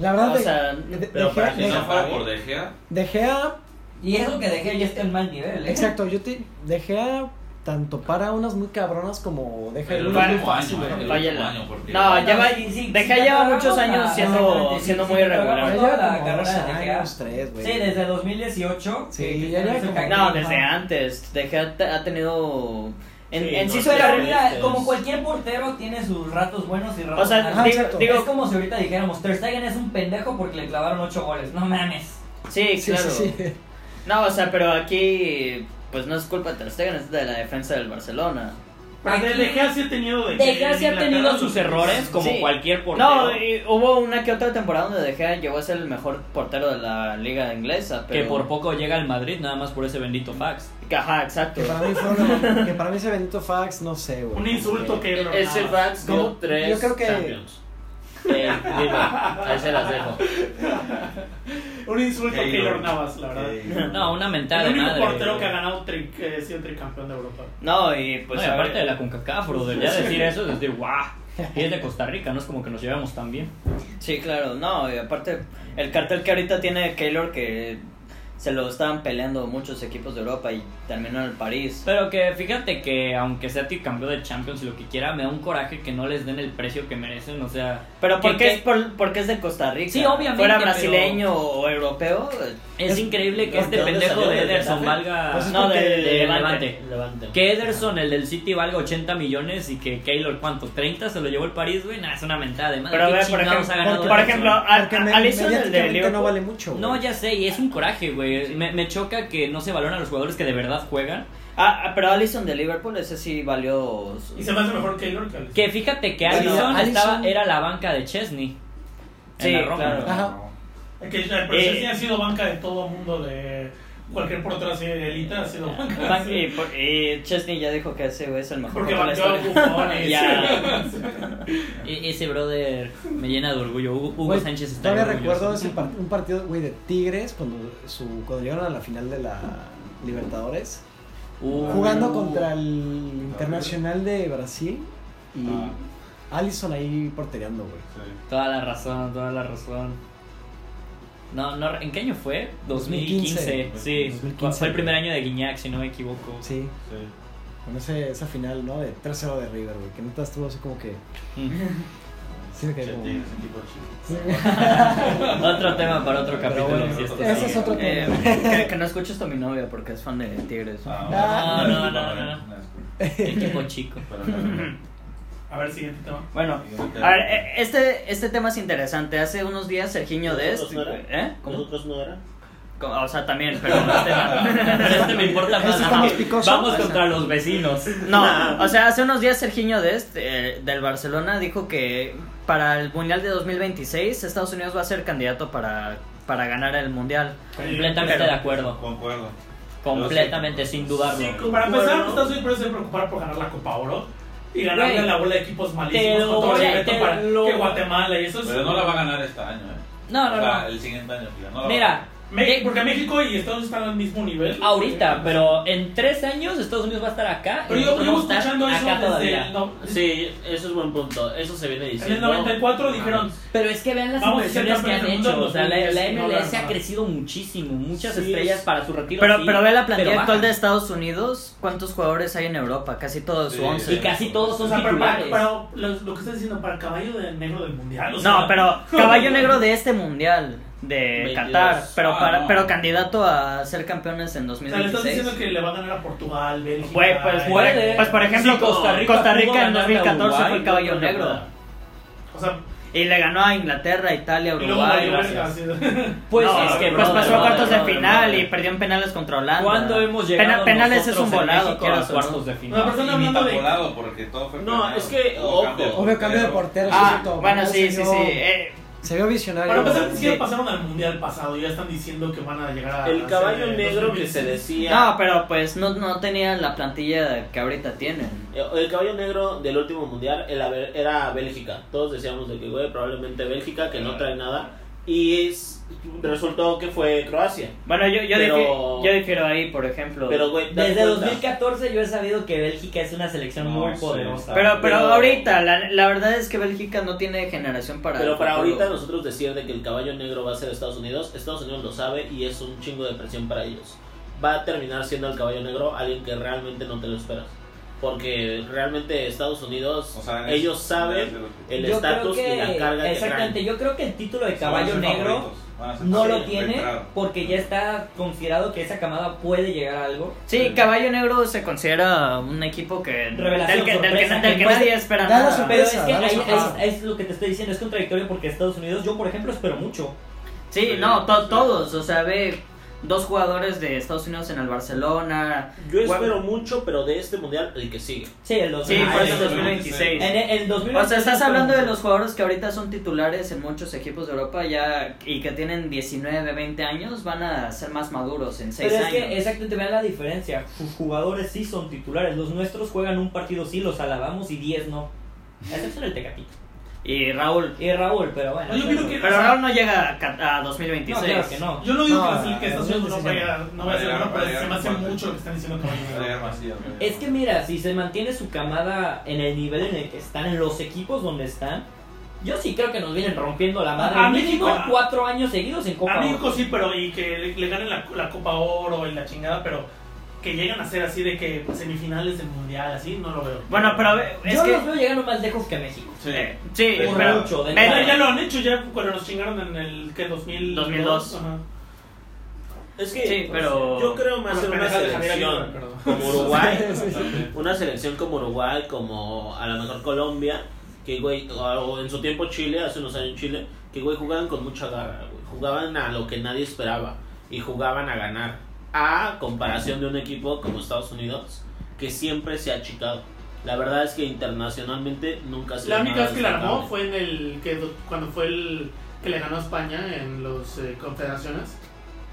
Speaker 3: La verdad,
Speaker 1: O
Speaker 3: de-
Speaker 1: sea,
Speaker 3: de- de-
Speaker 2: pero
Speaker 3: de
Speaker 2: para
Speaker 3: Gea-
Speaker 2: que
Speaker 6: Si
Speaker 3: de-
Speaker 6: no fuera por De Gea,
Speaker 3: De Gea,
Speaker 5: Y eso que dejé ya está en mal nivel, ¿eh?
Speaker 3: exacto, yo te... De Gea tanto para unas muy cabronas como De Gea
Speaker 6: pero el
Speaker 3: unas muy
Speaker 6: último año,
Speaker 3: fáciles.
Speaker 6: eh, el
Speaker 1: Vaya
Speaker 6: último
Speaker 1: la-
Speaker 6: año, porque-
Speaker 1: No, Ah, ya va-
Speaker 5: Ah, Sí, sí,
Speaker 1: De
Speaker 5: sí,
Speaker 1: Gea
Speaker 5: ya
Speaker 1: lleva
Speaker 5: acabamos
Speaker 1: muchos años
Speaker 5: a-
Speaker 1: siendo-
Speaker 5: sí, sí,
Speaker 1: siendo
Speaker 5: sí,
Speaker 1: muy
Speaker 5: sí,
Speaker 1: irregular.
Speaker 5: acabamos
Speaker 3: Ya
Speaker 5: toda
Speaker 3: lleva
Speaker 5: la
Speaker 3: como
Speaker 5: carrera
Speaker 3: dos
Speaker 5: de Gea.
Speaker 3: años, tres, güey.
Speaker 5: Sí, desde 2018.
Speaker 3: Sí,
Speaker 5: que- que
Speaker 3: ya lleva
Speaker 5: se
Speaker 3: como-
Speaker 5: cayó.
Speaker 1: No, desde antes, De Gea te- ha tenido... En
Speaker 2: Sí,
Speaker 1: en
Speaker 2: no
Speaker 1: sí su
Speaker 2: sé.
Speaker 5: Pero
Speaker 1: carrera...
Speaker 5: mira, como cualquier portero tiene sus ratos buenos y ratos
Speaker 1: O sea,
Speaker 5: malos.
Speaker 1: digo,
Speaker 3: exacto.
Speaker 1: digo-
Speaker 5: es como si ahorita dijéramos, Ter Stegen es un pendejo porque le clavaron 8 goles. No mames.
Speaker 1: Sí,
Speaker 3: Sí,
Speaker 1: claro.
Speaker 3: sí, sí.
Speaker 1: No, o sea, pero aquí, pues no es culpa de Ter Stegen, es de la defensa del Barcelona.
Speaker 4: Pero De De Gea sí ha tenido... De,
Speaker 5: De Gea sí ha
Speaker 4: Inglaterra
Speaker 5: tenido
Speaker 4: los-
Speaker 5: sus errores, como
Speaker 1: Sí.
Speaker 5: cualquier portero.
Speaker 1: No, y hubo una que otra temporada donde De Gea llegó a ser el mejor portero de la liga inglesa, pero...
Speaker 5: Que por poco llega al Madrid, nada más por ese bendito fax.
Speaker 2: E-
Speaker 1: Que, Ajá, exacto.
Speaker 3: Que para mí fue
Speaker 5: (laughs)
Speaker 3: una- que para mí ese bendito fax, no sé, güey.
Speaker 4: Un insulto que...
Speaker 1: E- ese
Speaker 4: no,
Speaker 1: fax
Speaker 3: Yo-
Speaker 1: dio tres
Speaker 3: yo creo que-
Speaker 1: Champions. Eh, dime, ahí se las dejo.
Speaker 4: Un insulto
Speaker 6: Keylor.
Speaker 4: que Keylor Navas, la verdad. (laughs)
Speaker 6: Eh,
Speaker 5: No, una mentada
Speaker 4: el
Speaker 5: de
Speaker 4: único
Speaker 5: madre.
Speaker 4: portero que ha
Speaker 5: güey.
Speaker 4: ganado tri, que ha sido tricampeón de Europa.
Speaker 1: No, y
Speaker 5: No,
Speaker 1: pues...
Speaker 5: y
Speaker 1: a ver-
Speaker 5: aparte de la CONCACAF, bro, debería decir eso, es decir, guau, y es de Costa Rica, no es como que nos llevamos tan bien.
Speaker 1: Sí, claro, no, y aparte el cartel que ahorita tiene Keylor que se lo estaban peleando muchos equipos de Europa y terminó en el París.
Speaker 5: Pero que fíjate que aunque sea campeón de Champions y lo que quiera, me da un coraje que no les den el precio que merecen, o sea...
Speaker 1: Pero
Speaker 5: que-
Speaker 1: porque
Speaker 5: que
Speaker 1: es, por, porque es de Costa Rica.
Speaker 5: Sí, obviamente,
Speaker 1: Fuera
Speaker 5: pero-
Speaker 1: brasileño o europeo. eh,
Speaker 5: Es increíble que
Speaker 2: ¿De
Speaker 5: este
Speaker 2: dónde
Speaker 5: pendejo
Speaker 2: salió?
Speaker 5: de
Speaker 2: ¿De
Speaker 5: Ederson
Speaker 2: Getafe?
Speaker 5: valga...
Speaker 3: Pues es
Speaker 1: no,
Speaker 3: porque-
Speaker 1: de, de
Speaker 5: de
Speaker 1: Levante.
Speaker 2: Levante.
Speaker 5: Que Ederson, el del City, valga 80 millones y que Keylor, ¿cuánto? ¿30? Se lo llevó el París, güey. Nah, es una mentada de madre.
Speaker 1: Pero a
Speaker 5: ¿Qué
Speaker 1: ver, por
Speaker 5: chingados
Speaker 1: ejemplo,
Speaker 5: ha ganado
Speaker 1: por
Speaker 5: Ederson?
Speaker 1: ejemplo, a-
Speaker 3: Porque
Speaker 1: a-
Speaker 3: me-
Speaker 1: Alisson, el de
Speaker 3: mediáticamente no
Speaker 1: Liverpool.
Speaker 3: vale mucho. güey.
Speaker 5: No, ya sé, y es un coraje, güey. Me, me choca que no se valoran a los jugadores que de verdad juegan.
Speaker 1: Ah, ah, pero Allison de Liverpool, ese sí valió. su-
Speaker 4: Y se me hace mejor Keylor que Alisson.
Speaker 5: Que fíjate que
Speaker 3: Bueno,
Speaker 5: Alisson,
Speaker 3: Alisson-
Speaker 5: estaba, era la banca de Chesney. en
Speaker 1: Sí,
Speaker 5: la Roma.
Speaker 1: claro.
Speaker 3: Ajá.
Speaker 4: Es que el
Speaker 1: Eh.
Speaker 4: ha sido banca de todo mundo, de cualquier portero así de élite ha sido banca.
Speaker 1: Van- Y, por- y Chesney ya dijo que ese güey es el mejor.
Speaker 4: (laughs) Porque
Speaker 1: de la
Speaker 4: banqueó a
Speaker 1: historia.
Speaker 5: (laughs)
Speaker 4: bufones.
Speaker 1: Ya.
Speaker 5: E- ese brother me llena de orgullo. Hugo, Hugo
Speaker 3: Güey,
Speaker 5: Sánchez está
Speaker 3: Todavía
Speaker 5: orgulloso.
Speaker 3: recuerdo ese par- un partido, güey, de Tigres cuando, su, cuando llegaron a la final de la Libertadores.
Speaker 5: Uh,
Speaker 3: Jugando contra el Internacional de Brasil y Allison ahí portereando, güey.
Speaker 6: sí.
Speaker 5: Toda la razón, toda la razón. No, no, ¿en qué año fue? 2015.
Speaker 3: 2015.
Speaker 5: Sí,
Speaker 3: 2015.
Speaker 5: fue el primer año de Guiñac, si no me equivoco.
Speaker 3: Sí,
Speaker 6: Sí.
Speaker 3: con ese, esa final, ¿no? De 3-0 de River, güey. Que neta estuvo así como que.
Speaker 5: Mm.
Speaker 3: Sí, me quedé
Speaker 6: Che,
Speaker 3: como-
Speaker 6: Tigres, equipo chico.
Speaker 3: Sí.
Speaker 5: (laughs) Otro tema para otro
Speaker 3: Pero
Speaker 5: capítulo.
Speaker 3: bueno,
Speaker 5: si esto
Speaker 3: ese
Speaker 5: sigue.
Speaker 3: es otro tema.
Speaker 1: Eh, que, que no escuches a mi novia porque es fan de Tigres.
Speaker 6: Ah,
Speaker 5: No, no, no,
Speaker 6: una disculpa,
Speaker 5: no.
Speaker 6: una disculpa.
Speaker 5: Equipo
Speaker 3: (laughs)
Speaker 5: chico. (laughs)
Speaker 6: Para la-
Speaker 4: A ver, siguiente tema.
Speaker 1: Bueno, a ver, eh, este, este tema es interesante. Hace unos días Sergiño Dest.
Speaker 2: ¿No era?
Speaker 1: ¿Eh? ¿Cómo?
Speaker 2: ¿Nosotros no era?
Speaker 1: Co- O sea, también, pero no este
Speaker 5: (laughs)
Speaker 1: no.
Speaker 5: Pero este me importa más.
Speaker 3: Ese está más
Speaker 5: Ajá.
Speaker 3: picoso.
Speaker 5: Vamos contra los vecinos.
Speaker 1: No, o sea, hace unos días Sergiño Dest eh, del Barcelona dijo que para el Mundial de 2026 Estados Unidos va a ser candidato para, para ganar el Mundial.
Speaker 5: Completamente de acuerdo.
Speaker 6: Concuerdo.
Speaker 5: Completamente, sin dudarlo.
Speaker 4: Sí, para empezar, Estados Unidos se preocupar por ganar la Copa Oro y ganarle
Speaker 5: Güey,
Speaker 4: la bola de equipos
Speaker 5: te
Speaker 4: malísimos
Speaker 5: lo
Speaker 4: con todo
Speaker 5: voy a-
Speaker 4: respeto
Speaker 5: te
Speaker 4: para
Speaker 5: lo-
Speaker 4: que Guatemala y eso es.
Speaker 6: Pero no la va a ganar este año, ¿eh?
Speaker 5: No, no,
Speaker 6: Va,
Speaker 5: no.
Speaker 6: El siguiente año, tío, no la va a
Speaker 5: Mira,
Speaker 6: ganar.
Speaker 4: Me- porque México y Estados Unidos están al mismo nivel.
Speaker 5: Ahorita, pero en tres años Estados Unidos va a estar acá.
Speaker 4: Pero
Speaker 5: y
Speaker 4: yo llevo
Speaker 5: nosotros vamos a estar
Speaker 4: escuchando eso
Speaker 5: acá
Speaker 4: desde
Speaker 5: todavía.
Speaker 4: el, no-
Speaker 2: Sí, eso es buen punto. Eso se viene
Speaker 4: en
Speaker 2: diciendo.
Speaker 4: el 94 dijeron,
Speaker 5: Pero es que vean las
Speaker 4: Vamos a ser
Speaker 5: inversiones que han
Speaker 4: campeones del
Speaker 5: hecho.
Speaker 4: mundo
Speaker 5: O sea, la, la
Speaker 4: en dos mil diez,
Speaker 5: MLS
Speaker 4: no,
Speaker 5: ha
Speaker 4: no.
Speaker 5: crecido muchísimo. Muchas
Speaker 2: Sí,
Speaker 5: estrellas
Speaker 2: es-
Speaker 5: para su retiro.
Speaker 1: Pero,
Speaker 5: sí,
Speaker 1: pero ve la plantilla
Speaker 5: pero
Speaker 1: actual de
Speaker 5: bajan.
Speaker 1: Estados Unidos. ¿Cuántos jugadores hay en Europa? Casi todos
Speaker 6: Sí.
Speaker 1: su once.
Speaker 5: Y casi todos
Speaker 4: o
Speaker 5: son
Speaker 4: sea, para, para-
Speaker 5: titulares.
Speaker 4: para- lo, lo que estás diciendo, para el caballo de negro del mundial. o sea,
Speaker 1: No,
Speaker 4: (laughs)
Speaker 1: pero caballo negro de este mundial de
Speaker 2: 22.
Speaker 1: Qatar, pero
Speaker 4: Ah,
Speaker 1: para,
Speaker 4: no.
Speaker 1: pero candidato a ser campeones en
Speaker 4: O sea, le estás
Speaker 1: 2016.
Speaker 4: diciendo que le va a ganar a Portugal, Bélgica.
Speaker 1: Güey, pues,
Speaker 4: y-
Speaker 5: Puede.
Speaker 1: pues, por ejemplo,
Speaker 5: Si
Speaker 1: Costa Rica,
Speaker 5: pudo
Speaker 1: en
Speaker 5: ganarle a
Speaker 1: 2014 fue
Speaker 5: Uruguay,
Speaker 1: el caballo
Speaker 5: no creo que
Speaker 1: negro.
Speaker 5: pueda.
Speaker 4: O sea,
Speaker 1: Y le ganó a Inglaterra, Italia,
Speaker 4: y luego
Speaker 1: Uruguay.
Speaker 4: valió verga,
Speaker 1: gracias.
Speaker 4: (laughs) así.
Speaker 5: Pues
Speaker 1: No,
Speaker 5: es que
Speaker 1: pues
Speaker 5: brother,
Speaker 1: pasó a
Speaker 5: brother,
Speaker 1: cuartos de
Speaker 5: brother,
Speaker 1: final
Speaker 5: brother.
Speaker 1: y perdió en penales contra Holanda.
Speaker 5: ¿Cuándo hemos
Speaker 1: Pena-
Speaker 5: llegado
Speaker 1: penales es
Speaker 5: nosotros
Speaker 1: un
Speaker 5: en
Speaker 1: volado,
Speaker 5: México
Speaker 1: quieras
Speaker 5: a
Speaker 1: o no.
Speaker 5: cuartos de final?
Speaker 4: No, pero están
Speaker 6: Y ni
Speaker 4: hablando de-
Speaker 6: tapolado, porque todo fue
Speaker 2: No,
Speaker 6: planeado.
Speaker 2: es que,
Speaker 6: Hubo cambio de
Speaker 2: ojo.
Speaker 6: portero.
Speaker 3: Obvio, cambio de portero. sí,
Speaker 1: Ah,
Speaker 3: cierto.
Speaker 1: bueno,
Speaker 3: Mano
Speaker 1: sí,
Speaker 3: se
Speaker 1: sí,
Speaker 3: vio-
Speaker 1: sí. eh, pues,
Speaker 3: Se vio visionario.
Speaker 4: Para empezar,
Speaker 3: ¿no?
Speaker 4: ni siquiera pasaron al mundial pasado. Ya están diciendo que van a llegar a.
Speaker 2: Ah, El
Speaker 4: a
Speaker 2: caballo
Speaker 4: ser, eh,
Speaker 2: negro que
Speaker 4: 2016.
Speaker 2: se decía.
Speaker 1: no, pero pues no, no tenía la plantilla que ahorita tienen.
Speaker 2: eh, El caballo negro del último mundial era Bel- era Bélgica. Todos decíamos de que, güey, probablemente Bélgica, que no trae nada. Y es- resultó que fue Croacia.
Speaker 1: Bueno, yo, yo,
Speaker 2: Pero-
Speaker 1: difi- yo difiero ahí, por ejemplo.
Speaker 2: Pero, güey, date
Speaker 5: Desde
Speaker 2: cuenta.
Speaker 5: 2014 yo he sabido que Bélgica es una selección
Speaker 6: No,
Speaker 5: muy
Speaker 6: sí.
Speaker 5: poderosa.
Speaker 1: Pero, pero
Speaker 2: Pero-
Speaker 1: ahorita, la, la verdad es que Bélgica no tiene generación para.
Speaker 2: Pero
Speaker 1: el
Speaker 2: para
Speaker 1: futuro.
Speaker 2: ahorita nosotros decir de que el caballo negro va a ser Estados Unidos, Estados Unidos lo sabe y es un chingo de presión para ellos. Va a terminar siendo el caballo negro alguien que realmente no te lo esperas. Porque realmente Estados Unidos,
Speaker 6: O sea, es-
Speaker 2: ellos
Speaker 6: es de
Speaker 2: saben
Speaker 6: los-
Speaker 2: el
Speaker 5: Yo
Speaker 2: estatus
Speaker 5: creo
Speaker 2: y la carga que traen.
Speaker 5: Exactamente, yo creo que el título de Caballo
Speaker 6: Van a ser
Speaker 5: Negro
Speaker 6: favoritos, van a ser
Speaker 5: no lo
Speaker 6: favoritos de
Speaker 5: tiene
Speaker 6: entrada.
Speaker 5: porque ya está considerado que esa camada puede llegar a algo.
Speaker 1: Sí, Caballo Negro se considera un equipo que. del
Speaker 5: Revelación,
Speaker 1: que, del que-
Speaker 5: sorpresa,
Speaker 1: del
Speaker 5: que
Speaker 1: que
Speaker 5: no es-
Speaker 1: nadie espera
Speaker 3: da la
Speaker 1: nada.
Speaker 3: sorpresa.
Speaker 5: Pero es que
Speaker 3: da la
Speaker 5: ahí
Speaker 3: sorpresa.
Speaker 5: es, es lo que te estoy diciendo, es contradictorio porque Estados Unidos, yo por ejemplo espero mucho.
Speaker 1: Sí, no, to- todos. O sea, ve dos jugadores de Estados Unidos en el Barcelona.
Speaker 2: Yo
Speaker 1: Guau.
Speaker 2: espero mucho, pero de este mundial el que sigue.
Speaker 5: Sí, el
Speaker 1: Sí,
Speaker 5: 2000.
Speaker 1: por eso
Speaker 2: el
Speaker 1: 2026.
Speaker 5: en el, el 2000.
Speaker 1: O sea, estás hablando de los jugadores que ahorita son titulares en muchos equipos de Europa ya y que tienen 19, 20 años, van a ser más maduros en 6
Speaker 5: Pero es
Speaker 1: años.
Speaker 5: que exactamente vean la diferencia. Sus jugadores sí son titulares. Los nuestros juegan un partido sí, los alabamos y 10 no. A excepción del Tecatito.
Speaker 1: Y Raúl.
Speaker 5: Y Raúl, pero bueno.
Speaker 4: No, yo creo que-
Speaker 1: Pero Raúl no llega a Cat- a, 2026.
Speaker 5: No, claro que no.
Speaker 4: Yo no digo
Speaker 3: No,
Speaker 4: que, así,
Speaker 1: eh,
Speaker 4: que Estados Unidos no
Speaker 3: no,
Speaker 4: vaya, no vaya a ser
Speaker 6: no,
Speaker 4: bueno,
Speaker 6: no,
Speaker 4: pero
Speaker 6: no,
Speaker 4: se me hace
Speaker 6: no, no,
Speaker 4: mucho lo que están diciendo caballo
Speaker 6: Traer
Speaker 4: negro.
Speaker 6: vacío, güey.
Speaker 5: Es que mira, si se mantiene su camada en el nivel en el que están, en los equipos donde están, yo sí creo que nos vienen rompiendo la madre.
Speaker 4: A
Speaker 5: Mínimo
Speaker 4: México-
Speaker 5: cuatro años seguidos en Copa
Speaker 4: A
Speaker 5: Oro.
Speaker 4: México sí, pero y que le, le ganen la, la Copa Oro y la chingada, pero que llegan a ser así de que semifinales del mundial, así no lo veo.
Speaker 1: Bueno, pero ve- es
Speaker 5: Yo
Speaker 1: que.
Speaker 5: los veo llegando más lejos que a México.
Speaker 6: Sí.
Speaker 1: eh, sí,
Speaker 6: Por
Speaker 1: pero-
Speaker 5: mucho, de
Speaker 1: ve-
Speaker 5: nada.
Speaker 4: Ya, ya lo han hecho, ya cuando nos chingaron en el que 2000,
Speaker 1: 2002.
Speaker 4: Ajá.
Speaker 2: Es que
Speaker 1: Sí, pues, pero.
Speaker 2: yo creo más en
Speaker 4: Bueno,
Speaker 2: una
Speaker 4: pendeja de Javier
Speaker 2: selección
Speaker 4: Aguirre, perdón.
Speaker 2: como Uruguay.
Speaker 3: (laughs) Sí, sí.
Speaker 2: una selección como Uruguay, como a lo mejor Colombia, que güey, o- o en su tiempo Chile, hace unos años Chile, que güey jugaban con mucha garra, güey, jugaban a lo que nadie esperaba y jugaban a ganar, a comparación de un equipo como Estados Unidos, que siempre se ha achicado. La verdad es que internacionalmente nunca se
Speaker 4: La
Speaker 2: ve
Speaker 4: única
Speaker 2: nada
Speaker 4: vez que la armó
Speaker 2: destacable.
Speaker 4: fue en el que do- cuando fue el que le ganó a España en los eh, confederaciones.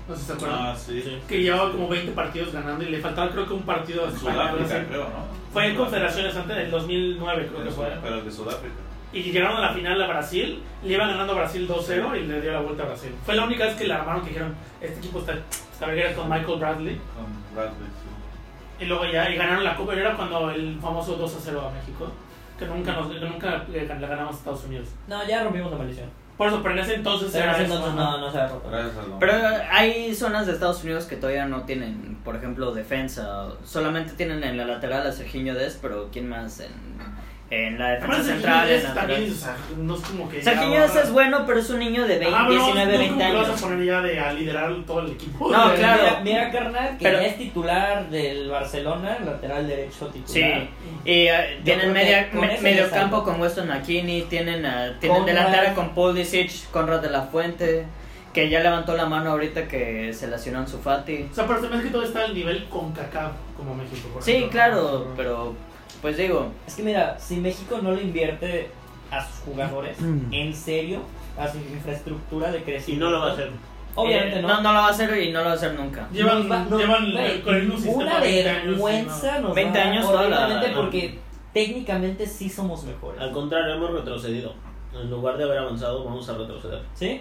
Speaker 4: No sé si se acuerdan.
Speaker 6: Ah, sí.
Speaker 2: Sí.
Speaker 4: Que llevaba como 20 partidos ganando y le faltaba creo que un partido a España. algo así.
Speaker 6: Sudáfrica, creo, ¿no?
Speaker 4: Fue en confederaciones antes del 2009 creo que fue.
Speaker 6: Pero de Sudáfrica.
Speaker 4: Y llegaron a la final a Brasil, le iba ganando a Brasil 2-0 y le dio la vuelta a Brasil. Fue la única vez que la armaron que dijeron, este equipo está, está verguera con Michael Bradley.
Speaker 6: Con Bradley, sí.
Speaker 4: Y luego ya y ganaron la Copa. Y era cuando el famoso 2-0 a México. Que nunca, nos, que nunca le gan- le ganamos a Estados Unidos.
Speaker 5: No, ya rompimos la maldición.
Speaker 4: Por eso, pero en ese entonces
Speaker 5: Pero en
Speaker 4: era
Speaker 5: ese
Speaker 4: eso,
Speaker 5: entonces
Speaker 4: ajá.
Speaker 5: no, no se ha roto.
Speaker 6: Gracias a
Speaker 1: Pero hay zonas de Estados Unidos que todavía no tienen, por ejemplo, defensa. Solamente tienen en la lateral a Serginho Dest, pero ¿quién más? En, en la defensa
Speaker 4: Aparte,
Speaker 1: central, en
Speaker 4: Serginho Dest
Speaker 1: lateral.
Speaker 4: también, o sea, no es como que.
Speaker 1: Serginho Dest es bueno, pero es un niño de 20,
Speaker 4: Ah, pero no,
Speaker 1: 19,
Speaker 4: no es como
Speaker 1: 20
Speaker 4: que lo vas
Speaker 1: años.
Speaker 4: a poner ya de a liderar todo el equipo.
Speaker 1: No,
Speaker 4: (laughs) De-
Speaker 1: claro.
Speaker 5: Mira, mira, carnal, que
Speaker 1: Pero-
Speaker 5: ya es titular del Barcelona, lateral derecho
Speaker 1: Sí,
Speaker 5: titular.
Speaker 1: y eh, tienen
Speaker 5: creo
Speaker 1: media,
Speaker 5: que con
Speaker 1: me-
Speaker 5: ese
Speaker 1: medio
Speaker 5: ya
Speaker 1: campo
Speaker 5: salgo.
Speaker 1: con Weston McKinney, tienen, a- tienen
Speaker 5: Conrad.
Speaker 1: delantera con Pulisic, Conrad de la Fuente, que ya levantó la mano ahorita que se lesionó en su Fati.
Speaker 4: O sea, pero también es que todo está al nivel con Kaká como México. por
Speaker 1: Sí,
Speaker 4: ejemplo.
Speaker 1: claro, pero pues digo,
Speaker 5: Es que mira, si México no le invierte a sus jugadores,
Speaker 3: Mm.
Speaker 5: en serio, a su infraestructura de
Speaker 2: Y
Speaker 5: crecimiento.
Speaker 2: no lo va a hacer.
Speaker 5: Obviamente
Speaker 1: eh,
Speaker 5: no.
Speaker 1: no, no lo va a hacer y no lo va a hacer nunca.
Speaker 4: Llevan,
Speaker 5: Nos va- nos-
Speaker 4: llevan
Speaker 5: güey,
Speaker 4: con el mismo sistema
Speaker 5: una
Speaker 4: 20 años, sí,
Speaker 5: vergüenza nos
Speaker 1: 20
Speaker 5: da
Speaker 1: años toda la-
Speaker 5: horriblemente porque técnicamente sí somos mejores.
Speaker 2: Al contrario, hemos retrocedido. En lugar de haber avanzado, vamos a retroceder.
Speaker 5: ¿Sí?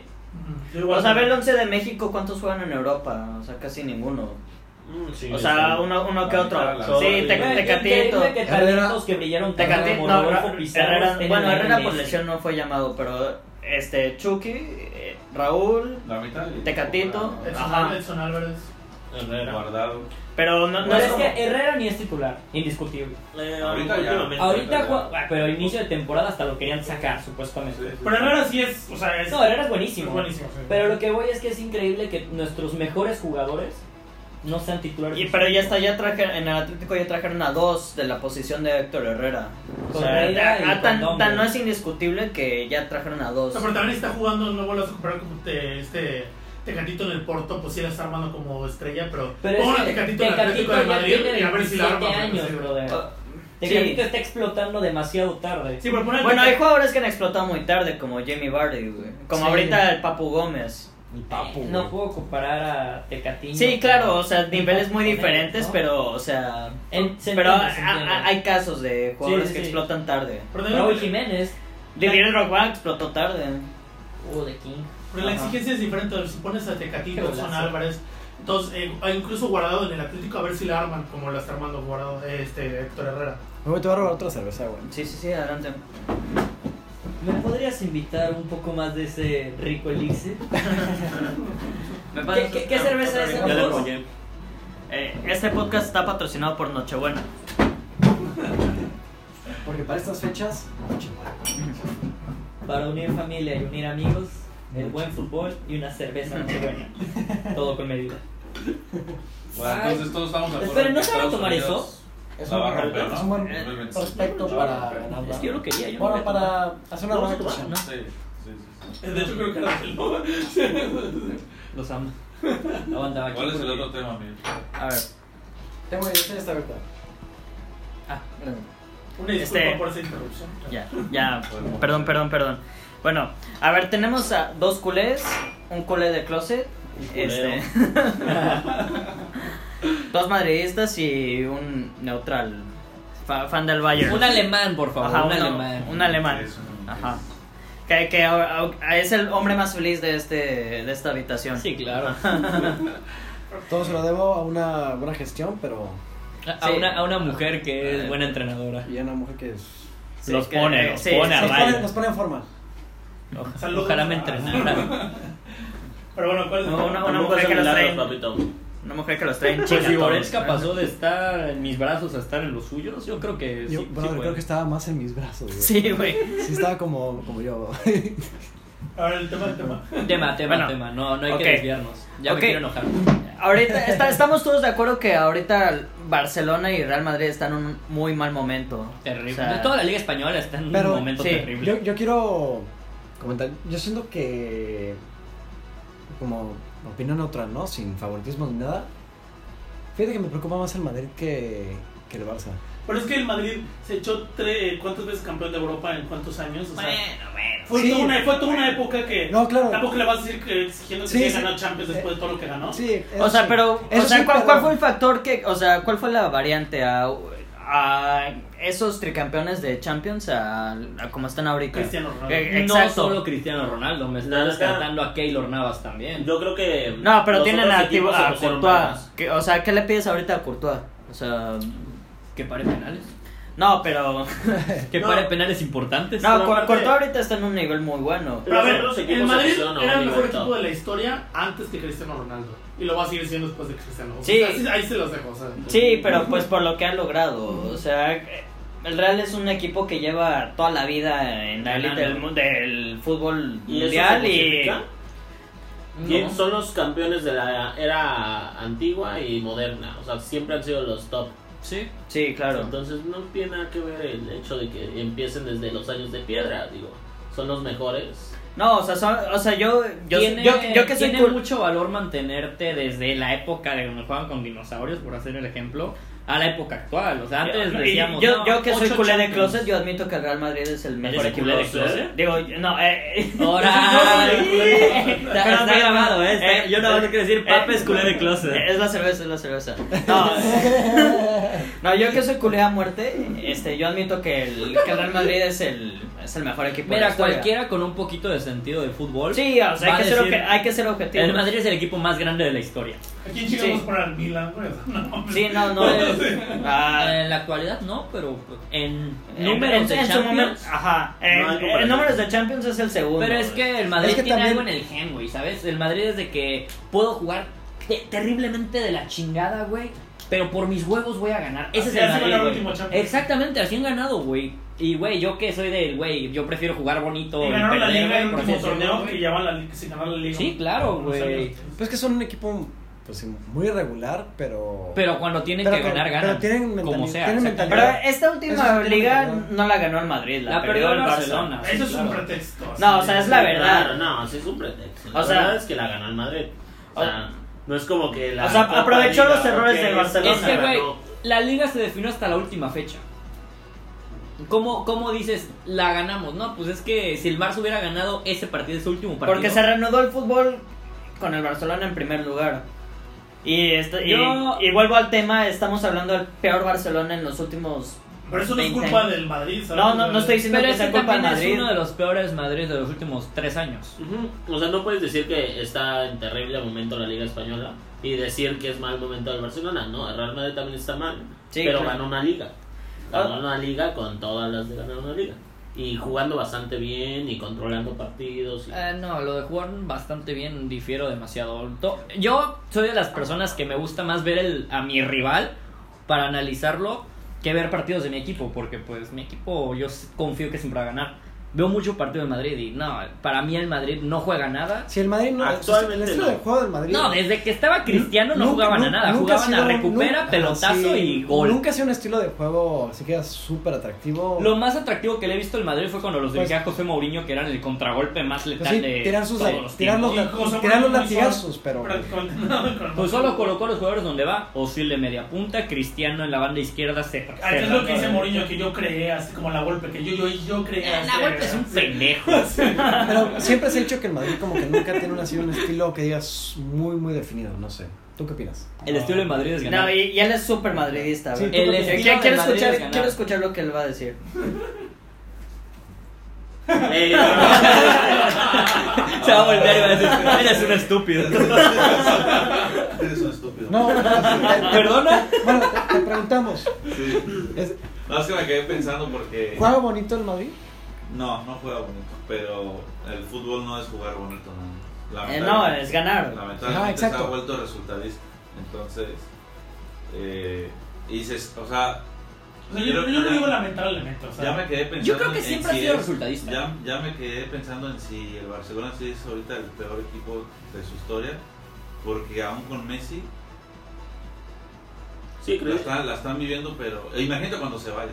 Speaker 4: Yo igual-
Speaker 1: O sea, ve el 11 de México, ¿cuántos juegan en Europa? O sea, casi ninguno.
Speaker 2: Mm, sí,
Speaker 1: O sea,
Speaker 2: está-
Speaker 1: uno, uno que
Speaker 6: la
Speaker 1: otro.
Speaker 6: mitad, la
Speaker 1: Sí,
Speaker 2: mitad.
Speaker 1: te-
Speaker 2: Bueno,
Speaker 1: Tecatito.
Speaker 5: Increíble que talentos que brillaron tanto
Speaker 1: Tecati-
Speaker 5: como
Speaker 1: no,
Speaker 5: Rodolfo
Speaker 1: Ra-
Speaker 5: Pizarro
Speaker 1: Herrera-
Speaker 5: estén en
Speaker 1: bueno,
Speaker 5: la
Speaker 1: Herrera por
Speaker 5: MLS.
Speaker 1: lesión no fue llamado, pero este Chucky, eh, Raúl,
Speaker 6: La mitad. del-
Speaker 1: Tecatito.
Speaker 4: Edson-
Speaker 1: Ajá.
Speaker 4: Edson Álvarez.
Speaker 5: Ah.
Speaker 2: Herrera.
Speaker 6: Guardado.
Speaker 1: pero no, no
Speaker 5: Pero
Speaker 1: es
Speaker 5: es que Herrera ni es titular, indiscutible.
Speaker 2: Eh,
Speaker 6: Ahorita ya.
Speaker 2: últimamente.
Speaker 5: Ahorita, ju- ah, pero al inicio de temporada hasta lo querían sacar, supuestamente.
Speaker 4: Pero Herrera sí es, o sea, es,
Speaker 5: No, Herrera es
Speaker 4: es
Speaker 5: buenísimo.
Speaker 4: buenísimo. sí.
Speaker 5: Pero lo que voy es que es increíble que nuestros mejores jugadores no sean titulares.
Speaker 1: Y, pero ya está, ya trajeron, en el Atlético ya trajeron a dos de la posición de Héctor Herrera. O
Speaker 5: Con
Speaker 1: sea,
Speaker 5: Herrera y
Speaker 1: ah,
Speaker 5: con
Speaker 1: tan,
Speaker 5: Dombia.
Speaker 1: tan no es indiscutible que ya trajeron a dos.
Speaker 4: No, pero también está jugando, no vuelvas a comparar como te- este Tecatito en el Porto, pues sí la está armando como estrella, pero,
Speaker 5: Pero
Speaker 4: pongan
Speaker 5: es
Speaker 4: a
Speaker 5: que
Speaker 4: Tecatito en el Atlético de
Speaker 5: ya
Speaker 4: Madrid
Speaker 5: tiene
Speaker 4: y a ver si la arma.
Speaker 5: 27
Speaker 4: porque no sé.
Speaker 5: años, brother.
Speaker 1: Ah,
Speaker 5: Tecatito
Speaker 1: sí.
Speaker 5: está explotando demasiado tarde.
Speaker 4: Sí, pero ponen
Speaker 1: Bueno, hay
Speaker 4: Tecatito-
Speaker 1: jugadores que han explotado muy tarde, como Jamie Vardy, güey. Como
Speaker 3: Sí.
Speaker 1: ahorita el Papu Gómez.
Speaker 3: El papu.
Speaker 5: Eh,
Speaker 3: güey.
Speaker 5: no puedo comparar a Tecatito.
Speaker 1: Sí, claro, o sea,
Speaker 5: con-
Speaker 1: niveles muy
Speaker 5: con él,
Speaker 1: diferentes,
Speaker 5: ¿no?
Speaker 1: pero, o sea...
Speaker 5: En- se
Speaker 1: pero
Speaker 5: entiende, se
Speaker 1: a- a-
Speaker 5: entiende.
Speaker 1: hay casos de jugadores
Speaker 5: Sí, sí,
Speaker 1: que
Speaker 5: sí.
Speaker 1: explotan tarde.
Speaker 4: pero también-
Speaker 5: Raúl Jiménez
Speaker 1: Didier Drogba explotó tarde.
Speaker 5: o de King.
Speaker 4: Pero la
Speaker 1: Ajá.
Speaker 4: exigencia es diferente. Si pones a Tecatito,
Speaker 5: Qué
Speaker 4: Edson
Speaker 5: golazo.
Speaker 4: Álvarez, entonces, eh, incluso guardado en el Atlético, a ver si la arman como la está armando guardado eh, este Héctor Herrera.
Speaker 3: Güey, te voy a robar otra cerveza, güey.
Speaker 1: Sí, sí, sí, adelante.
Speaker 5: ¿Me podrías invitar un poco más de ese rico elixir? ¿Qué- qué- qué cerveza es,
Speaker 2: Ya le
Speaker 5: Ambos.
Speaker 2: apoyé.
Speaker 1: Eh, este podcast está patrocinado por Nochebuena.
Speaker 3: Porque para estas fechas,
Speaker 5: Para unir familia y unir amigos, el buen fútbol y una cerveza muy buena.
Speaker 4: (laughs)
Speaker 5: Todo con medida.
Speaker 6: Bueno, entonces todos estamos de acuerdo.
Speaker 5: Esperen,
Speaker 6: en
Speaker 5: ¿no
Speaker 6: que
Speaker 5: se van a
Speaker 6: Estados
Speaker 5: tomar
Speaker 6: Unidos
Speaker 3: es
Speaker 6: La
Speaker 3: un,
Speaker 6: va a romper,
Speaker 3: es
Speaker 6: ¿no?
Speaker 3: un buen
Speaker 6: Obviamente.
Speaker 3: prospecto
Speaker 6: La va a
Speaker 3: para
Speaker 6: romper.
Speaker 3: ganar.
Speaker 1: Es que yo lo quería, yo no
Speaker 3: Bueno,
Speaker 1: lo quería tomar.
Speaker 3: para hacer una
Speaker 1: ¿Lo
Speaker 3: buena
Speaker 1: vas a tomar?
Speaker 3: actuación.
Speaker 1: No.
Speaker 6: Sí, sí, sí.
Speaker 4: Eh, De hecho, creo que era de (laughs)
Speaker 5: Los amo. Aguantaba aquí.
Speaker 6: ¿Cuál es el
Speaker 5: porque-
Speaker 6: otro tema, Miguel?
Speaker 1: A ver.
Speaker 3: Tengo esta está abierta.
Speaker 1: Ah,
Speaker 4: Una disculpa
Speaker 1: Este-
Speaker 4: por esa interrupción.
Speaker 1: ya, ya. Perdón, perdón, perdón. Bueno, a ver, tenemos a dos culés, un culé de closet,
Speaker 2: culero.
Speaker 1: este, (laughs) dos madridistas y un neutral, fa- fan del Bayern.
Speaker 5: Un alemán, por favor.
Speaker 1: Ajá,
Speaker 5: un
Speaker 1: uno-
Speaker 5: alemán.
Speaker 1: Un alemán.
Speaker 6: Es un-
Speaker 1: Ajá. Que, que ahora- ahora- es el hombre más feliz de este de esta habitación.
Speaker 5: Sí, claro.
Speaker 3: Todo se lo debo a una buena gestión, pero.
Speaker 5: A, a
Speaker 1: Sí.
Speaker 5: una, a una mujer que es buena entrenadora.
Speaker 3: Y a una mujer que es.
Speaker 1: (laughs) Sí,
Speaker 5: los
Speaker 1: que-
Speaker 5: pone, los
Speaker 1: sí,
Speaker 5: pone a
Speaker 1: sí.
Speaker 3: Nos pone,
Speaker 5: raya.
Speaker 3: nos pone en forma.
Speaker 5: O-
Speaker 4: Saludos.
Speaker 5: Ojalá me entrenara.
Speaker 4: (laughs) Pero bueno, ¿cuál es
Speaker 1: No, una- una
Speaker 2: Tampoco
Speaker 1: mujer
Speaker 2: hacen
Speaker 1: que los
Speaker 2: milagros,
Speaker 1: traen-
Speaker 2: papito.
Speaker 1: Una mujer que los trae en
Speaker 7: Pues
Speaker 1: chinga
Speaker 7: si
Speaker 1: a todos.
Speaker 7: Goretzka pasó de estar en mis brazos a estar en los suyos, yo creo que
Speaker 3: Yo,
Speaker 7: sí,
Speaker 3: brother,
Speaker 7: sí puede.
Speaker 3: creo que estaba más en mis brazos, güey.
Speaker 1: Sí, güey.
Speaker 3: Sí, estaba como,
Speaker 1: (laughs)
Speaker 3: como yo.
Speaker 4: A ver, el tema, el tema.
Speaker 5: tema, tema,
Speaker 1: Bueno.
Speaker 5: tema. No, no hay
Speaker 1: Ok.
Speaker 5: que desviarnos. Ya
Speaker 1: Ok.
Speaker 5: me quiero enojar.
Speaker 1: Ahorita está- estamos todos de acuerdo que ahorita Barcelona y Real Madrid están en un muy mal momento.
Speaker 5: Terrible.
Speaker 1: O sea,
Speaker 5: Toda la liga española está en
Speaker 3: Pero-
Speaker 5: un momento
Speaker 1: sí.
Speaker 5: terrible.
Speaker 3: Yo, yo quiero comentar, yo siento que como opinión neutral, ¿no? Sin favoritismos ni nada. Fíjate que me preocupa más el Madrid que, que el Barça.
Speaker 4: Pero es que el Madrid se echó tres, ¿cuántas veces campeón de Europa en cuántos años? O sea,
Speaker 5: Bueno, bueno.
Speaker 4: fue,
Speaker 3: Sí.
Speaker 4: toda una, fue toda una época que
Speaker 3: No, claro.
Speaker 4: tampoco le vas a decir que exigiendo que
Speaker 3: Sí,
Speaker 4: sí,
Speaker 3: sí.
Speaker 4: ganó Champions después de todo lo que ganó.
Speaker 3: Sí, eso
Speaker 1: O sea,
Speaker 3: sí.
Speaker 1: pero, o
Speaker 3: Eso
Speaker 1: sea,
Speaker 3: sí,
Speaker 1: ¿cuál,
Speaker 3: pero-
Speaker 1: cuál fue el factor que, o sea, cuál fue la variante a, a esos tricampeones de Champions a, a como están ahorita?
Speaker 4: Cristiano Ronaldo.
Speaker 1: Eh,
Speaker 7: No
Speaker 1: exacto.
Speaker 7: solo Cristiano Ronaldo, me
Speaker 2: La
Speaker 7: está
Speaker 2: neta-
Speaker 7: descartando a Keylor Navas también.
Speaker 2: Yo creo que.
Speaker 1: No, pero
Speaker 2: los
Speaker 1: tienen
Speaker 2: otros
Speaker 1: a,
Speaker 2: equipos se
Speaker 1: a
Speaker 2: pusieron
Speaker 1: Courtois.
Speaker 2: más.
Speaker 1: Que- o sea, ¿qué le pides ahorita a Courtois? O sea,
Speaker 7: Que pare penales.
Speaker 1: no,
Speaker 2: (laughs)
Speaker 1: pero
Speaker 7: Que
Speaker 2: No.
Speaker 7: pare penales importantes.
Speaker 1: no, Cour-
Speaker 2: aparte-
Speaker 1: Courtois ahorita está en un nivel muy bueno.
Speaker 4: Pero a
Speaker 2: Los
Speaker 4: ver,
Speaker 2: otros equipos
Speaker 4: el Madrid
Speaker 2: opcionan a
Speaker 4: era el
Speaker 2: un
Speaker 4: mejor
Speaker 2: nivel
Speaker 4: equipo
Speaker 2: top.
Speaker 4: de la historia antes que Cristiano Ronaldo. Y lo va a seguir siendo después de Cristiano. O
Speaker 1: Sí.
Speaker 4: sea, así- ahí se los dejo. o sea.
Speaker 1: Sí, pero pues por lo que han logrado. O sea, eh, el Real es un equipo que lleva toda la vida en la élite del, mu- del fútbol
Speaker 2: ¿Y eso
Speaker 1: mundial
Speaker 2: se
Speaker 1: y...
Speaker 2: justifica? ¿Quién son los campeones de la era antigua y moderna? O sea, siempre han sido los top.
Speaker 7: Sí.
Speaker 1: Sí, claro.
Speaker 2: Entonces no tiene nada que ver el hecho de que empiecen desde los años de piedra, digo. Son los mejores.
Speaker 1: No, o sea, son- o sea yo, yo,
Speaker 7: tiene,
Speaker 1: yo, yo que soy
Speaker 7: tiene
Speaker 1: cul-
Speaker 7: mucho valor mantenerte desde la época de cuando jugaban con dinosaurios, por hacer el ejemplo,
Speaker 5: a la época actual. O sea, antes
Speaker 1: Yo-
Speaker 5: decíamos.
Speaker 1: yo,
Speaker 5: no,
Speaker 1: yo que soy
Speaker 5: ocho
Speaker 1: culé de
Speaker 5: Champions.
Speaker 1: closet, yo admito que el Real Madrid es el mejor
Speaker 5: el
Speaker 1: equipo.
Speaker 5: culé de closet?
Speaker 1: Digo, yo- no, eh,
Speaker 5: (laughs)
Speaker 1: (laughs)
Speaker 5: Ahora. (laughs)
Speaker 1: Está- está grabado, ¿eh? Está-
Speaker 5: yo nada más te quiero decir, Papa
Speaker 1: eh,
Speaker 5: es culé de closet.
Speaker 1: Es la cerveza, es la cerveza. No, no, yo que soy culé a muerte, este, yo admito que el, que el Real Madrid es el, es el mejor equipo. de la
Speaker 5: Mira,
Speaker 1: historia.
Speaker 5: cualquiera con un poquito de sentido de fútbol.
Speaker 1: Sí, o sea,
Speaker 5: va
Speaker 1: hay que,
Speaker 5: a
Speaker 1: ser
Speaker 5: decir,
Speaker 1: obje- hay que ser objetivo.
Speaker 5: El Madrid es el equipo más grande de la historia.
Speaker 4: ¿A quién llegamos
Speaker 1: Sí.
Speaker 4: para el Milan, güey? O sea, No, mames.
Speaker 1: Sí, no,
Speaker 4: (laughs)
Speaker 1: no es. ah,
Speaker 5: en la actualidad no, pero pues, en
Speaker 1: en-
Speaker 5: números
Speaker 1: en-
Speaker 5: de
Speaker 1: en su
Speaker 5: Champions,
Speaker 1: momento-
Speaker 5: ah,
Speaker 1: Ajá. En,
Speaker 2: No hay
Speaker 1: en
Speaker 2: comparación.
Speaker 1: números de Champions es el segundo.
Speaker 5: Pero es que el Madrid
Speaker 3: Es que
Speaker 5: tiene
Speaker 3: también-
Speaker 5: algo en el gen, güey, ¿sabes? El Madrid es de que puedo jugar te- terriblemente de la chingada, güey, pero por mis huevos voy a ganar. Ese
Speaker 4: Así
Speaker 5: es el
Speaker 4: así
Speaker 5: Madrid,
Speaker 4: ganó el
Speaker 5: güey.
Speaker 4: último Champions.
Speaker 5: Exactamente, así han ganado, güey. Y, güey, yo que soy del, güey, yo prefiero jugar bonito.
Speaker 4: Y
Speaker 5: y
Speaker 4: ganaron la
Speaker 5: perder,
Speaker 4: liga en el
Speaker 5: güey, por
Speaker 4: último
Speaker 5: así decirlo,
Speaker 4: torneo
Speaker 5: güey.
Speaker 4: que ya van la liga, se ganó la liga.
Speaker 5: Sí, claro,
Speaker 4: Unos
Speaker 5: güey.
Speaker 4: años.
Speaker 3: Pues que son un equipo pues, muy irregular, pero.
Speaker 5: Pero cuando tienen
Speaker 3: Pero
Speaker 5: que
Speaker 3: con-
Speaker 5: ganar,
Speaker 3: pero
Speaker 5: ganan.
Speaker 3: tienen
Speaker 5: como
Speaker 3: mentalidad-
Speaker 5: sea.
Speaker 3: tienen
Speaker 5: exactamente.
Speaker 1: Pero
Speaker 3: mentalidad.
Speaker 1: esta
Speaker 3: Eso
Speaker 1: última
Speaker 3: es
Speaker 1: liga
Speaker 3: complicado.
Speaker 1: no la ganó el Madrid, la,
Speaker 5: La
Speaker 1: perdió el Barcelona.
Speaker 4: Eso es un
Speaker 5: Claro.
Speaker 4: pretexto. así
Speaker 1: No, o
Speaker 4: de-
Speaker 1: sea, es la
Speaker 2: Claro,
Speaker 1: verdad.
Speaker 2: no, sí es un pretexto. La
Speaker 1: O sea-
Speaker 2: verdad es que la ganó el Madrid. O sea, no es como que la.
Speaker 1: O sea,
Speaker 2: Copa
Speaker 1: aprovechó
Speaker 2: Liga,
Speaker 1: los errores
Speaker 2: ok,
Speaker 1: del Barcelona.
Speaker 5: Es que, güey,
Speaker 2: ganó.
Speaker 5: la liga se definió hasta la última fecha. ¿Cómo, ¿Cómo dices, la ganamos? No, pues es que si el Barça hubiera ganado ese partido, ese último partido.
Speaker 1: Porque se reanudó el fútbol con el Barcelona en primer lugar. Y, esto- y,
Speaker 5: Yo-
Speaker 1: y vuelvo al tema, estamos hablando del peor Barcelona en los últimos...
Speaker 4: Pero eso no es
Speaker 1: 20
Speaker 4: culpa
Speaker 1: años.
Speaker 4: del Madrid, ¿sabes?
Speaker 1: No, no, no estoy diciendo
Speaker 5: Pero
Speaker 1: que
Speaker 5: ese
Speaker 1: sea culpa del
Speaker 5: también es
Speaker 1: Madrid.
Speaker 5: uno de los peores Madrid de los últimos tres años.
Speaker 2: Ujú. O sea, no puedes decir que está en terrible momento la Liga Española y decir que es mal momento del Barcelona. No, el Real Madrid también está mal.
Speaker 1: Sí,
Speaker 2: pero
Speaker 1: claro.
Speaker 2: ganó una liga. Ganó
Speaker 1: Ah.
Speaker 2: una liga con todas las de ganar una liga. Y jugando bastante bien y controlando partidos. y- (laughs)
Speaker 5: Eh, no, lo de jugar bastante bien difiero demasiado. To- Yo soy de las personas que me gusta más ver el, a mi rival para analizarlo que ver partidos de mi equipo, porque pues mi equipo yo s- confío que siempre va a ganar. Veo mucho partido de Madrid y no, para mí el Madrid no juega nada.
Speaker 3: Si el Madrid no.
Speaker 2: Actualmente
Speaker 3: el estilo
Speaker 2: no.
Speaker 3: de juego del Madrid.
Speaker 5: No, desde que estaba Cristiano no
Speaker 3: Nunca-
Speaker 5: jugaban a
Speaker 3: nu-
Speaker 5: nada,
Speaker 3: nunca ha
Speaker 5: jugaban
Speaker 3: sido
Speaker 5: a
Speaker 3: un-
Speaker 5: recupera,
Speaker 3: nunca-
Speaker 5: pelotazo
Speaker 3: sí,
Speaker 5: y gol.
Speaker 3: Nunca ha sido un estilo de juego así que era súper atractivo.
Speaker 5: Lo más atractivo que le he visto al Madrid fue cuando los dirigía José Mourinho, que eran el contragolpe más
Speaker 3: Pues
Speaker 5: letal
Speaker 3: sí,
Speaker 5: de
Speaker 3: tirar sus,
Speaker 5: todos los
Speaker 3: tirar
Speaker 5: tiempos.
Speaker 3: los,
Speaker 4: tiempos. Y José
Speaker 3: tirar los
Speaker 4: Mourinho hizo-
Speaker 3: latigazos, pero.
Speaker 4: Prácticamente nada con (laughs)
Speaker 5: Pues solo colocó a los jugadores donde va, Osil de media punta, Cristiano en la banda izquierda, se
Speaker 4: Aquí Ah, es lo que dice Mourinho, que yo creé, así como la golpe, que yo, yo, yo creé.
Speaker 5: Eh, La
Speaker 4: así,
Speaker 5: golpe es un
Speaker 4: así.
Speaker 3: (laughs)
Speaker 5: pendejo.
Speaker 3: Pero siempre se ha dicho que el Madrid como que nunca tiene un, así un estilo que digas muy, muy definido, no sé. ¿Tú qué opinas?
Speaker 5: El estilo de Madrid es ganar.
Speaker 1: No, y, y él es súper madridista.
Speaker 3: Sí,
Speaker 1: güey.
Speaker 5: el
Speaker 3: Eh,
Speaker 1: Eh,
Speaker 5: estilo
Speaker 1: quiero,
Speaker 5: de
Speaker 1: quiero
Speaker 5: Madrid es
Speaker 1: escuchar,
Speaker 5: ganar.
Speaker 1: quiero escuchar lo que él va a decir.
Speaker 2: Eh,
Speaker 5: (laughs) Se va a voltear y va a decir, eres un estúpido.
Speaker 6: (laughs) Eres un estúpido.
Speaker 3: No, te- te-
Speaker 5: ¿Perdona?
Speaker 3: bueno, te, te preguntamos.
Speaker 6: Sí.
Speaker 3: ¿es-
Speaker 6: No, es que me quedé pensando porque.
Speaker 3: ¿Juega bonito el Madrid?
Speaker 6: No, no juega bonito. Pero el fútbol no es jugar bonito, no.
Speaker 1: Eh, no, es ganar.
Speaker 5: Ah,
Speaker 3: Ajá,
Speaker 6: Lamentablemente se
Speaker 3: exacto.
Speaker 6: ha vuelto resultadista. Entonces, eh, y dices, o sea,
Speaker 4: O sea, yo, yo no digo lamentablemente, o sea.
Speaker 6: ya me quedé pensando.
Speaker 5: Yo creo que
Speaker 6: en
Speaker 5: siempre ha
Speaker 6: si
Speaker 5: sido
Speaker 6: es-
Speaker 5: resultadista.
Speaker 6: Ya, ya me quedé pensando en si el Barcelona sí es ahorita el peor equipo de su historia, porque aún con Messi
Speaker 2: sí,
Speaker 6: la
Speaker 2: creo.
Speaker 6: están, la están viviendo, pero eh, imagínate cuando se vaya.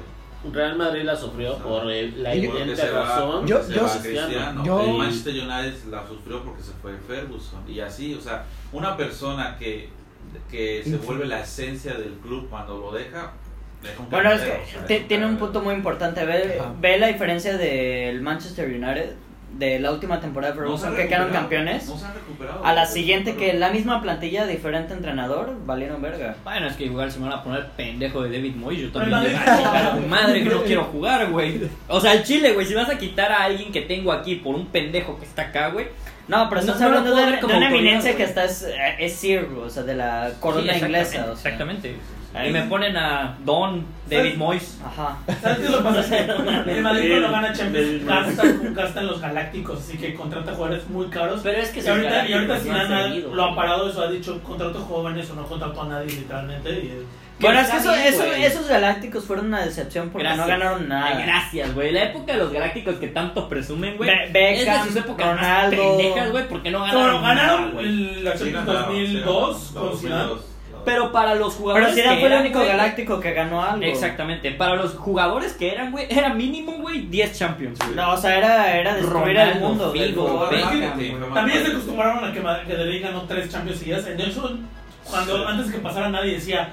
Speaker 2: Real Madrid la sufrió por eh, la
Speaker 3: Y-
Speaker 6: Porque
Speaker 2: evidente
Speaker 6: se va-
Speaker 2: razón.
Speaker 3: Yo-
Speaker 6: se
Speaker 3: yo-
Speaker 6: va Cristiano.
Speaker 3: yo-
Speaker 6: El Manchester United la sufrió porque se fue Ferguson. Y así, o sea, una persona que, que se
Speaker 3: Inf-
Speaker 6: vuelve la esencia del club cuando lo deja, deja un
Speaker 1: Bueno, es
Speaker 6: cagadero,
Speaker 1: que
Speaker 6: o sea,
Speaker 1: ti-
Speaker 6: es
Speaker 1: tiene un punto
Speaker 6: cagadero.
Speaker 1: muy importante. Ve,
Speaker 3: Ajá.
Speaker 1: ve la diferencia del Manchester United de la última temporada de
Speaker 6: No se
Speaker 1: Ferguson
Speaker 6: han
Speaker 1: que quedaron
Speaker 6: recuperado,
Speaker 1: campeones.
Speaker 6: no se han recuperado.
Speaker 1: A la siguiente que la misma plantilla, diferente entrenador, valieron verga.
Speaker 5: Bueno, es que igual se me van a poner el pendejo de David Moyes. Yo
Speaker 4: Pero
Speaker 5: también
Speaker 4: la
Speaker 5: digo,
Speaker 4: de-
Speaker 5: "Ah, (laughs) chingada madre que no quiero jugar, güey. O sea, el Chile, güey, si vas a quitar a alguien que tengo aquí por un pendejo que está acá, güey.
Speaker 1: No, pero
Speaker 5: No,
Speaker 1: estás
Speaker 5: no lo
Speaker 1: hablando
Speaker 5: puedo
Speaker 1: de,
Speaker 5: ver como
Speaker 1: de una
Speaker 5: autoridad,
Speaker 1: eminencia
Speaker 5: güey.
Speaker 1: que está es, es Sir, o sea, de la corona
Speaker 5: Sí, exactamente,
Speaker 1: inglesa. o sea.
Speaker 5: Exactamente. Y me ponen a Don, David Moyes. (laughs)
Speaker 1: Ajá.
Speaker 4: ¿Sabes qué es lo que pasa? El Madrid cuando gana Champions
Speaker 2: el-
Speaker 4: gasta, gasta en los galácticos, así que contrata jugadores muy caros.
Speaker 5: Pero es que
Speaker 4: y
Speaker 5: sus
Speaker 4: ahorita, y
Speaker 5: galácticos
Speaker 4: ahorita
Speaker 5: no
Speaker 4: sin
Speaker 5: han
Speaker 4: nada
Speaker 5: seguido.
Speaker 4: lo ha parado, eso ha dicho contrato jóvenes o no contrató a nadie literalmente. Y,
Speaker 1: Bueno, es
Speaker 5: está
Speaker 1: que eso-
Speaker 5: bien,
Speaker 1: eso-
Speaker 5: güey.
Speaker 1: esos galácticos fueron una decepción porque no ganaron nada.
Speaker 5: Ay, gracias, güey. La época de los galácticos que tanto presumen, güey.
Speaker 1: Be- Beckham,
Speaker 5: es de sus épocas
Speaker 1: Ronaldo.
Speaker 5: más pendejas, güey, porque no ganaron.
Speaker 4: Bueno,
Speaker 5: nada,
Speaker 4: ganaron
Speaker 5: güey.
Speaker 4: el- la
Speaker 6: Sí,
Speaker 4: Champions
Speaker 6: ganaron, sí,
Speaker 4: 2002
Speaker 6: ganaron,
Speaker 4: con Zidane.
Speaker 6: 2002,
Speaker 5: Pero para los
Speaker 1: Pero
Speaker 5: jugadores.
Speaker 1: Zidane
Speaker 5: que
Speaker 1: fue el
Speaker 5: eran,
Speaker 1: único
Speaker 5: güey,
Speaker 1: galáctico que ganó algo.
Speaker 5: Exactamente. Para los jugadores que eran, güey, era mínimo, güey, 10 Champions. güey.
Speaker 1: No, o sea, era, era destruir
Speaker 5: Ronaldo,
Speaker 1: el mundo. del
Speaker 5: Figo,
Speaker 1: fútbol.
Speaker 5: Beckham.
Speaker 4: También se acostumbraron a que Madrid, que Madrid ganó tres Champions seguidas. En eso, cuando, antes de que pasara nadie decía,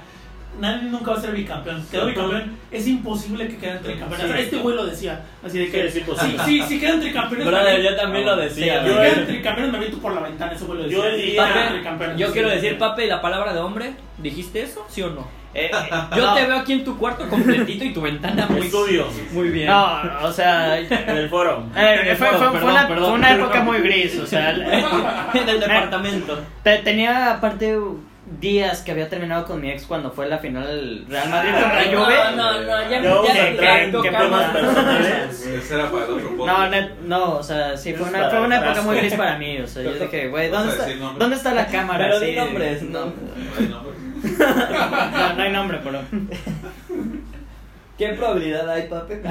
Speaker 4: nadie nunca va a ser bicampeón. Quedó bicampeón, es imposible que queden tricampeones. O sea, Este güey lo decía, así de
Speaker 2: Sí,
Speaker 4: que
Speaker 2: es
Speaker 4: sí,
Speaker 2: imposible.
Speaker 4: sí, si quedan tricampeones.
Speaker 7: Brother,
Speaker 4: me-
Speaker 7: yo también lo decía.
Speaker 4: si
Speaker 2: yo-
Speaker 7: güey.
Speaker 4: quedan tricampeones, me aviento por la ventana, ese güey lo decía.
Speaker 2: Yo
Speaker 4: Si
Speaker 2: diría-
Speaker 4: quedan tricampeones,
Speaker 7: Yo
Speaker 4: sí.
Speaker 7: quiero decir, Pape, ¿y la palabra de hombre? ¿Dijiste eso? ¿Sí o no?
Speaker 1: Eh, eh,
Speaker 7: Yo
Speaker 1: no,
Speaker 7: te veo aquí en tu cuarto completito y tu ventana muy...
Speaker 2: Estudio.
Speaker 7: Muy bien.
Speaker 5: (laughs)
Speaker 1: No, o sea. eh,
Speaker 2: En el foro.
Speaker 1: fue, fue- fue
Speaker 7: Perdón,
Speaker 1: una,
Speaker 7: perdón,
Speaker 1: fue una
Speaker 7: perdón.
Speaker 1: época muy gris, o sea.
Speaker 5: (laughs)
Speaker 1: la-
Speaker 7: en el departamento.
Speaker 1: te- tenía aparte días que había terminado con mi ex cuando fue la final Real Madrid
Speaker 5: Ah,
Speaker 1: contra Juve.
Speaker 7: No, no, no, ya,
Speaker 2: Ya
Speaker 7: ya-
Speaker 2: vamos a entrar
Speaker 7: ya
Speaker 2: en qué
Speaker 7: tocamos.
Speaker 2: temas personales.
Speaker 6: Ese era para el otro podcast.
Speaker 1: No, net- no, o sea, sí, fue
Speaker 2: Es
Speaker 1: una,
Speaker 2: para
Speaker 1: fue una
Speaker 2: atrás.
Speaker 1: época muy gris para mí. O sea, yo dije, güey,
Speaker 6: Vas a
Speaker 1: ¿dónde, está,
Speaker 6: decir nombres.
Speaker 1: ¿dónde está la cámara?
Speaker 7: Pero di
Speaker 1: Sí,
Speaker 7: nombres,
Speaker 1: no,
Speaker 7: ¿no?
Speaker 6: Ay, no, pues.
Speaker 1: no, no hay nombre, pero.
Speaker 5: ¿Qué probabilidad hay, Pape?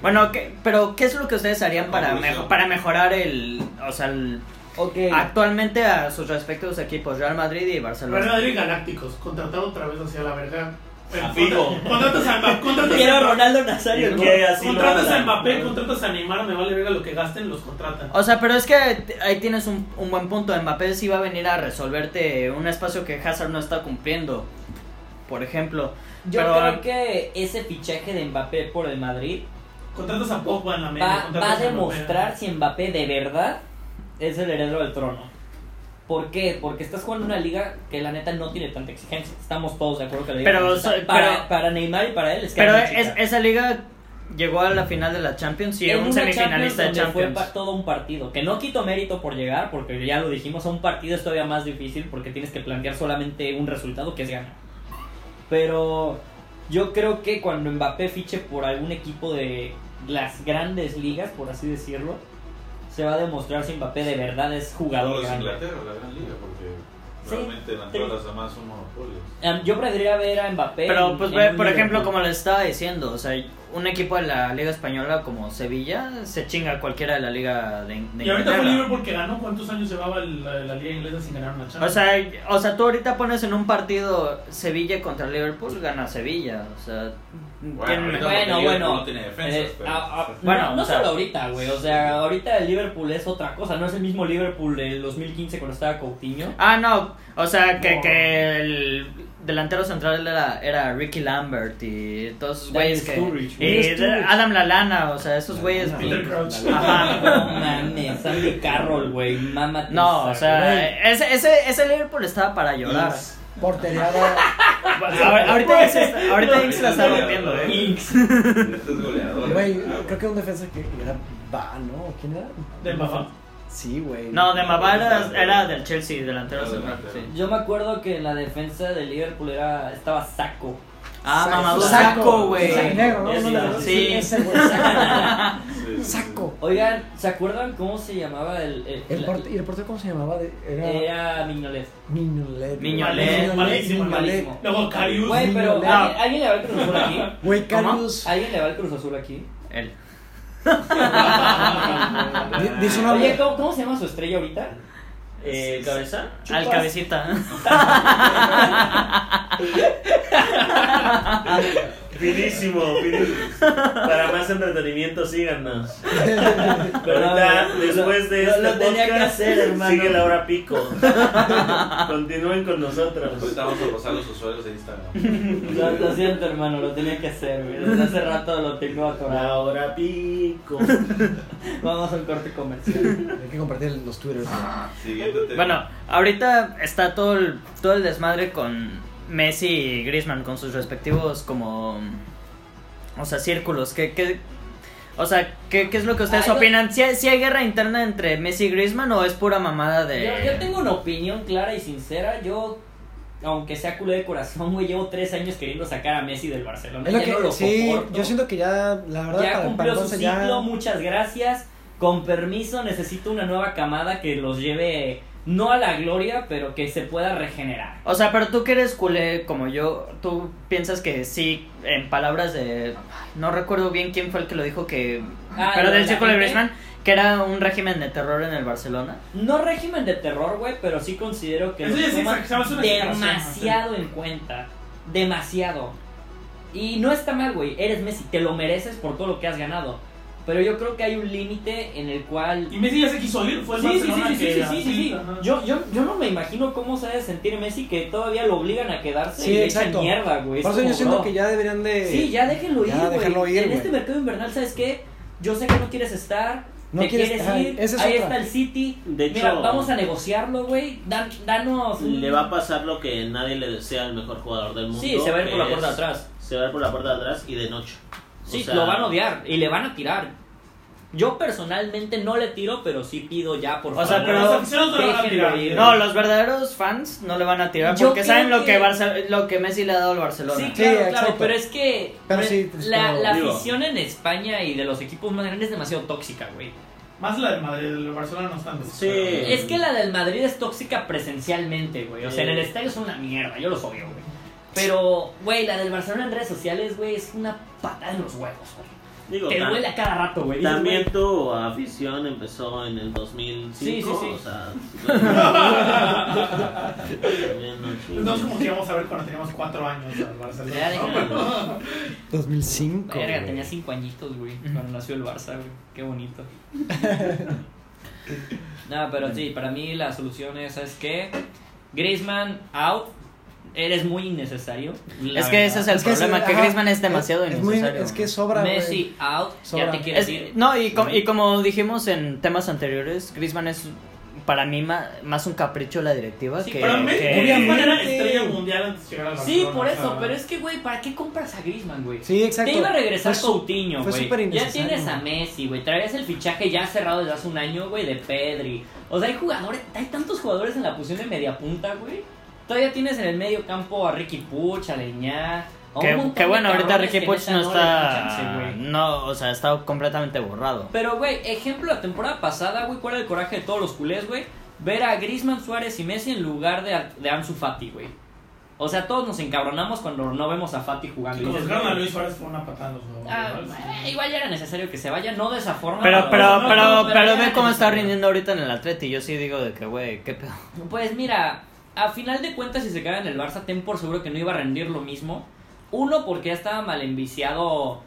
Speaker 1: Bueno, ¿qué- pero ¿qué es lo que ustedes harían para,
Speaker 6: Conclusión.
Speaker 1: mejo- para mejorar el. O sea, el-
Speaker 5: ok.
Speaker 1: Ah, actualmente a sus respectivos equipos, Real Madrid y Barcelona?
Speaker 4: Real Madrid Galácticos, contratado otra vez hacia la verga.
Speaker 2: A Figo.
Speaker 4: Contratas a Mbappé, contratas
Speaker 5: Quiero
Speaker 4: a
Speaker 5: a
Speaker 4: Mbappé.
Speaker 5: Ronaldo Nazario. ¿no?
Speaker 2: Que así lo
Speaker 4: Contratas a
Speaker 2: hablan.
Speaker 4: Mbappé, contratas a Neymar, me vale verga lo que gasten, los contratan.
Speaker 1: O sea, pero es que ahí tienes un, un buen punto. Mbappé sí va a venir a resolverte un espacio que Hazard no está cumpliendo. Por ejemplo.
Speaker 5: Yo
Speaker 1: Pero-
Speaker 5: creo que ese fichaje de Mbappé por el Madrid
Speaker 4: Contratas a Pogba en la media.
Speaker 5: va, va
Speaker 4: contratas
Speaker 5: a demostrar si Mbappé de verdad es el heredero del trono. ¿Por qué? Porque estás jugando una liga que la neta no tiene tanta exigencia. Estamos todos de acuerdo que la liga
Speaker 1: Pero,
Speaker 5: no está-
Speaker 1: o sea,
Speaker 5: para,
Speaker 1: pero-
Speaker 5: para Neymar y para él es que
Speaker 1: Pero
Speaker 5: hay mucha
Speaker 1: es-
Speaker 5: chica.
Speaker 1: esa liga llegó a la final de la Champions y
Speaker 5: En
Speaker 1: era un
Speaker 5: una
Speaker 1: semifinalista de
Speaker 5: Champions donde
Speaker 1: Champions.
Speaker 5: Fue pa- todo un partido. Que no quito mérito por llegar, porque ya lo dijimos, a un partido es todavía más difícil porque tienes que plantear solamente un resultado que es ganar. Pero yo creo que cuando Mbappé fiche por algún equipo de las grandes ligas, por así decirlo, se va a demostrar si Mbappé de verdad es
Speaker 6: Solo
Speaker 5: jugador
Speaker 6: es
Speaker 5: grande.
Speaker 6: Inglaterra, la gran liga, porque
Speaker 5: Sí.
Speaker 6: realmente en
Speaker 5: Sí.
Speaker 6: todas las demás son monopolios.
Speaker 5: Em, Yo preferiría ver a Mbappé.
Speaker 1: Pero,
Speaker 5: en-
Speaker 1: pues,
Speaker 5: en
Speaker 1: ve,
Speaker 5: un
Speaker 1: por ejemplo,
Speaker 5: Liverpool.
Speaker 1: como les estaba diciendo, o sea, un equipo de la Liga Española como Sevilla se chinga a cualquiera de la Liga de, de
Speaker 4: Y ahorita fue
Speaker 1: Inglaterra.
Speaker 4: Liverpool que ganó. ¿Cuántos años llevaba el- la, la liga inglesa sin ganar una
Speaker 1: O
Speaker 4: Champions?
Speaker 1: sea, o sea, tú ahorita pones en un partido Sevilla contra Liverpool, gana Sevilla. O sea, tienen-
Speaker 5: bueno,
Speaker 6: ahorita porque
Speaker 5: bueno.
Speaker 6: Liverpool No tiene defensas,
Speaker 5: Eh,
Speaker 6: pero-
Speaker 5: a- a-
Speaker 1: Bueno,
Speaker 5: no, no
Speaker 1: o sea-
Speaker 5: solo ahorita, güey. O sea, ahorita el Liverpool es otra cosa. No es el mismo Liverpool del 2015 cuando
Speaker 1: (laughs)
Speaker 5: estaba Coutinho.
Speaker 1: Ah, no, o sea, que,
Speaker 5: No.
Speaker 1: que el delantero central era, era Ricky Lambert y todos esos
Speaker 5: Daniel
Speaker 1: güeyes que.
Speaker 5: Sturridge,
Speaker 1: y
Speaker 5: güey.
Speaker 1: de- Adam Lalana, o sea, esos güeyes.
Speaker 4: Peter Crouch.
Speaker 1: Ajá.
Speaker 5: No (laughs) mames, Andy Carroll, güey. Mámate.
Speaker 1: No, o
Speaker 5: esa, güey.
Speaker 1: sea, eh. ese, ese, ese Liverpool estaba para llorar.
Speaker 3: Portereada.
Speaker 4: Ah,
Speaker 1: Ahora- ahorita Ix está- ahorita Ix Este la está rompiendo, eh.
Speaker 6: Inks. Este es goleador.
Speaker 3: Güey, creo que un defensa que era Ba, ¿no? ¿Quién era?
Speaker 4: De Mbappé.
Speaker 3: Sí, güey.
Speaker 1: No, de Mabá era, era del Chelsea, delantero
Speaker 6: Era
Speaker 1: central.
Speaker 6: delantero.
Speaker 1: sí.
Speaker 5: Yo me acuerdo que en la defensa del Liverpool era, estaba saco.
Speaker 1: Ah, mamá,
Speaker 3: Saco,
Speaker 1: saco, güey.
Speaker 3: Saco negro, ¿no?
Speaker 2: Sí,
Speaker 3: No, no, no,
Speaker 1: sí.
Speaker 3: ese, güey, saco.
Speaker 1: (laughs)
Speaker 6: Sí, sí, sí.
Speaker 3: Saco.
Speaker 5: Oigan, ¿se acuerdan cómo se llamaba el. el,
Speaker 3: El
Speaker 5: la-
Speaker 3: porte- ¿Y el portero cómo se llamaba? De-
Speaker 1: Eh,
Speaker 3: Era
Speaker 5: Era Mignolet.
Speaker 3: Mignolet.
Speaker 1: Mignolet,
Speaker 4: malísimo,
Speaker 5: malísimo.
Speaker 4: Luego Carius.
Speaker 5: Güey, pero
Speaker 3: Mignolet.
Speaker 5: ¿alguien, alguien le va al Cruz Azul aquí?
Speaker 3: Güey,
Speaker 1: ¿Cómo?
Speaker 3: Carius.
Speaker 5: ¿Alguien le va al Cruz Azul aquí?
Speaker 1: Él.
Speaker 4: ah,
Speaker 3: Di- Dice una
Speaker 5: ah, Oye, ¿cómo, cómo se llama su estrella ahorita?
Speaker 2: Eh, ¿Cabeza?
Speaker 1: Al cabecita. ¿eh?
Speaker 2: Finísimo, finísimo. Para más entretenimiento, síganos. Pero ahorita, después de
Speaker 5: Ah, lo-
Speaker 2: este
Speaker 5: lo tenía que
Speaker 2: podcast,
Speaker 5: hacer, hermano.
Speaker 2: sigue la hora pico.
Speaker 5: (laughs)
Speaker 2: Continúen con nosotros.
Speaker 6: Ahorita vamos a rozar los usuarios de Instagram.
Speaker 5: Lo, lo siento, hermano, lo tenía que hacer, güey. Desde hace rato lo tengo atorado.
Speaker 2: La hora
Speaker 5: (laughs)
Speaker 2: pico.
Speaker 5: Vamos a un corte comercial.
Speaker 3: (laughs) Hay que compartir los twitters.
Speaker 1: Ah,
Speaker 6: Siguiente tema.
Speaker 1: (laughs) Bueno, ahorita está todo el, todo el desmadre con Messi y Griezmann con sus respectivos como o sea, círculos que, que o sea, ¿qué, qué es lo que ustedes
Speaker 5: Ay, yo-
Speaker 1: opinan? ¿Si, hay- si hay guerra interna entre Messi y Griezmann o es pura mamada
Speaker 5: Yo,
Speaker 1: de
Speaker 5: yo tengo una opinión clara y sincera. Yo, aunque sea culé de corazón, güey, llevo tres años queriendo sacar a Messi del Barcelona.
Speaker 3: Es lo
Speaker 5: Ya
Speaker 3: que,
Speaker 5: no lo
Speaker 3: sí,
Speaker 5: soporto.
Speaker 3: yo siento que ya, la verdad,
Speaker 5: Ya
Speaker 3: para, para
Speaker 5: cumplió su
Speaker 3: entonces
Speaker 5: ciclo,
Speaker 3: ya...
Speaker 5: muchas gracias. Con permiso, necesito una nueva camada que los lleve, no a la gloria, pero que se pueda regenerar.
Speaker 1: O sea, pero tú que eres culé como yo, tú piensas que sí, en palabras de... ay, No recuerdo bien quién fue el que lo dijo que...
Speaker 5: Ah,
Speaker 1: pero
Speaker 5: lo de
Speaker 1: del
Speaker 5: la
Speaker 1: círculo de
Speaker 5: gente.
Speaker 1: Griezmann, que era un régimen de terror en el Barcelona.
Speaker 5: No régimen de terror, güey, pero sí considero que
Speaker 4: Eso
Speaker 5: lo
Speaker 4: ya es
Speaker 5: toman
Speaker 4: exa- es una exageración,
Speaker 5: demasiado en cuenta. Demasiado. Y no está mal, güey. Eres Messi, te lo mereces por todo lo que has ganado. Pero yo creo que hay un límite en el cual...
Speaker 4: (laughs) Y pues Messi ya se quiso ir, fue el
Speaker 5: Sí, sí,
Speaker 4: Barcelona
Speaker 5: sí, sí,
Speaker 4: que
Speaker 5: sí, sí, sí,
Speaker 4: así,
Speaker 5: sí, sí.
Speaker 4: ajá.
Speaker 5: Yo, yo, yo no me imagino cómo se ha de sentir Messi que todavía lo obligan a quedarse
Speaker 3: Sí,
Speaker 5: y le
Speaker 3: exacto.
Speaker 5: echan mierda, güey. Es
Speaker 3: Por eso yo
Speaker 5: como,
Speaker 3: siento
Speaker 5: bro.
Speaker 3: que ya deberían de.
Speaker 5: Sí, ya déjenlo ir,
Speaker 3: ya
Speaker 5: güey.
Speaker 3: déjenlo ir,
Speaker 5: En
Speaker 3: güey.
Speaker 5: este mercado invernal, ¿sabes qué? Yo sé que no quieres estar,
Speaker 3: No
Speaker 5: te
Speaker 3: quieres-
Speaker 5: quieres,
Speaker 3: ajá,
Speaker 5: ir,
Speaker 3: esa es
Speaker 5: ahí
Speaker 3: otra.
Speaker 5: está el City.
Speaker 2: De hecho-
Speaker 5: Mira, vamos a negociarlo, güey. Dan- danos... un-
Speaker 2: Le va a pasar lo que nadie le desea al mejor jugador del mundo.
Speaker 5: Sí, se va a ir
Speaker 2: que
Speaker 5: por la puerta de
Speaker 2: es-
Speaker 5: atrás.
Speaker 2: Se va a ir por la puerta de atrás y de noche. O
Speaker 5: Sí,
Speaker 2: sea,
Speaker 5: lo van a odiar y le van a tirar. Yo personalmente no le tiro, pero sí pido ya, por
Speaker 1: O
Speaker 5: favor.
Speaker 1: sea, pero-
Speaker 4: Los aficionados no lo van a
Speaker 5: déjenlo
Speaker 4: tirar.
Speaker 5: ir.
Speaker 1: No, los verdaderos fans no le van a tirar
Speaker 5: Yo
Speaker 1: porque
Speaker 5: creo
Speaker 1: saben lo que,
Speaker 5: que-
Speaker 1: Barce- lo que Messi le ha dado al Barcelona.
Speaker 5: Sí,
Speaker 3: Sí,
Speaker 5: claro, claro,
Speaker 3: exacto.
Speaker 5: pero es que
Speaker 3: Pero
Speaker 5: re-
Speaker 3: sí, pues,
Speaker 5: la,
Speaker 3: pero-
Speaker 5: la
Speaker 2: Digo-
Speaker 5: afición en España y de los equipos más grandes es demasiado tóxica, güey.
Speaker 4: Más la de Madrid, el Barcelona no están
Speaker 2: Sí.
Speaker 4: desesperados.
Speaker 5: Es que la del Madrid es tóxica presencialmente, güey. O sea, en el
Speaker 2: Sí.
Speaker 5: estadio es una mierda, yo los odio, güey. Pero, güey, la del Barcelona en redes sociales, güey, es una patada en los huevos, güey.
Speaker 2: Digo,
Speaker 5: Te
Speaker 2: tam-
Speaker 5: duele a cada rato, güey. Dices,
Speaker 2: También
Speaker 5: güey,
Speaker 2: tu afición empezó en el 2005.
Speaker 5: Sí, sí, sí.
Speaker 2: O sea, también no chingues.
Speaker 5: (laughs)
Speaker 4: No es como que íbamos a ver cuando teníamos cuatro años al Barcelona.
Speaker 5: Ya, déjalo.
Speaker 4: ¿no?
Speaker 3: 2005.
Speaker 5: Verga,
Speaker 3: güey.
Speaker 5: tenía cinco añitos, güey, cuando nació el Barça, güey. Qué bonito. no, pero sí, para mí la solución es, ¿sabes qué? Griezmann, out. Eres muy innecesario. la
Speaker 1: es que ese
Speaker 5: verdad.
Speaker 1: es el
Speaker 3: Es que
Speaker 1: problema,
Speaker 3: ese-
Speaker 1: que
Speaker 3: ajá,
Speaker 1: Griezmann es demasiado
Speaker 3: es, muy-
Speaker 1: innecesario.
Speaker 3: es que sobra. güey.
Speaker 5: Messi, out. Ya
Speaker 3: Sobra.
Speaker 5: te quieres
Speaker 1: Es-
Speaker 5: ir.
Speaker 1: no, y, com- y como dijimos en temas anteriores, Griezmann es para mí ma- más un capricho de la directiva
Speaker 5: Sí,
Speaker 1: que...
Speaker 4: Pero
Speaker 5: Eh,
Speaker 4: Messi
Speaker 1: que-
Speaker 4: Griezmann era
Speaker 3: obviamente.
Speaker 4: estrella mundial antes de llegar al Barcelona.
Speaker 5: Sí, por
Speaker 4: o
Speaker 5: eso,
Speaker 4: sea,
Speaker 5: pero es que, güey, ¿para qué compras a Griezmann, güey?
Speaker 3: Sí, exacto.
Speaker 5: Te iba a regresar
Speaker 3: Fue su-
Speaker 5: Coutinho,
Speaker 3: fue súper
Speaker 5: güey. Ya
Speaker 3: innecesario.
Speaker 5: tienes a Messi, güey. Traías el fichaje ya cerrado desde hace un año, güey, de Pedri. O sea, hay jugadores, hay tantos jugadores en la posición de media punta, güey. Todavía tienes en el medio campo a Ricky Puch, a Leñá. a un
Speaker 1: que-
Speaker 5: montón
Speaker 1: que
Speaker 5: de
Speaker 1: bueno, ahorita
Speaker 5: cabrones
Speaker 1: Ricky
Speaker 5: que
Speaker 1: Puig
Speaker 5: neta
Speaker 1: no
Speaker 5: le dan
Speaker 1: está...
Speaker 5: chance, güey.
Speaker 1: no, o sea, está completamente borrado.
Speaker 5: Pero, güey, ejemplo, la temporada pasada, güey, ¿cuál era el coraje de todos los culés, güey? Ver a Grisman, Suárez y Messi en lugar de, de Ansu Fati, güey. O sea, todos nos encabronamos cuando no vemos a Fati jugando.
Speaker 4: Sí,
Speaker 5: Y
Speaker 4: Como
Speaker 5: dices,
Speaker 4: dejaron a
Speaker 5: güey,
Speaker 4: Luis Suárez fue una patada en los huevos.
Speaker 5: ah,
Speaker 4: ¿no?
Speaker 5: eh, igual ya era necesario que se vaya, no de esa forma.
Speaker 1: Pero,
Speaker 4: no,
Speaker 1: pero,
Speaker 4: no,
Speaker 1: pero,
Speaker 5: ya
Speaker 1: pero
Speaker 5: era
Speaker 1: ve cómo está
Speaker 5: necesario.
Speaker 1: rindiendo ahorita en el Atleti. Yo sí digo de que, güey, qué pedo.
Speaker 5: Pues mira, a final de cuentas, si se queda en el Barça, ten por seguro que no iba a rendir lo mismo. Uno, porque ya estaba mal enviciado.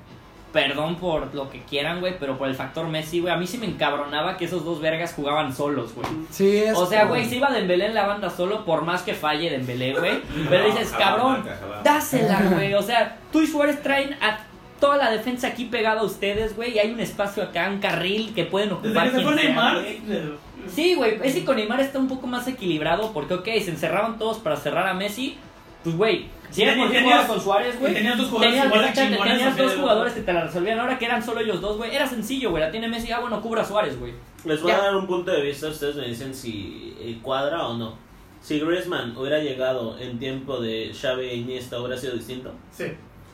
Speaker 5: Perdón por lo que quieran, güey, pero por el factor Messi, güey. A mí sí me encabronaba que esos dos vergas jugaban solos, güey.
Speaker 3: Sí, es
Speaker 5: O sea,
Speaker 3: como-
Speaker 5: güey, si iba Dembélé en la banda solo, por más que falle Dembélé, güey. Pero
Speaker 6: No,
Speaker 5: dices,
Speaker 6: Ah, ojalá
Speaker 5: cabrón,
Speaker 6: marca, ojalá".
Speaker 5: dásela, güey. O sea, tú y Suárez traen a toda la defensa aquí pegada a ustedes, güey. Y hay un espacio acá, un carril que pueden
Speaker 4: Desde
Speaker 5: ocupar.
Speaker 4: que se fue
Speaker 5: quien sea,
Speaker 4: Neymar.
Speaker 5: güey.
Speaker 4: eh,
Speaker 5: Sí, güey, ese con Neymar está un poco más equilibrado porque, ok, se encerraban todos para cerrar a Messi. Pues, güey, si era
Speaker 4: Tenías-
Speaker 5: porque jugabas con Suárez, güey.
Speaker 4: tenías dos jugadores
Speaker 5: tenías-
Speaker 4: igual de
Speaker 5: exactamente,
Speaker 4: chingones,
Speaker 5: tenías
Speaker 4: o sea,
Speaker 5: dos
Speaker 4: de-
Speaker 5: jugadores que te la resolvían. Ahora que eran solo ellos dos, güey. Era sencillo, güey. La tiene Messi. Ah, bueno, cubra a Suárez, güey.
Speaker 2: Les voy a
Speaker 5: Ya.
Speaker 2: dar un punto de vista, ustedes me dicen si eh, cuadra o no. Si Griezmann hubiera llegado en tiempo de Xavi e Iniesta, hubiera sido distinto.
Speaker 4: Sí,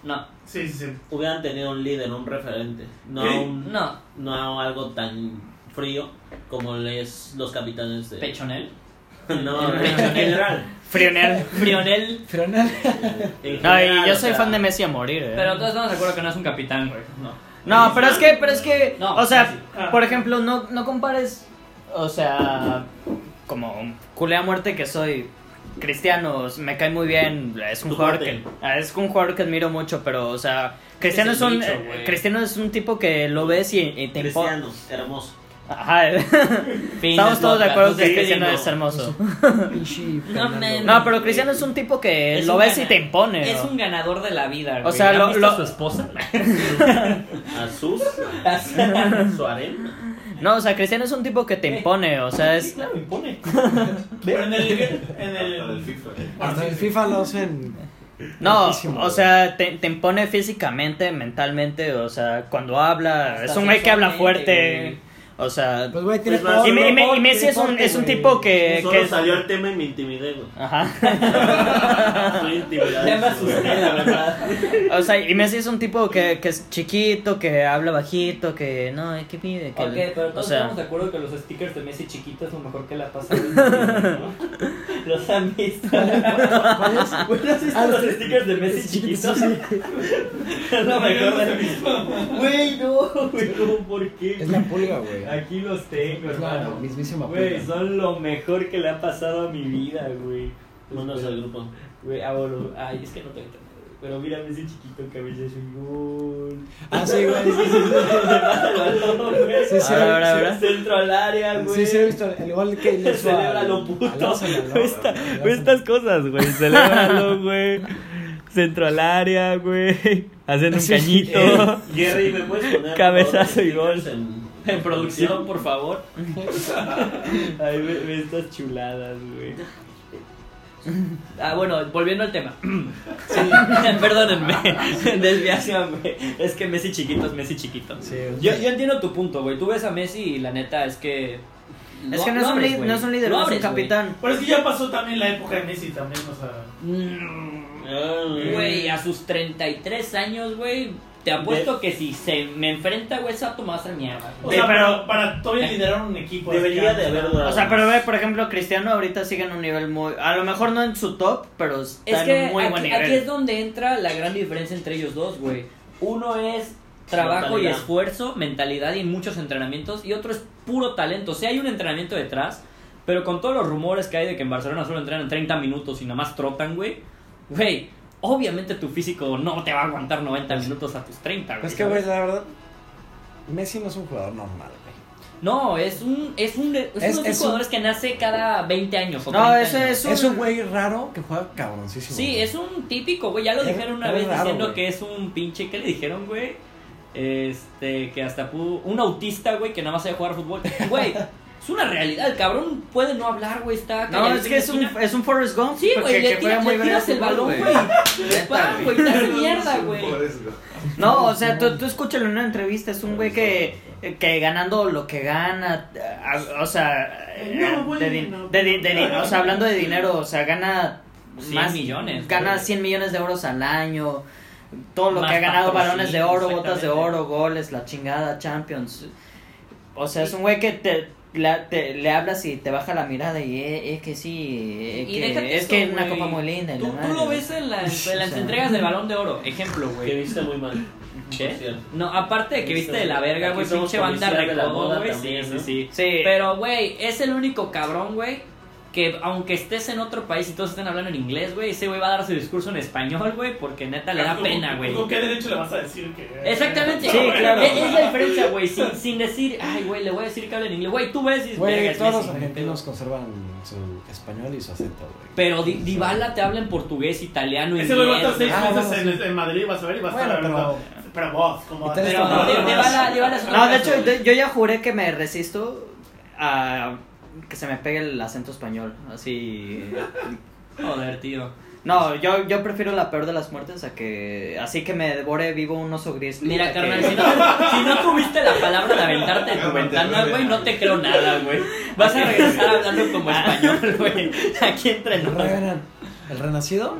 Speaker 5: No,
Speaker 4: sí, sí, sí.
Speaker 2: Hubieran tenido un líder, un referente, no,
Speaker 4: ¿Eh?
Speaker 2: un- no.
Speaker 5: no.
Speaker 2: algo tan frío como les los capitanes de...
Speaker 5: Pechonel.
Speaker 2: (laughs) No, en
Speaker 5: Pechonel.
Speaker 2: general.
Speaker 1: Frionel.
Speaker 5: Lionel.
Speaker 3: Pero no-
Speaker 2: En
Speaker 1: No,
Speaker 2: general,
Speaker 1: y yo
Speaker 2: o
Speaker 1: soy
Speaker 2: sea,
Speaker 1: fan de Messi a morir, eh.
Speaker 5: Pero todos estamos de acuerdo que no es un capitán, güey. No.
Speaker 1: No, pero es que, pero es que,
Speaker 5: No,
Speaker 1: o sea,
Speaker 5: sí,
Speaker 4: sí.
Speaker 1: por ejemplo, no, no compares, o sea, como culé a muerte que soy, Cristiano me cae muy bien, es un
Speaker 2: Tu
Speaker 1: jugador
Speaker 2: cuate.
Speaker 1: que, ah, es un jugador que admiro mucho, pero, o sea, Cristiano
Speaker 5: Es
Speaker 1: es,
Speaker 5: el
Speaker 1: un,
Speaker 5: bicho,
Speaker 1: eh,
Speaker 5: güey.
Speaker 1: Cristiano es un tipo que lo ves y, y te impone.
Speaker 2: Cristiano, hermoso.
Speaker 1: Ajá,
Speaker 5: (laughs)
Speaker 1: (laughs)
Speaker 5: Fin
Speaker 1: estamos
Speaker 5: del
Speaker 1: todos de
Speaker 5: podcast.
Speaker 1: acuerdo
Speaker 5: No sé
Speaker 1: que
Speaker 5: qué
Speaker 1: Cristiano
Speaker 5: digo.
Speaker 1: es
Speaker 5: (laughs)
Speaker 1: hermoso.
Speaker 3: Pinche
Speaker 5: No,
Speaker 3: Fernando.
Speaker 1: No, pero Cristiano es un tipo que
Speaker 5: Es
Speaker 1: lo
Speaker 5: un
Speaker 1: ves y
Speaker 5: gana-
Speaker 1: te impone.
Speaker 5: Es
Speaker 1: ¿no?
Speaker 5: un ganador de la vida, güey.
Speaker 1: O sea,
Speaker 5: ¿Han
Speaker 1: lo-
Speaker 5: visto
Speaker 1: lo-
Speaker 5: a su esposa?
Speaker 2: A sus, (laughs) su harem.
Speaker 1: No, o sea, Cristiano es un tipo que
Speaker 5: Eh.
Speaker 1: te impone, o sea, es...
Speaker 5: claro, impone.
Speaker 4: Pero en el. En
Speaker 6: Hasta del
Speaker 4: el
Speaker 6: FIFA.
Speaker 4: bueno,
Speaker 3: Hasta
Speaker 4: sí,
Speaker 3: el
Speaker 4: sí.
Speaker 3: FIFA lo hacen.
Speaker 1: No,
Speaker 3: Guapísimo,
Speaker 1: o
Speaker 3: güey.
Speaker 1: sea, te, te impone físicamente, mentalmente, o sea, cuando habla,
Speaker 5: Hasta
Speaker 1: es un güey que habla fuerte,
Speaker 5: sexualmente,
Speaker 1: o sea...
Speaker 3: Pues, güey, tiene
Speaker 2: Pues,
Speaker 3: todo,
Speaker 1: y, me- y me- y
Speaker 3: tiene
Speaker 1: Messi es un,
Speaker 3: porte,
Speaker 1: es un
Speaker 3: güey.
Speaker 1: tipo que...
Speaker 2: Solo
Speaker 1: Eh, que es-
Speaker 2: salió el tema y me intimidé, güey.
Speaker 1: Ajá. (laughs)
Speaker 2: Estoy intimidado.
Speaker 5: Ya me asusté,
Speaker 4: (laughs)
Speaker 5: la verdad.
Speaker 1: O sea, y Messi es un tipo que, que es chiquito, que habla bajito, que... No, ¿eh? ¿qué pide? Que
Speaker 5: Ok, pero
Speaker 1: o
Speaker 5: todos
Speaker 1: sea,
Speaker 5: estamos de acuerdo que los stickers de Messi chiquito es lo mejor que le ha pasado. al
Speaker 3: (laughs)
Speaker 5: mundo, ¿no? (laughs) los han visto. Güey, ¿no has visto
Speaker 3: Ah,
Speaker 5: los
Speaker 3: los-
Speaker 5: stickers de Messi chiquito? (laughs) es lo mejor de (laughs) Güey, no, güey, no, ¿por
Speaker 3: Es
Speaker 5: qué?
Speaker 3: la pulga, güey.
Speaker 5: Aquí los tengo,
Speaker 3: Es la
Speaker 5: hermano.
Speaker 3: mismísima
Speaker 5: Güey,
Speaker 3: pulga.
Speaker 5: son lo mejor que le ha pasado a mi vida, güey. Este,
Speaker 2: Vámonos al grupo.
Speaker 5: Güey, abuelo. Ay, es que no tengo internet, güey.
Speaker 8: Pero mira, ese chiquito cabello es un
Speaker 3: Ah, sí, güey.
Speaker 5: (laughs)
Speaker 3: Sí, sí,
Speaker 8: gol. Le pasa el balón, güey.
Speaker 3: Sí, sí,
Speaker 1: Ahora, ahora, ahora.
Speaker 8: Centro al área,
Speaker 3: sí,
Speaker 8: güey.
Speaker 3: sí, sí, he visto. El gol
Speaker 5: (laughs)
Speaker 3: que le hizo
Speaker 8: Celebra
Speaker 3: al-
Speaker 8: lo puto.
Speaker 3: al Arsenal, ¿no?
Speaker 1: Esta-
Speaker 3: Al
Speaker 1: güey,
Speaker 3: Arsenal.
Speaker 1: estas cosas, güey. Celébralo, güey. Centro al área, güey. Haciendo un
Speaker 3: Sí.
Speaker 1: cañito. (laughs)
Speaker 2: Eh, Jerry, ¿me puedes poner
Speaker 1: Cabezazo y
Speaker 2: todos los
Speaker 1: gol.
Speaker 2: en-
Speaker 8: En producción, por favor. Ay, ve, ve estas chuladas, güey. Ah, bueno, volviendo al tema.
Speaker 5: (laughs)
Speaker 8: Perdónenme, desviación, güey. Es que Messi chiquito es Messi chiquito.
Speaker 3: Sí,
Speaker 5: Yo, yo entiendo tu punto, güey. Tú ves a Messi y la neta es que.
Speaker 1: Es que no es un
Speaker 5: abres,
Speaker 1: li-
Speaker 5: güey.
Speaker 1: no es un líder, no es un
Speaker 5: abres, güey.
Speaker 1: capitán.
Speaker 4: Pero es que ya pasó también la época de Messi también, o sea.
Speaker 5: Mm,
Speaker 2: Ah,
Speaker 5: Güey, a sus 33 años, güey. Te apuesto que si se me enfrenta, güey, Sato me va a hacer mierda.
Speaker 4: O
Speaker 2: De-
Speaker 4: sea, pero para todavía liderar un equipo.
Speaker 2: Debería
Speaker 4: así,
Speaker 2: de haber durado.
Speaker 1: O sea, pero ve, por ejemplo, Cristiano ahorita sigue en un nivel muy. A lo mejor no en su top, pero está
Speaker 5: Es que
Speaker 1: en un muy
Speaker 5: aquí,
Speaker 1: buen
Speaker 5: aquí es
Speaker 1: nivel.
Speaker 5: donde entra la gran diferencia entre ellos dos, güey. Uno es trabajo y
Speaker 2: Mentalidad.
Speaker 5: esfuerzo, mentalidad y muchos entrenamientos, y otro es puro talento. O sea, hay un entrenamiento detrás, pero con todos los rumores que hay de que en Barcelona solo entrenan 30 minutos y nada más trotan, güey. Güey, obviamente tu físico no te va a aguantar 90 minutos a tus 30, güey.
Speaker 3: Es que,
Speaker 5: ¿sabes?
Speaker 3: güey, la verdad, Messi no es un jugador normal, güey.
Speaker 5: No, es un es un es, uno de
Speaker 3: Es-
Speaker 5: esos
Speaker 3: es un-
Speaker 5: jugadores que nace cada 20 años o
Speaker 1: No,
Speaker 5: 30
Speaker 1: ese
Speaker 5: años.
Speaker 1: es un.
Speaker 3: Es un güey raro que juega cabroncísimo.
Speaker 5: Sí,
Speaker 3: güey.
Speaker 5: es un típico, güey. Ya lo
Speaker 3: Es-
Speaker 5: dijeron una
Speaker 3: es
Speaker 5: vez
Speaker 3: raro,
Speaker 5: diciendo
Speaker 3: güey.
Speaker 5: que es un pinche. ¿Qué le dijeron, güey? Este, que hasta pudo. Un autista, güey, que nada más sabe jugar fútbol.
Speaker 1: (laughs)
Speaker 5: Güey, es una realidad. El cabrón puede no hablar, güey. Está.
Speaker 1: No,
Speaker 5: calladito
Speaker 1: es
Speaker 5: en
Speaker 1: que
Speaker 5: la
Speaker 1: es un,
Speaker 5: esquina.
Speaker 1: es un Forrest Gump.
Speaker 5: Sí,
Speaker 1: porque-
Speaker 5: güey, le,
Speaker 1: que
Speaker 5: tira-
Speaker 1: juega muy
Speaker 5: le
Speaker 1: bien al
Speaker 5: tiras el
Speaker 1: fútbol,
Speaker 5: balón, güey. Pa, Ah, güey, te hace mierda, güey.
Speaker 6: (laughs) Por eso.
Speaker 1: No, o sea, tú, tú escúchalo en una entrevista. Es un güey que, que ganando lo que gana. a- a- o sea, eh,
Speaker 4: No, güey,
Speaker 1: de din-
Speaker 4: no.
Speaker 1: de din- de din- o sea, hablando de dinero, o sea, gana
Speaker 5: 100 millones,
Speaker 1: Gana
Speaker 5: güey.
Speaker 1: 100 millones de euros al año. Todo lo
Speaker 5: Más
Speaker 1: que ha ganado, balones
Speaker 5: patrocinios,
Speaker 1: de oro, botas de
Speaker 5: exactamente.
Speaker 1: oro, goles, la chingada, Champions. O sea, es un güey que te, la- te- le hablas y te baja la mirada y eh, es, que sí, eh,
Speaker 5: Y
Speaker 1: que-
Speaker 5: déjate
Speaker 1: es
Speaker 5: eso,
Speaker 1: que es una
Speaker 5: güey.
Speaker 1: copa muy linda. y
Speaker 5: Tú,
Speaker 1: la
Speaker 5: tú
Speaker 1: madre,
Speaker 5: lo
Speaker 1: ¿no?
Speaker 5: ves en las, en las
Speaker 1: O sea.
Speaker 5: entregas del balón de oro. Ejemplo,
Speaker 2: Que
Speaker 5: güey.
Speaker 2: viste muy mal.
Speaker 5: ¿Qué?
Speaker 2: Por cierto.
Speaker 5: No, aparte de que viste de la verga,
Speaker 2: Aquí
Speaker 5: güey,
Speaker 2: somos
Speaker 5: pinche banda
Speaker 2: policías de la
Speaker 5: recodo,
Speaker 2: moda
Speaker 5: güey. Sí,
Speaker 2: también,
Speaker 5: sí,
Speaker 2: ¿no?
Speaker 5: sí.
Speaker 1: Sí.
Speaker 5: Pero, güey, es el único cabrón, güey, que aunque estés en otro país y todos estén hablando en inglés, güey, ese güey va a dar su discurso en español, güey, porque neta le da
Speaker 4: ¿Con-
Speaker 5: pena,
Speaker 4: con-
Speaker 5: güey.
Speaker 4: ¿Con qué derecho le vas a decir que.? eh,
Speaker 5: Exactamente,
Speaker 1: Sí, claro.
Speaker 5: es, es la diferencia, güey, sin, sin decir, ay, güey, le voy a decir que hable en inglés, güey, tú ves y dices, "Verga,
Speaker 3: Güey,
Speaker 5: es
Speaker 3: todos los
Speaker 5: Messi, güey,
Speaker 3: argentinos conservan su español y su acento, güey.
Speaker 5: Pero Di- Dybala te habla en portugués, italiano,
Speaker 4: Ese güey va a
Speaker 5: inglés,
Speaker 4: estar seis
Speaker 3: Ah,
Speaker 4: meses en,
Speaker 3: vamos.
Speaker 4: en Madrid, vas a ver, y vas a
Speaker 3: Bueno,
Speaker 4: estar hablando. Pero, vos, como.
Speaker 3: Entonces,
Speaker 5: Pero
Speaker 3: No,
Speaker 5: de-
Speaker 3: no,
Speaker 5: Dybala, Dybala es otro
Speaker 1: No, de
Speaker 5: caso,
Speaker 1: hecho,
Speaker 5: güey.
Speaker 1: de- yo ya juré que me resisto a que se me pegue el acento español. Así.
Speaker 5: Joder, tío.
Speaker 1: No, yo, yo prefiero la peor de las muertes a que. Así que me devore vivo un oso gris.
Speaker 5: Mira,
Speaker 1: a
Speaker 5: carnal,
Speaker 1: que-
Speaker 5: si no, si no tuviste la palabra de aventarte de tu
Speaker 6: Cálmate,
Speaker 5: ventana,
Speaker 6: güey.
Speaker 5: güey, no te creo nada, güey. Vas a regresar hablando como español, (laughs) güey. Aquí entre
Speaker 3: El
Speaker 5: nosotros.
Speaker 3: Renan- el renacido,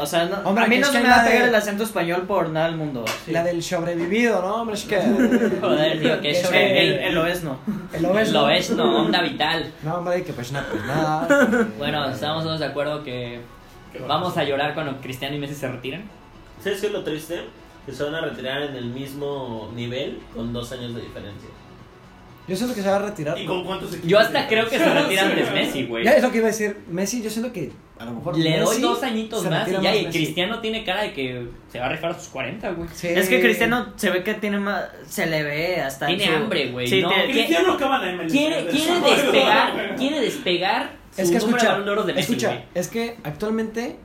Speaker 1: O sea, no-
Speaker 3: Hombre,
Speaker 1: a mí
Speaker 3: que
Speaker 1: no
Speaker 3: es
Speaker 1: se
Speaker 3: que
Speaker 1: me va a
Speaker 3: la de-
Speaker 1: pegar el acento español por nada del mundo.
Speaker 3: la del sobrevivido, ¿no? Hombre, es que.
Speaker 5: (laughs) Joder, tío,
Speaker 3: (laughs)
Speaker 5: que
Speaker 3: Es
Speaker 1: El,
Speaker 5: sobre-
Speaker 1: Eh, el, el obesno.
Speaker 3: El obes.
Speaker 5: Lo es, no, onda vital.
Speaker 3: No, hombre, que pues nada, pues nada.
Speaker 5: (laughs) Bueno, estamos todos de acuerdo que vamos a llorar cuando Cristiano y Messi se retiren.
Speaker 2: ¿Sabes qué es lo triste? Que se van a retirar en el mismo nivel con dos años de diferencia.
Speaker 3: Yo siento que se va a retirar.
Speaker 4: ¿Y con cuántos equipos?
Speaker 5: Yo hasta creo
Speaker 4: (laughs)
Speaker 5: que se retira antes Messi, güey.
Speaker 3: Ya es lo que iba a decir. Messi, yo siento que a lo mejor.
Speaker 5: Le doy
Speaker 3: Messi
Speaker 5: dos añitos
Speaker 3: se
Speaker 5: más y
Speaker 3: retira
Speaker 5: ya, y
Speaker 3: Messi.
Speaker 5: Cristiano tiene cara de que se va a rifar a sus 40, güey.
Speaker 3: Sí.
Speaker 1: Es que Cristiano se ve que tiene más. Se le ve hasta. en
Speaker 5: eh, Tiene
Speaker 1: su-
Speaker 5: hambre, güey,
Speaker 1: Sí,
Speaker 5: no,
Speaker 1: tiene-
Speaker 5: ¿qué?
Speaker 4: Cristiano acaba la MLS.
Speaker 5: Quiere, quiere despegar, quiere despegar su
Speaker 3: Es que
Speaker 5: número de
Speaker 3: escucha.
Speaker 5: balón de oro de Messi,
Speaker 3: escucha,
Speaker 5: güey.
Speaker 3: es que actualmente.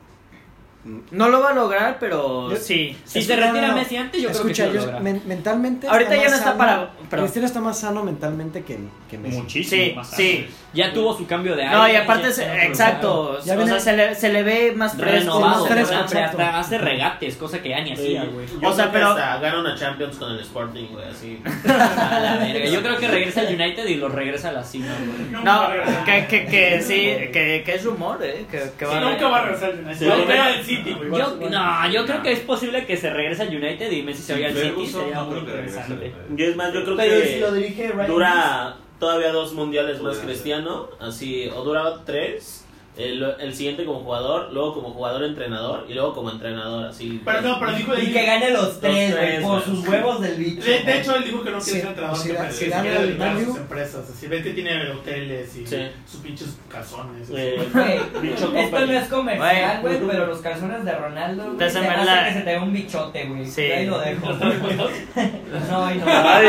Speaker 1: no lo va a lograr, pero
Speaker 3: Yo-
Speaker 1: sí.
Speaker 5: Si
Speaker 3: es
Speaker 5: se
Speaker 3: que no,
Speaker 5: retira
Speaker 3: no, no.
Speaker 5: Messi antes, yo
Speaker 3: escucha,
Speaker 5: creo que sí lo logra.
Speaker 3: yo, men- mentalmente.
Speaker 1: Ahorita ya
Speaker 3: más
Speaker 1: no está
Speaker 3: sano-
Speaker 1: para- perdón.
Speaker 3: Cristiano está más sano mentalmente que, que Messi.
Speaker 1: Sí, sí.
Speaker 5: Ya tuvo su cambio de aire.
Speaker 1: No, y aparte,
Speaker 5: ya
Speaker 1: se-
Speaker 5: está en otro lugar.
Speaker 1: exacto.
Speaker 3: Ya
Speaker 1: o sea,
Speaker 3: viene-
Speaker 1: se le, se le ve más fresco.
Speaker 5: Renovado,
Speaker 1: más
Speaker 3: fresco,
Speaker 5: ¿verdad? Pero
Speaker 3: exacto.
Speaker 5: hasta hace regates, cosa que ya ni
Speaker 2: Sí,
Speaker 5: hacía, güey.
Speaker 2: Yo
Speaker 1: O sea,
Speaker 2: creo que
Speaker 1: pero-
Speaker 2: hasta gana una Champions con el Sporting, güey, así.
Speaker 5: A la verga. Yo creo que regresa al United y lo regresa a la cima, güey.
Speaker 1: No, que, que, que sí, que, que es rumor, ¿eh? Que, que va a-
Speaker 4: nunca va a regresar al United.
Speaker 2: Sí.
Speaker 4: Lo veo al City, güey.
Speaker 5: Yo, no, yo creo que es posible que se regrese al United y Messi se vaya al City. Sería muy interesante.
Speaker 2: Yo es más, yo creo
Speaker 8: Pero si lo
Speaker 2: que
Speaker 8: dirige Ryan
Speaker 2: dura todavía dos mundiales más
Speaker 6: Podría ser.
Speaker 2: cristiano, así, o dura tres. El, el siguiente como jugador, luego como jugador-entrenador y luego como entrenador, así.
Speaker 4: Pero no, pero dijo
Speaker 5: Y que gane los tres, güey,
Speaker 2: tres,
Speaker 5: por
Speaker 2: güey.
Speaker 5: sus huevos del bicho.
Speaker 4: De, de hecho, él dijo que no quiere
Speaker 3: Sí,
Speaker 4: ser entrenador.
Speaker 3: sí,
Speaker 4: que
Speaker 3: da-
Speaker 4: pre-
Speaker 3: sí,
Speaker 4: que
Speaker 3: da-
Speaker 4: quiere
Speaker 3: da-
Speaker 4: dedicar a
Speaker 3: da-
Speaker 4: sus empresas. Así ve que tiene hoteles y
Speaker 2: Sí.
Speaker 4: sus pinches casones. así.
Speaker 5: (laughs)
Speaker 2: Eh,
Speaker 5: Güey,
Speaker 2: Bicho
Speaker 5: esto
Speaker 2: company.
Speaker 5: no es comercial,
Speaker 1: Güey.
Speaker 5: güey, pero los calzones de Ronaldo, güey,
Speaker 1: Te hacen
Speaker 5: te
Speaker 1: ver
Speaker 5: hacen
Speaker 1: la-
Speaker 5: que se te vea un bichote, güey.
Speaker 1: Sí.
Speaker 5: Ahí lo dejo. no, hoy no.
Speaker 1: Ay.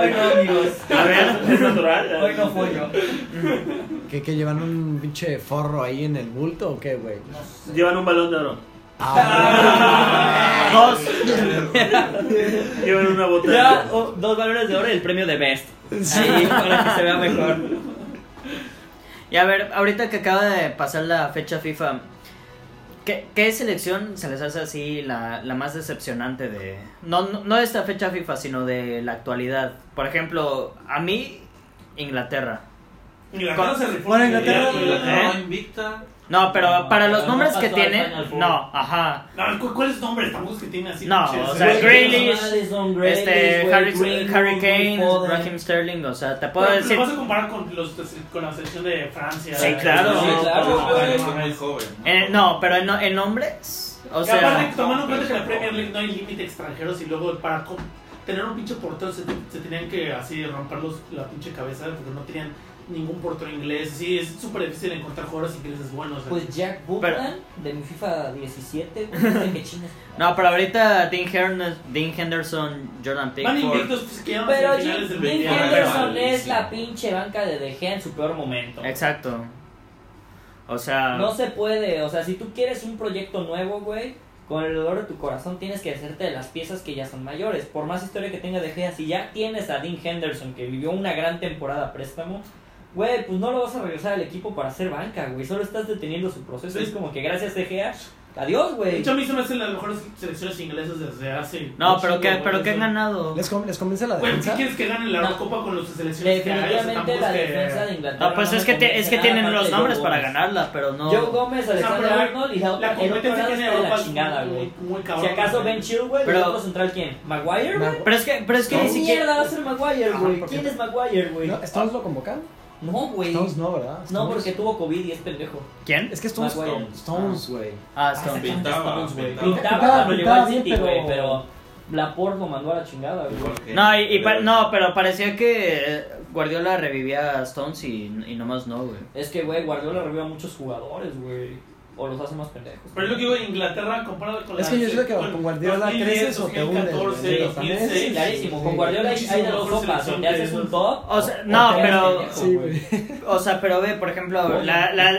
Speaker 5: Hoy no, amigos.
Speaker 2: A ver, es
Speaker 5: Hoy no
Speaker 2: natural.
Speaker 5: follo.
Speaker 3: ¿Qué, qué llevan un pinche forro ahí en el bulto o qué, güey?
Speaker 2: Llevan un balón de oro.
Speaker 5: Ah.
Speaker 1: (laughs) Dos.
Speaker 2: Llevan una botella.
Speaker 1: Ya, o- dos valores de oro y el premio de Best. Sí, para que se vea mejor. Y a ver, ahorita que acaba de pasar la fecha FIFA, ¿qué, qué selección se les hace así la, la más decepcionante de... No, no, no de esta fecha FIFA, sino de la actualidad. Por ejemplo, a mí, Inglaterra.
Speaker 4: Inglaterra se rifó.
Speaker 3: Bueno, Inglaterra-
Speaker 2: Inglaterra.
Speaker 6: No, invicta.
Speaker 1: No, pero
Speaker 7: No,
Speaker 1: para
Speaker 7: Ah, pero
Speaker 1: los
Speaker 7: no
Speaker 1: nombres
Speaker 7: pasó
Speaker 1: que
Speaker 7: al
Speaker 1: tiene...
Speaker 7: Final Four.
Speaker 1: No, ajá.
Speaker 4: No, ¿cu- ¿Cuáles nombres tampoco es que tiene así?
Speaker 1: No,
Speaker 4: pinches? eh.
Speaker 1: o sea,
Speaker 4: Güey,
Speaker 1: Grealish,
Speaker 5: Madison, Grealish,
Speaker 1: Este,
Speaker 5: güey,
Speaker 1: Harry,
Speaker 5: Greenwood,
Speaker 1: Harry Kane,
Speaker 5: Will Foden.
Speaker 1: Raheem Sterling, o sea, te puedo
Speaker 4: Pero,
Speaker 1: decir...
Speaker 4: ¿Lo vas a comparar con, los, con la selección de Francia?
Speaker 1: Sí, claro.
Speaker 5: Sí, claro,
Speaker 4: No, no,
Speaker 5: güey.
Speaker 6: pero
Speaker 4: no,
Speaker 6: es
Speaker 4: no,
Speaker 6: muy
Speaker 4: no.
Speaker 6: joven.
Speaker 1: En- no, pero en, en hombres, o
Speaker 4: Y
Speaker 1: sea...
Speaker 4: aparte, tomando en cuenta que en la Premier League no hay límite extranjeros y luego para co- tener un pinche portero se, se tenían que así romper los- la pinche cabeza porque no tenían ningún portero inglés. Sí, es súper difícil encontrar jugadores ingleses buenos. ¿eh?
Speaker 5: Pues Jack Buchman, de mi FIFA 17, güey, no sé qué chingas.
Speaker 1: (laughs) No, pero ahorita Dean, Hern- Dean Henderson, Jordan
Speaker 4: Van
Speaker 1: Pickford.
Speaker 4: invictos, pues quedaron
Speaker 5: Pero
Speaker 4: en finales del
Speaker 5: Jim Jim
Speaker 4: mundial.
Speaker 5: Henderson
Speaker 6: Pero-
Speaker 5: es la pinche banca de De Gea en su peor momento.
Speaker 1: Exacto. O sea,
Speaker 5: No se puede, o sea, si tú quieres un proyecto nuevo, güey, con el dolor de tu corazón tienes que hacerte de las piezas que ya son mayores. Por más historia que tenga De Gea, si ya tienes a Dean Henderson, que vivió una gran temporada a préstamo, güey, pues no lo vas a regresar al equipo para hacer banca, güey. Solo estás deteniendo su proceso.
Speaker 4: Sí.
Speaker 5: Es como que gracias De Gea, adiós,
Speaker 4: De
Speaker 5: güey.
Speaker 4: hecho, a mí se me hacen las mejores selecciones inglesas desde hace.
Speaker 1: no,
Speaker 4: mucho,
Speaker 1: pero qué,
Speaker 4: güey,
Speaker 1: pero qué
Speaker 4: desde-
Speaker 1: han ganado.
Speaker 3: ¿Les, com- les convence la
Speaker 4: Güey, ¿qué
Speaker 3: defensa?
Speaker 4: quieres que gane la
Speaker 5: No.
Speaker 4: Copa con las selecciones que hay? O sea,
Speaker 5: Definitivamente
Speaker 4: tampoco
Speaker 5: la
Speaker 4: es que-
Speaker 5: defensa de Inglaterra.
Speaker 1: No, pues
Speaker 5: no
Speaker 1: es
Speaker 5: me
Speaker 1: que, te-
Speaker 5: convence
Speaker 1: es que
Speaker 5: nada
Speaker 1: tienen
Speaker 5: más
Speaker 1: los
Speaker 5: que
Speaker 1: nombres
Speaker 5: Joe
Speaker 1: para
Speaker 5: Gomez.
Speaker 1: ganarla, pero no.
Speaker 5: Joe Gómez,
Speaker 4: O sea,
Speaker 5: Alexander
Speaker 4: pero, güey,
Speaker 5: Arnold y la,
Speaker 4: La
Speaker 5: el otro
Speaker 4: competencia
Speaker 5: lado
Speaker 4: que tiene
Speaker 5: está de
Speaker 4: Europa
Speaker 5: la
Speaker 4: es
Speaker 5: chingada,
Speaker 4: muy-
Speaker 5: güey.
Speaker 4: muy
Speaker 5: Si
Speaker 4: cabrón.
Speaker 5: acaso Ben Chilwell,
Speaker 1: Pero-
Speaker 5: pero, ¿y el otro central quién? ¿Maguire, güey?
Speaker 3: No,
Speaker 1: Pero es que, pero es que
Speaker 5: ¿Qué
Speaker 1: ni
Speaker 5: mierda va a
Speaker 1: siquiera.
Speaker 5: ser Maguire,
Speaker 3: Ajá,
Speaker 5: güey?
Speaker 3: ¿por qué?
Speaker 5: ¿Quién es Maguire, güey?
Speaker 3: no, ¿Stones lo convocaron?
Speaker 5: No, güey.
Speaker 3: Stones no, ¿verdad?
Speaker 5: No,
Speaker 3: Stones.
Speaker 5: porque tuvo COVID y es pendejo.
Speaker 1: ¿Quién?
Speaker 3: Es que Stones...
Speaker 5: Maguire.
Speaker 3: Stones, güey.
Speaker 1: Ah, Stone.
Speaker 5: Pintaba
Speaker 6: Pintaba,
Speaker 3: Pintaba,
Speaker 5: cuando llegó
Speaker 3: pintaba
Speaker 5: al
Speaker 3: bien,
Speaker 5: City, güey,
Speaker 3: pero-
Speaker 5: pero... Laporte lo mandó a la chingada, güey.
Speaker 1: No, y, y pa- no, pero parecía que eh, Guardiola revivía a Stones y, y nomás no, güey.
Speaker 5: Es que, güey, Guardiola reviva a muchos jugadores, güey. O los hace más pendejos.
Speaker 4: Pero es lo que digo, Inglaterra comparado con
Speaker 3: Es
Speaker 4: la
Speaker 3: que yo siento que
Speaker 4: con-
Speaker 3: con Guardiola
Speaker 4: 2010,
Speaker 3: creces o te hundes,
Speaker 4: 2014,
Speaker 3: güey,
Speaker 4: 2006.
Speaker 5: Clarísimo, con
Speaker 3: Sí.
Speaker 5: Guardiola hay- hay de
Speaker 4: Muchísimo
Speaker 5: dos
Speaker 4: mejor
Speaker 5: sopas. O te
Speaker 4: selección
Speaker 5: haces
Speaker 4: que
Speaker 5: un
Speaker 4: esos.
Speaker 5: top...
Speaker 1: O sea,
Speaker 5: o
Speaker 1: no,
Speaker 5: te haces
Speaker 1: pero.
Speaker 5: pendejo,
Speaker 3: Sí, güey.
Speaker 1: O sea, pero ve, por ejemplo, la, la,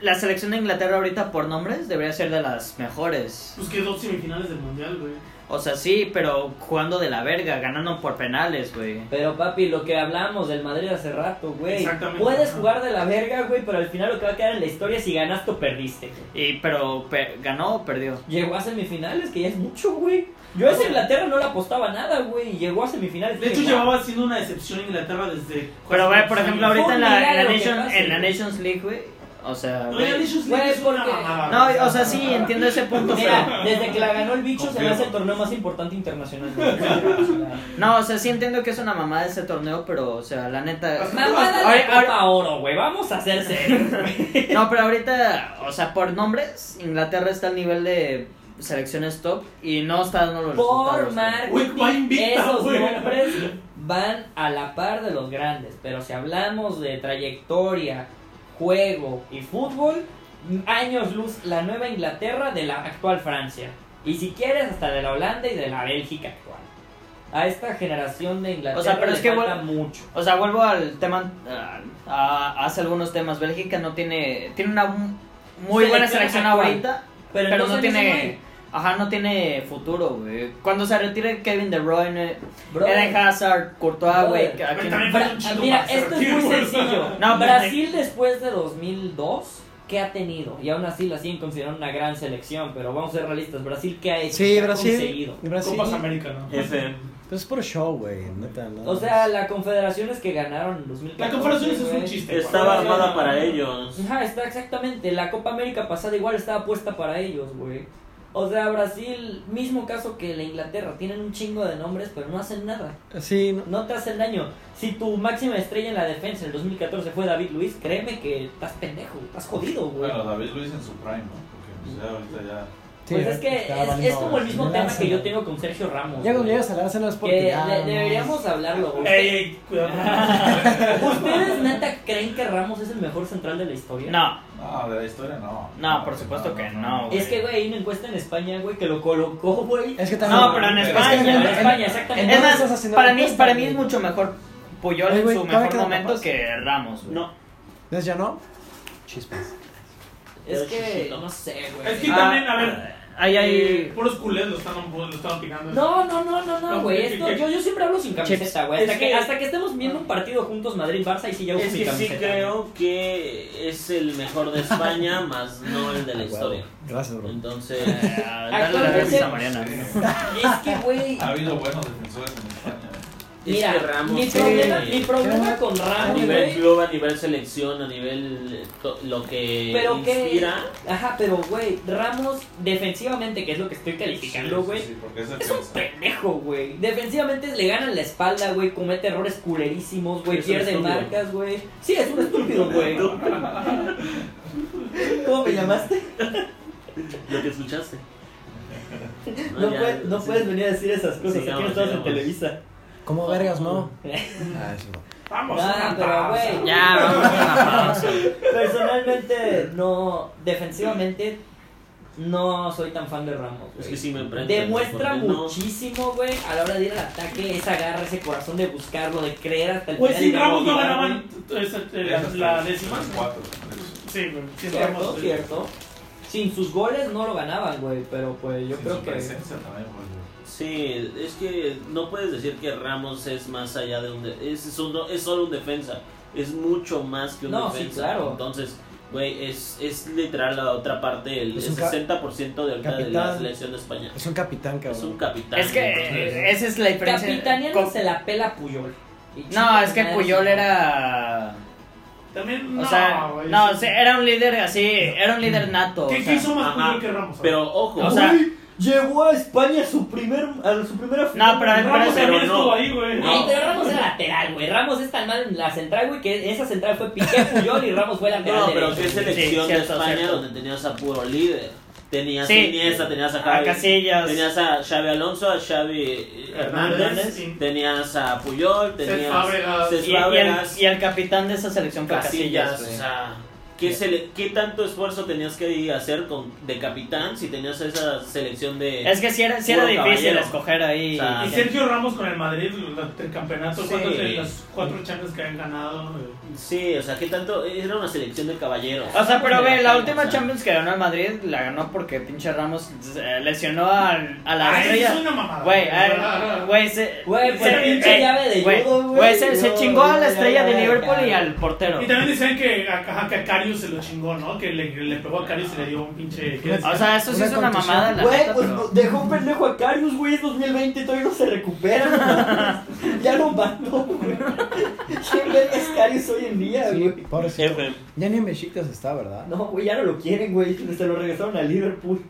Speaker 1: la selección de Inglaterra ahorita por nombres debería ser de las mejores.
Speaker 4: Pues que dos semifinales del mundial, güey.
Speaker 1: O sea, sí, pero jugando de la verga, ganando por penales, güey.
Speaker 5: Pero papi, lo que hablamos del Madrid hace rato, güey.
Speaker 4: Exactamente.
Speaker 5: Puedes jugar de la verga, güey, pero al final lo que va a quedar en la historia es si ganaste o perdiste. güey.
Speaker 1: Y pero pe- ganó o perdió.
Speaker 5: Llegó a semifinales, que ya es mucho, güey. Yo a esa Inglaterra no le apostaba nada, güey. y Llegó a semifinales.
Speaker 4: De hecho,
Speaker 5: Dije,
Speaker 4: llevaba siendo una decepción Inglaterra desde.
Speaker 1: Pero ve, por ejemplo, ahorita en la, en la
Speaker 5: Pues, Fue un
Speaker 1: Nation-
Speaker 5: milagro que pase,
Speaker 1: en la
Speaker 5: güey.
Speaker 1: Nations League, güey. O sea,
Speaker 4: No,
Speaker 1: güey.
Speaker 4: ya Nations
Speaker 5: Güey,
Speaker 4: League es una
Speaker 5: porque-
Speaker 4: mamada,
Speaker 1: No,
Speaker 4: güey.
Speaker 1: o sea, sí, entiendo ese punto, pero...
Speaker 5: Mira, desde que la ganó el bicho se me hace el torneo más
Speaker 1: (laughs)
Speaker 5: importante internacional. güey. O sea,
Speaker 1: No, o sea, sí entiendo que es una mamada ese torneo, pero, o sea, la neta...
Speaker 5: Mamada de
Speaker 1: Ahora- ahora-
Speaker 5: Copa Oro, güey. Vamos a hacer serios, güey.
Speaker 1: No, pero ahorita, o sea, por nombres, Inglaterra está al nivel de selecciones top y no está dando los
Speaker 5: Por
Speaker 1: resultados. güey.
Speaker 5: marketing,
Speaker 4: Uy, va invicta,
Speaker 5: esos
Speaker 4: güey.
Speaker 5: nombres van a la par de los grandes. Pero si hablamos de trayectoria, juego y fútbol, años luz la nueva Inglaterra de la actual Francia. Y si quieres, hasta de la Holanda y de la Bélgica actual. A esta generación de Inglaterra
Speaker 1: O sea, pero
Speaker 5: le
Speaker 1: es que
Speaker 5: falta mucho.
Speaker 1: O sea, vuelvo al tema, ah, a- hace algunos temas, Bélgica no tiene, tiene una mu- muy buena
Speaker 5: Selección
Speaker 1: selección
Speaker 5: actual.
Speaker 1: ahorita,
Speaker 5: Pero,
Speaker 1: Pero no
Speaker 5: entonces,
Speaker 1: tiene. Ajá, no tiene futuro, güey. Cuando se retire Kevin De Bruyne,
Speaker 5: Bro,
Speaker 1: Eden Hazard, Courtois, güey.
Speaker 5: Brother.
Speaker 1: ¿a quién?
Speaker 4: También
Speaker 5: Bra-
Speaker 4: un chingo
Speaker 5: mira,
Speaker 4: más,
Speaker 5: esto es
Speaker 4: pero- (laughs)
Speaker 5: muy sencillo.
Speaker 1: No, pero-
Speaker 5: Brasil después de 2002, ¿qué ha tenido? Y aún así la siguen considerando una gran selección, pero vamos a ser realistas. ¿Brasil qué ha hecho?
Speaker 3: Sí,
Speaker 5: ¿Qué ha
Speaker 3: Brasil.
Speaker 5: conseguido?
Speaker 3: Brasil.
Speaker 4: Copas América, ¿no?
Speaker 2: Ese.
Speaker 3: Pues es puro show, güey. Neta, no.
Speaker 5: O sea, la confederaciones que ganaron en 2014.
Speaker 4: La comparación es un
Speaker 5: güey.
Speaker 4: chiste.
Speaker 2: Estaba
Speaker 4: güey.
Speaker 2: armada para ellos.
Speaker 5: Ajá, está exactamente. La Copa América pasada igual estaba puesta para ellos, güey. O sea, Brasil, mismo caso que la Inglaterra, tienen un chingo de nombres, pero no hacen nada.
Speaker 3: Sí, no-
Speaker 5: No te hacen daño. Si tu máxima estrella en la defensa en el 2014 fue David Luis, créeme que estás pendejo, estás jodido, güey.
Speaker 6: Bueno, David Luis en su prime, ¿no? Porque pues, ya ahorita ya.
Speaker 3: sí,
Speaker 5: Pues es que
Speaker 3: está
Speaker 5: es,
Speaker 3: valiendo
Speaker 5: es como el mismo
Speaker 3: el
Speaker 5: tema que
Speaker 3: Arsenal.
Speaker 5: yo tengo con Sergio Ramos.
Speaker 3: Ya cuando
Speaker 5: güey.
Speaker 3: llegas al Arsenal es porque
Speaker 5: que
Speaker 3: ya
Speaker 5: le-
Speaker 3: no-
Speaker 5: Eh, deberíamos hablarlo, güey.
Speaker 4: Ey, ey, cuidado.
Speaker 5: ¿Ustedes neta creen que Ramos es el mejor central de la historia?
Speaker 1: No,
Speaker 6: No, de la historia no.
Speaker 1: no, por supuesto que no.
Speaker 5: Es que, güey, hay una encuesta en España, güey, que lo colocó, güey.
Speaker 3: Es que también...
Speaker 1: No, pero en
Speaker 6: Es que
Speaker 1: España.
Speaker 5: en España,
Speaker 1: Es
Speaker 5: exactamente.
Speaker 3: Entonces
Speaker 1: más,
Speaker 3: estás haciendo
Speaker 1: para
Speaker 3: la
Speaker 1: mí,
Speaker 3: apuesta,
Speaker 1: para mí
Speaker 3: güey.
Speaker 1: es mucho mejor Puyol
Speaker 3: Ay,
Speaker 1: en
Speaker 3: güey,
Speaker 1: su
Speaker 3: todavía
Speaker 1: mejor
Speaker 3: queda
Speaker 1: momento
Speaker 3: capaz.
Speaker 1: que Ramos. güey.
Speaker 2: No.
Speaker 3: ¿Entonces ya no? Chispas.
Speaker 5: Es que, no sé, güey.
Speaker 4: Es que
Speaker 1: Ah,
Speaker 4: también, a ver.
Speaker 1: Ahí
Speaker 4: eh,
Speaker 1: hay.
Speaker 4: Puros culés lo están, lo están picando.
Speaker 5: No, no, no, no, no,
Speaker 4: No,
Speaker 5: güey.
Speaker 4: es que-
Speaker 5: Esto, yo, yo siempre hablo sin camiseta, güey.
Speaker 2: Es
Speaker 5: Hasta que,
Speaker 2: que- Ah.
Speaker 5: hasta que estemos viendo un partido juntos Madrid-Barça y sí ya uso
Speaker 2: Es
Speaker 5: mi
Speaker 2: que sí
Speaker 5: camiseta.
Speaker 2: creo que es el mejor de España, más no el
Speaker 6: Ah,
Speaker 2: de la historia.
Speaker 3: Ah,
Speaker 2: Mm.
Speaker 3: Gracias, bro.
Speaker 2: Entonces,
Speaker 5: (laughs)
Speaker 1: Dale las gracias a Mariana.
Speaker 5: Es que, güey.
Speaker 6: Ha habido buenos defensores en España.
Speaker 5: Mira,
Speaker 2: Ah, es que Ramos
Speaker 5: mi,
Speaker 2: sí.
Speaker 5: problema, mi problema con
Speaker 2: a
Speaker 5: Ramos,
Speaker 2: nivel
Speaker 5: güey.
Speaker 2: club, a nivel selección, a nivel eh, to- lo que
Speaker 5: Pero que-
Speaker 2: inspira.
Speaker 5: Ajá, pero, güey, Ramos defensivamente, que es lo que estoy calificando, güey.
Speaker 6: Sí, porque es
Speaker 5: Es un pendejo, güey. Defensivamente le ganan la espalda, güey. Comete errores culerísimos, güey.
Speaker 2: Es un
Speaker 5: Pierde
Speaker 2: estúpido.
Speaker 5: marcas, güey. Sí, es un
Speaker 2: (laughs)
Speaker 5: estúpido, güey. ¿Cómo me llamaste?
Speaker 2: Lo que
Speaker 5: (laughs)
Speaker 2: escuchaste.
Speaker 5: No,
Speaker 2: ya,
Speaker 5: puedes, no
Speaker 2: sí.
Speaker 5: puedes venir a decir esas cosas. Aquí no
Speaker 2: Sigamos,
Speaker 5: estás en
Speaker 2: sigamos.
Speaker 5: Televisa.
Speaker 3: ¿Cómo vergas, no? Ah, sí, bro.
Speaker 4: Vamos,
Speaker 5: Ah,
Speaker 4: una
Speaker 5: pero,
Speaker 4: pausa.
Speaker 5: güey.
Speaker 1: Ya, vamos a la pausa.
Speaker 5: Personalmente, no. Defensivamente, no soy tan fan de Ramos. güey.
Speaker 2: Es que sí me emprende.
Speaker 5: Demuestra
Speaker 2: porque no-
Speaker 5: muchísimo, güey, a la hora de ir al ataque, esa garra, ese corazón de buscarlo, de creer hasta el
Speaker 4: Güey,
Speaker 5: final.
Speaker 4: sin
Speaker 5: y
Speaker 4: Pues Ramos no
Speaker 5: motivar,
Speaker 4: ganaban
Speaker 5: güey.
Speaker 4: esa- eh, la, la décima.
Speaker 6: Cuatro.
Speaker 4: Sí, güey. Sin
Speaker 5: Cierto,
Speaker 4: Ramos. eh,
Speaker 5: cierto. Sin sus goles no lo ganaban, güey, pero pues yo
Speaker 6: Sin
Speaker 5: creo
Speaker 6: su
Speaker 5: que...
Speaker 6: presencia también, güey.
Speaker 2: Sí, es que no puedes decir que Ramos es más allá de un. de- es, es un- es solo un defensa. Es mucho más que un
Speaker 5: No, sí,
Speaker 2: defensa.
Speaker 5: claro.
Speaker 2: Entonces, güey, es, es literal la otra parte. El,
Speaker 3: Es
Speaker 2: el
Speaker 3: un ca-
Speaker 2: 60% de ahorita de la
Speaker 3: capitán.
Speaker 2: selección de España.
Speaker 3: Es un capitán,
Speaker 2: Es
Speaker 3: cabrón.
Speaker 2: un capitán.
Speaker 1: Es que eh,
Speaker 2: entonces,
Speaker 1: esa es la diferencia.
Speaker 5: Capitaneando
Speaker 1: Con-
Speaker 5: se la pela Puyol. Y
Speaker 1: No, es que
Speaker 5: madre,
Speaker 1: Puyol
Speaker 5: sí.
Speaker 1: era.
Speaker 4: También, no,
Speaker 1: O sea,
Speaker 4: güey. Mm.
Speaker 1: no, sí, era un líder así, era un líder nato.
Speaker 4: ¿Qué,
Speaker 1: o
Speaker 4: qué
Speaker 1: sea.
Speaker 4: hizo más
Speaker 2: ajá.
Speaker 4: Puyol que Ramos?
Speaker 2: Pero ojo,
Speaker 1: O sea,
Speaker 5: Uy, Llegó a España a su, primer, a su primera
Speaker 1: no, pero, pero-
Speaker 4: Ramos
Speaker 1: pero
Speaker 4: también
Speaker 2: no.
Speaker 4: estuvo ahí, güey.
Speaker 5: Ay, pero Ramos era lateral, güey. Ramos es tan mal en la central, güey, que esa central fue Piqué Puyol y Ramos fue lateral.
Speaker 2: no, pero
Speaker 5: derecho,
Speaker 2: qué
Speaker 5: güey.
Speaker 2: selección
Speaker 1: Sí,
Speaker 2: de
Speaker 1: cierto,
Speaker 2: España
Speaker 1: cierto.
Speaker 2: donde tenías a puro líder. Tenías
Speaker 1: Sí.
Speaker 2: a Iniesta, tenías a
Speaker 1: a
Speaker 2: Javi.
Speaker 1: Casillas.
Speaker 2: Tenías a Xavi Alonso, a Xavi eh, Hernández,
Speaker 4: Hernández, sí.
Speaker 2: tenías a Puyol, tenías
Speaker 4: Fábregas.
Speaker 2: Cesc
Speaker 1: Y, y el,
Speaker 2: Fábregas.
Speaker 1: y el capitán de esa selección fue
Speaker 2: casillas,
Speaker 1: Casillas.
Speaker 2: o
Speaker 1: güey.
Speaker 2: sea, ¿qué, sele- qué tanto esfuerzo tenías que hacer con, de capitán si tenías esa selección de...
Speaker 1: Es que si era, sí era
Speaker 2: Puro
Speaker 1: difícil
Speaker 2: caballero.
Speaker 1: escoger ahí.
Speaker 2: O sea,
Speaker 4: Y Sergio Ramos con el Madrid, la- el campeonato,
Speaker 2: Sí.
Speaker 4: cuatro de las cuatro Champions que han ganado. güey.
Speaker 2: Sí, o sea, ¿qué tanto? Era una selección de caballeros.
Speaker 1: O sea, pero ve, la última
Speaker 2: O sea,
Speaker 1: Champions que ganó el Madrid la ganó porque pinche Ramos eh, lesionó al- a la
Speaker 4: Ah, eso
Speaker 1: estrella.
Speaker 4: es una mamada.
Speaker 1: Güey,
Speaker 4: Ah,
Speaker 1: a-
Speaker 4: ah,
Speaker 1: güey, se.
Speaker 5: Güey, fue
Speaker 1: se-
Speaker 5: pinche
Speaker 1: eh,
Speaker 5: llave de
Speaker 1: güey,
Speaker 5: judo, güey.
Speaker 1: güey, se, se
Speaker 5: No,
Speaker 1: chingó a
Speaker 5: no,
Speaker 1: la estrella
Speaker 5: no,
Speaker 1: de
Speaker 5: no,
Speaker 1: Liverpool y
Speaker 5: no.
Speaker 1: al portero.
Speaker 4: Y también decían que a, a Cacario se lo chingó, ¿no? Que le, le pegó a Cario y se le dio un pinche. ¿qué
Speaker 1: O sea, eso sí
Speaker 3: Una
Speaker 1: es una
Speaker 3: contusión.
Speaker 1: mamada, la
Speaker 5: Güey,
Speaker 1: neta,
Speaker 5: pues
Speaker 1: pero-
Speaker 5: dejó un pendejo a Carius, güey, es 2020, todavía no se recupera. (laughs) güey. ya lo mató, güey. ¿Quién ve es Carius hoy en día,
Speaker 3: Sí,
Speaker 5: güey?
Speaker 3: pobrecito. Ya ni en Mexicas está, ¿verdad?
Speaker 5: No, güey, ya no lo quieren, güey. Se lo regresaron a Liverpool.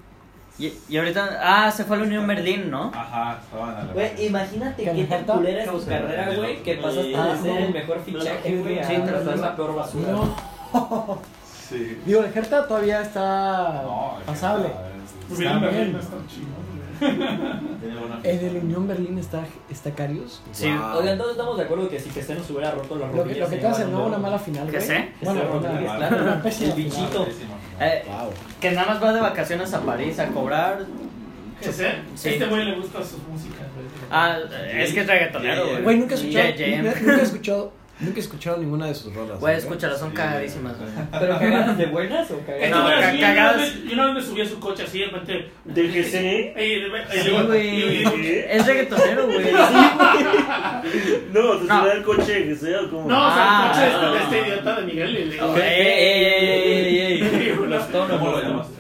Speaker 1: Y, y ahorita, ah, se fue a la Unión Berlín, ¿no?
Speaker 6: Ajá, estaban a la
Speaker 5: Güey, imagínate
Speaker 3: ¿Que
Speaker 5: qué
Speaker 3: me
Speaker 5: tan
Speaker 3: falta?
Speaker 5: culera es tu carrera,
Speaker 6: no,
Speaker 5: güey, que
Speaker 2: no,
Speaker 5: pasaste
Speaker 2: no,
Speaker 5: de ser
Speaker 3: no.
Speaker 5: el mejor fichaje,
Speaker 3: No,
Speaker 5: güey,
Speaker 3: sí,
Speaker 5: a
Speaker 3: no,
Speaker 5: tras
Speaker 3: no,
Speaker 5: la
Speaker 3: no.
Speaker 5: peor basura.
Speaker 3: No.
Speaker 6: Sí.
Speaker 3: Digo, el Hertha todavía está
Speaker 6: No, es que
Speaker 3: pasable.
Speaker 6: está- es-
Speaker 4: Hubieran
Speaker 3: Está
Speaker 4: perdido,
Speaker 3: bien.
Speaker 4: "Pues, está chingón, güey.
Speaker 6: tiene buena
Speaker 3: En el
Speaker 6: pinta.
Speaker 3: Unión Berlín está, está Carius.
Speaker 1: Sí.
Speaker 5: Oigan, todos estamos de acuerdo que si que se nos hubiera roto las
Speaker 3: Lo que,
Speaker 5: rodillas.
Speaker 3: lo que te
Speaker 5: en el
Speaker 3: hace, ¿no?
Speaker 5: balón de
Speaker 3: Una
Speaker 5: oro.
Speaker 3: mala final,
Speaker 1: ¿Qué
Speaker 3: güey.
Speaker 1: sé?
Speaker 3: Bueno,
Speaker 5: Este
Speaker 3: una,
Speaker 5: Rodríguez,
Speaker 3: una,
Speaker 5: claro.
Speaker 3: pésima
Speaker 5: El
Speaker 3: final.
Speaker 5: bichito.
Speaker 1: Eh,
Speaker 3: Wow.
Speaker 1: que nada más va de vacaciones a París a cobrar.
Speaker 4: ¿Qué sé?
Speaker 1: Sí.
Speaker 4: Este güey le gusta sus músicas, güey.
Speaker 1: Ah, es que es reggaetonero, güey.
Speaker 3: Güey, nunca he escuchado,
Speaker 1: Yeah, yeah.
Speaker 3: nunca, nunca he escuchado, nunca he escuchado ninguna de sus rolas.
Speaker 1: Güey,
Speaker 3: ¿eh?
Speaker 1: escúchala, son
Speaker 6: Sí.
Speaker 1: cagadísimas, güey.
Speaker 5: ¿Pero cagadas de buenas o
Speaker 4: Este
Speaker 5: cagadas?
Speaker 1: No,
Speaker 4: güey,
Speaker 1: ca-
Speaker 4: así, yo una
Speaker 1: cagadas.
Speaker 4: vez- Yo una vez me subí a su coche así, de repente. eh,
Speaker 2: Déjese.
Speaker 4: Ey, de repente-
Speaker 1: Sí,
Speaker 4: eh, y yo- (laughs)
Speaker 1: güey.
Speaker 4: y- y-
Speaker 1: Es reggaetonero, güey.
Speaker 2: No, se
Speaker 1: No.
Speaker 2: sube al coche, que sea como...
Speaker 4: No, o
Speaker 1: Ah,
Speaker 4: sea, el coche
Speaker 1: no,
Speaker 4: de
Speaker 1: no.
Speaker 4: este idiota de Miguel y le
Speaker 1: (laughs)
Speaker 4: digo.
Speaker 1: Ey, ey, ey, ey, ey.
Speaker 4: le digo,
Speaker 5: Los
Speaker 4: no.
Speaker 5: tonos.
Speaker 6: ¿Cómo lo llamaste?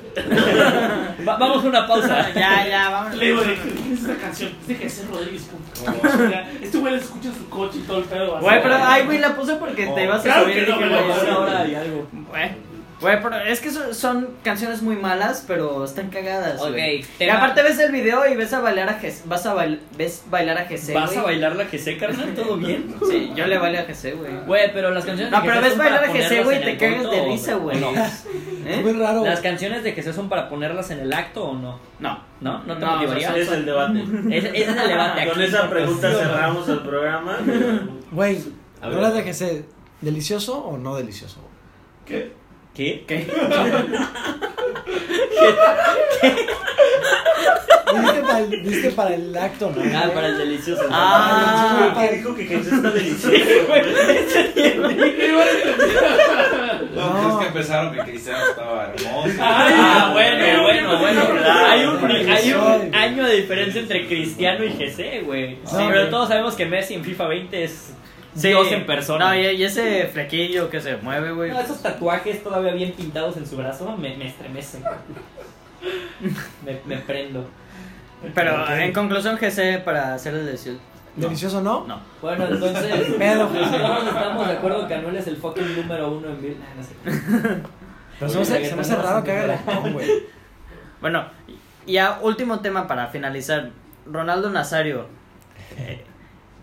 Speaker 5: Va- vamos a una (laughs) pausa.
Speaker 1: Ya, ya,
Speaker 4: Le digo,
Speaker 1: vámonos.
Speaker 4: ¿de ¿qué es esta canción? Es de Jesse Rodríguez, puto. Este güey le escucha en su coche y todo el pedo. así.
Speaker 1: Güey, pero, ay, güey, la puse porque te ibas a
Speaker 4: Oh, Claro
Speaker 1: subir.
Speaker 4: que
Speaker 1: y
Speaker 4: no,
Speaker 1: dije,
Speaker 4: me la
Speaker 1: güey,
Speaker 4: puse.
Speaker 1: ahora-
Speaker 5: y algo.
Speaker 1: Güey, Güey, pero es que son, son canciones muy malas, pero están cagadas.
Speaker 5: Ok,
Speaker 1: güey. Y
Speaker 5: tema-
Speaker 1: aparte ves el video y ves a bailar a Jes- vas a bail- ves bailar a Jesse.
Speaker 5: ¿Vas a bailar la que sé, carnal? ¿Todo bien?
Speaker 1: Sí, yo le bailé a Jesse, güey.
Speaker 5: Güey, pero las canciones
Speaker 1: No,
Speaker 5: de
Speaker 1: pero
Speaker 5: Jesse
Speaker 1: ves
Speaker 5: son para
Speaker 1: bailar a Jesse,
Speaker 5: ponerlas
Speaker 1: güey,
Speaker 5: en el
Speaker 1: te cagas de
Speaker 5: punto,
Speaker 1: risa, güey.
Speaker 5: ¿o
Speaker 3: Es
Speaker 1: (laughs)
Speaker 3: muy
Speaker 1: ¿Eh?
Speaker 3: raro.
Speaker 5: No. Las canciones de Jesse son para ponerlas en el acto o no?
Speaker 1: No.
Speaker 5: ¿No? ¿No te
Speaker 1: No,
Speaker 5: motivaría?
Speaker 2: Ese es el debate.
Speaker 5: Ese, ese es el debate. aquí.
Speaker 2: Con esa pregunta cerramos el (laughs) programa.
Speaker 3: Güey,
Speaker 2: A
Speaker 3: no la
Speaker 2: ver.
Speaker 3: dejes eh, delicioso o no delicioso.
Speaker 5: ¿Qué? (laughs)
Speaker 3: Dijiste para el, dijiste para el acto, ¿no?
Speaker 5: Ah, para el delicioso.
Speaker 1: Ah.
Speaker 2: ¿Qué dijo que Jesús está delicioso?
Speaker 6: No,
Speaker 3: No.
Speaker 6: pues es que empezaron que Cristiano estaba hermoso.
Speaker 5: Ah, bueno, bueno, bueno.
Speaker 2: Claro.
Speaker 5: Hay un, hay
Speaker 3: Ay.
Speaker 5: un año de diferencia entre Cristiano y GC, güey.
Speaker 3: Sí,
Speaker 5: pero
Speaker 3: güey.
Speaker 5: todos sabemos que Messi en FIFA 20 es Dios en persona.
Speaker 1: No, y, y ese flequillo que se mueve, güey.
Speaker 5: No, esos tatuajes todavía bien pintados en su brazo me, me estremecen. (laughs) me, me prendo.
Speaker 1: Pero en conclusión, Jesse, para hacer el delicioso.
Speaker 3: ¿Delicioso no?
Speaker 1: No.
Speaker 5: Bueno, entonces.
Speaker 3: (laughs)
Speaker 5: (laughs)
Speaker 3: Pedo,
Speaker 5: todos estamos de acuerdo que Anuel es el fucking número uno en Bill. Ah, no sé.
Speaker 3: Pero se me hace, se me hace raro que haga reggaetón, güey.
Speaker 1: Bueno, y ya último tema para finalizar. Ronaldo Nazario, eh,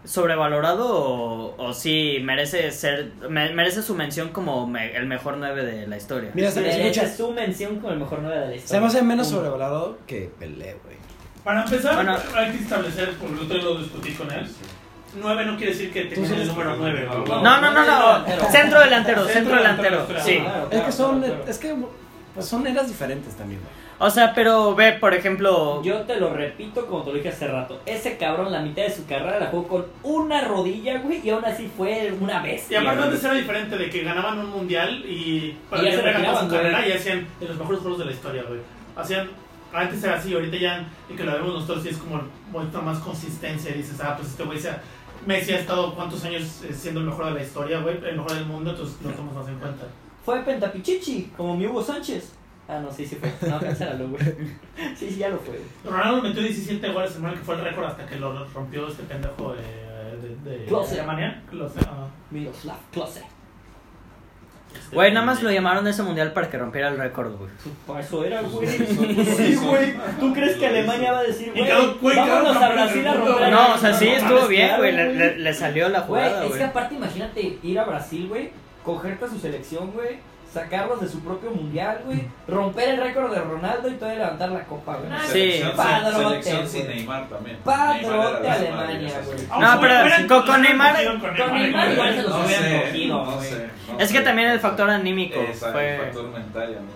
Speaker 1: ¿sobrevalorado o, o sí merece ser me- merece su mención como me- el mejor 9 de la historia?
Speaker 3: Mira, se,
Speaker 5: De hecho,
Speaker 3: escucha,
Speaker 5: es su mención con el mejor nueve de la historia.
Speaker 3: se me hace menos
Speaker 5: Punto.
Speaker 3: sobrevalorado que Pelé, güey.
Speaker 4: Para empezar,
Speaker 1: Bueno.
Speaker 4: hay que establecer, porque el otro día lo discutí con él. 9 no quiere decir que
Speaker 3: Tú sí
Speaker 4: tenga el
Speaker 3: eres-
Speaker 4: número 9.
Speaker 1: No, no, no, no. Centro delantero, centro
Speaker 4: Centro
Speaker 1: delantero.
Speaker 4: delantero,
Speaker 1: Sí.
Speaker 4: claro.
Speaker 3: Es que son,
Speaker 5: claro, claro.
Speaker 3: es que pues, son eras diferentes también, güey.
Speaker 1: O sea, pero ve, por ejemplo,
Speaker 5: Yo te lo repito como te lo dije hace rato. Ese cabrón, la mitad de su carrera la jugó con una rodilla, güey, y aún así fue una
Speaker 4: Y
Speaker 5: bestia.
Speaker 4: aparte
Speaker 5: güey.
Speaker 4: antes era diferente de que ganaban un mundial y para
Speaker 5: Y ya
Speaker 4: que
Speaker 5: se
Speaker 4: ganaban
Speaker 5: retiraban,
Speaker 4: su carrera
Speaker 5: güey.
Speaker 4: y hacían de los mejores juegos de la historia, güey. Hacían, antes era así, ahorita ya, y que lo vemos nosotros, y es como muestra más consistencia. Y dices, ah, pues este güey sea, Messi ha estado cuántos años eh, siendo el mejor de la historia, güey, el mejor del mundo, entonces lo tomamos más en cuenta.
Speaker 5: Fue Pentapichichi, como mi Hugo Sánchez. Ah, no, sí, sí fue. No, cancélalo, güey. (laughs) Sí, sí, ya lo fue.
Speaker 4: Ronaldo metió 17 goles en mal, que fue el récord hasta que lo rompió este pendejo eh, de, de
Speaker 5: Klose.
Speaker 4: Alemania. Klose, ah.
Speaker 5: Miroslav Klose.
Speaker 1: güey, nada más lo llamaron de ese mundial para que rompiera el récord, güey.
Speaker 5: Para eso era, güey.
Speaker 6: Sí,
Speaker 5: güey. ¿Tú crees que Alemania va a decir,
Speaker 4: Y
Speaker 5: güey,
Speaker 4: quedó- güey, quedó
Speaker 5: vámonos a
Speaker 4: campeón
Speaker 5: Brasil a
Speaker 4: del mundo,
Speaker 5: romper?
Speaker 4: güey.
Speaker 5: el
Speaker 1: No, o sea, sí
Speaker 5: récord?
Speaker 1: estuvo bien,
Speaker 5: Claro,
Speaker 1: güey, le, le- le salió la jugada,
Speaker 5: Güey, es que
Speaker 1: güey.
Speaker 5: aparte imagínate ir a Brasil, güey, cogerte a su selección, güey, sacarlos de su propio mundial, güey, romper el récord de Ronaldo y todavía levantar la copa, güey.
Speaker 6: Sí,
Speaker 1: Sí.
Speaker 6: selección,
Speaker 5: Padrote,
Speaker 6: selección sin
Speaker 5: güey.
Speaker 6: Neymar también. Neymar era
Speaker 5: Padrote
Speaker 6: la semana
Speaker 5: Alemania,
Speaker 6: de
Speaker 5: güey.
Speaker 6: Dios.
Speaker 4: Ah,
Speaker 1: No, pero
Speaker 4: Hubieran-
Speaker 1: con- con Neymar-
Speaker 4: con
Speaker 5: con Neymar igual se los
Speaker 6: No
Speaker 5: hubieran
Speaker 6: sé,
Speaker 5: cogido,
Speaker 6: no
Speaker 5: güey.
Speaker 6: sé, no
Speaker 1: Es que
Speaker 6: sé.
Speaker 1: también el factor anímico
Speaker 6: Exacto,
Speaker 1: fue-
Speaker 6: el factor mental y anímico.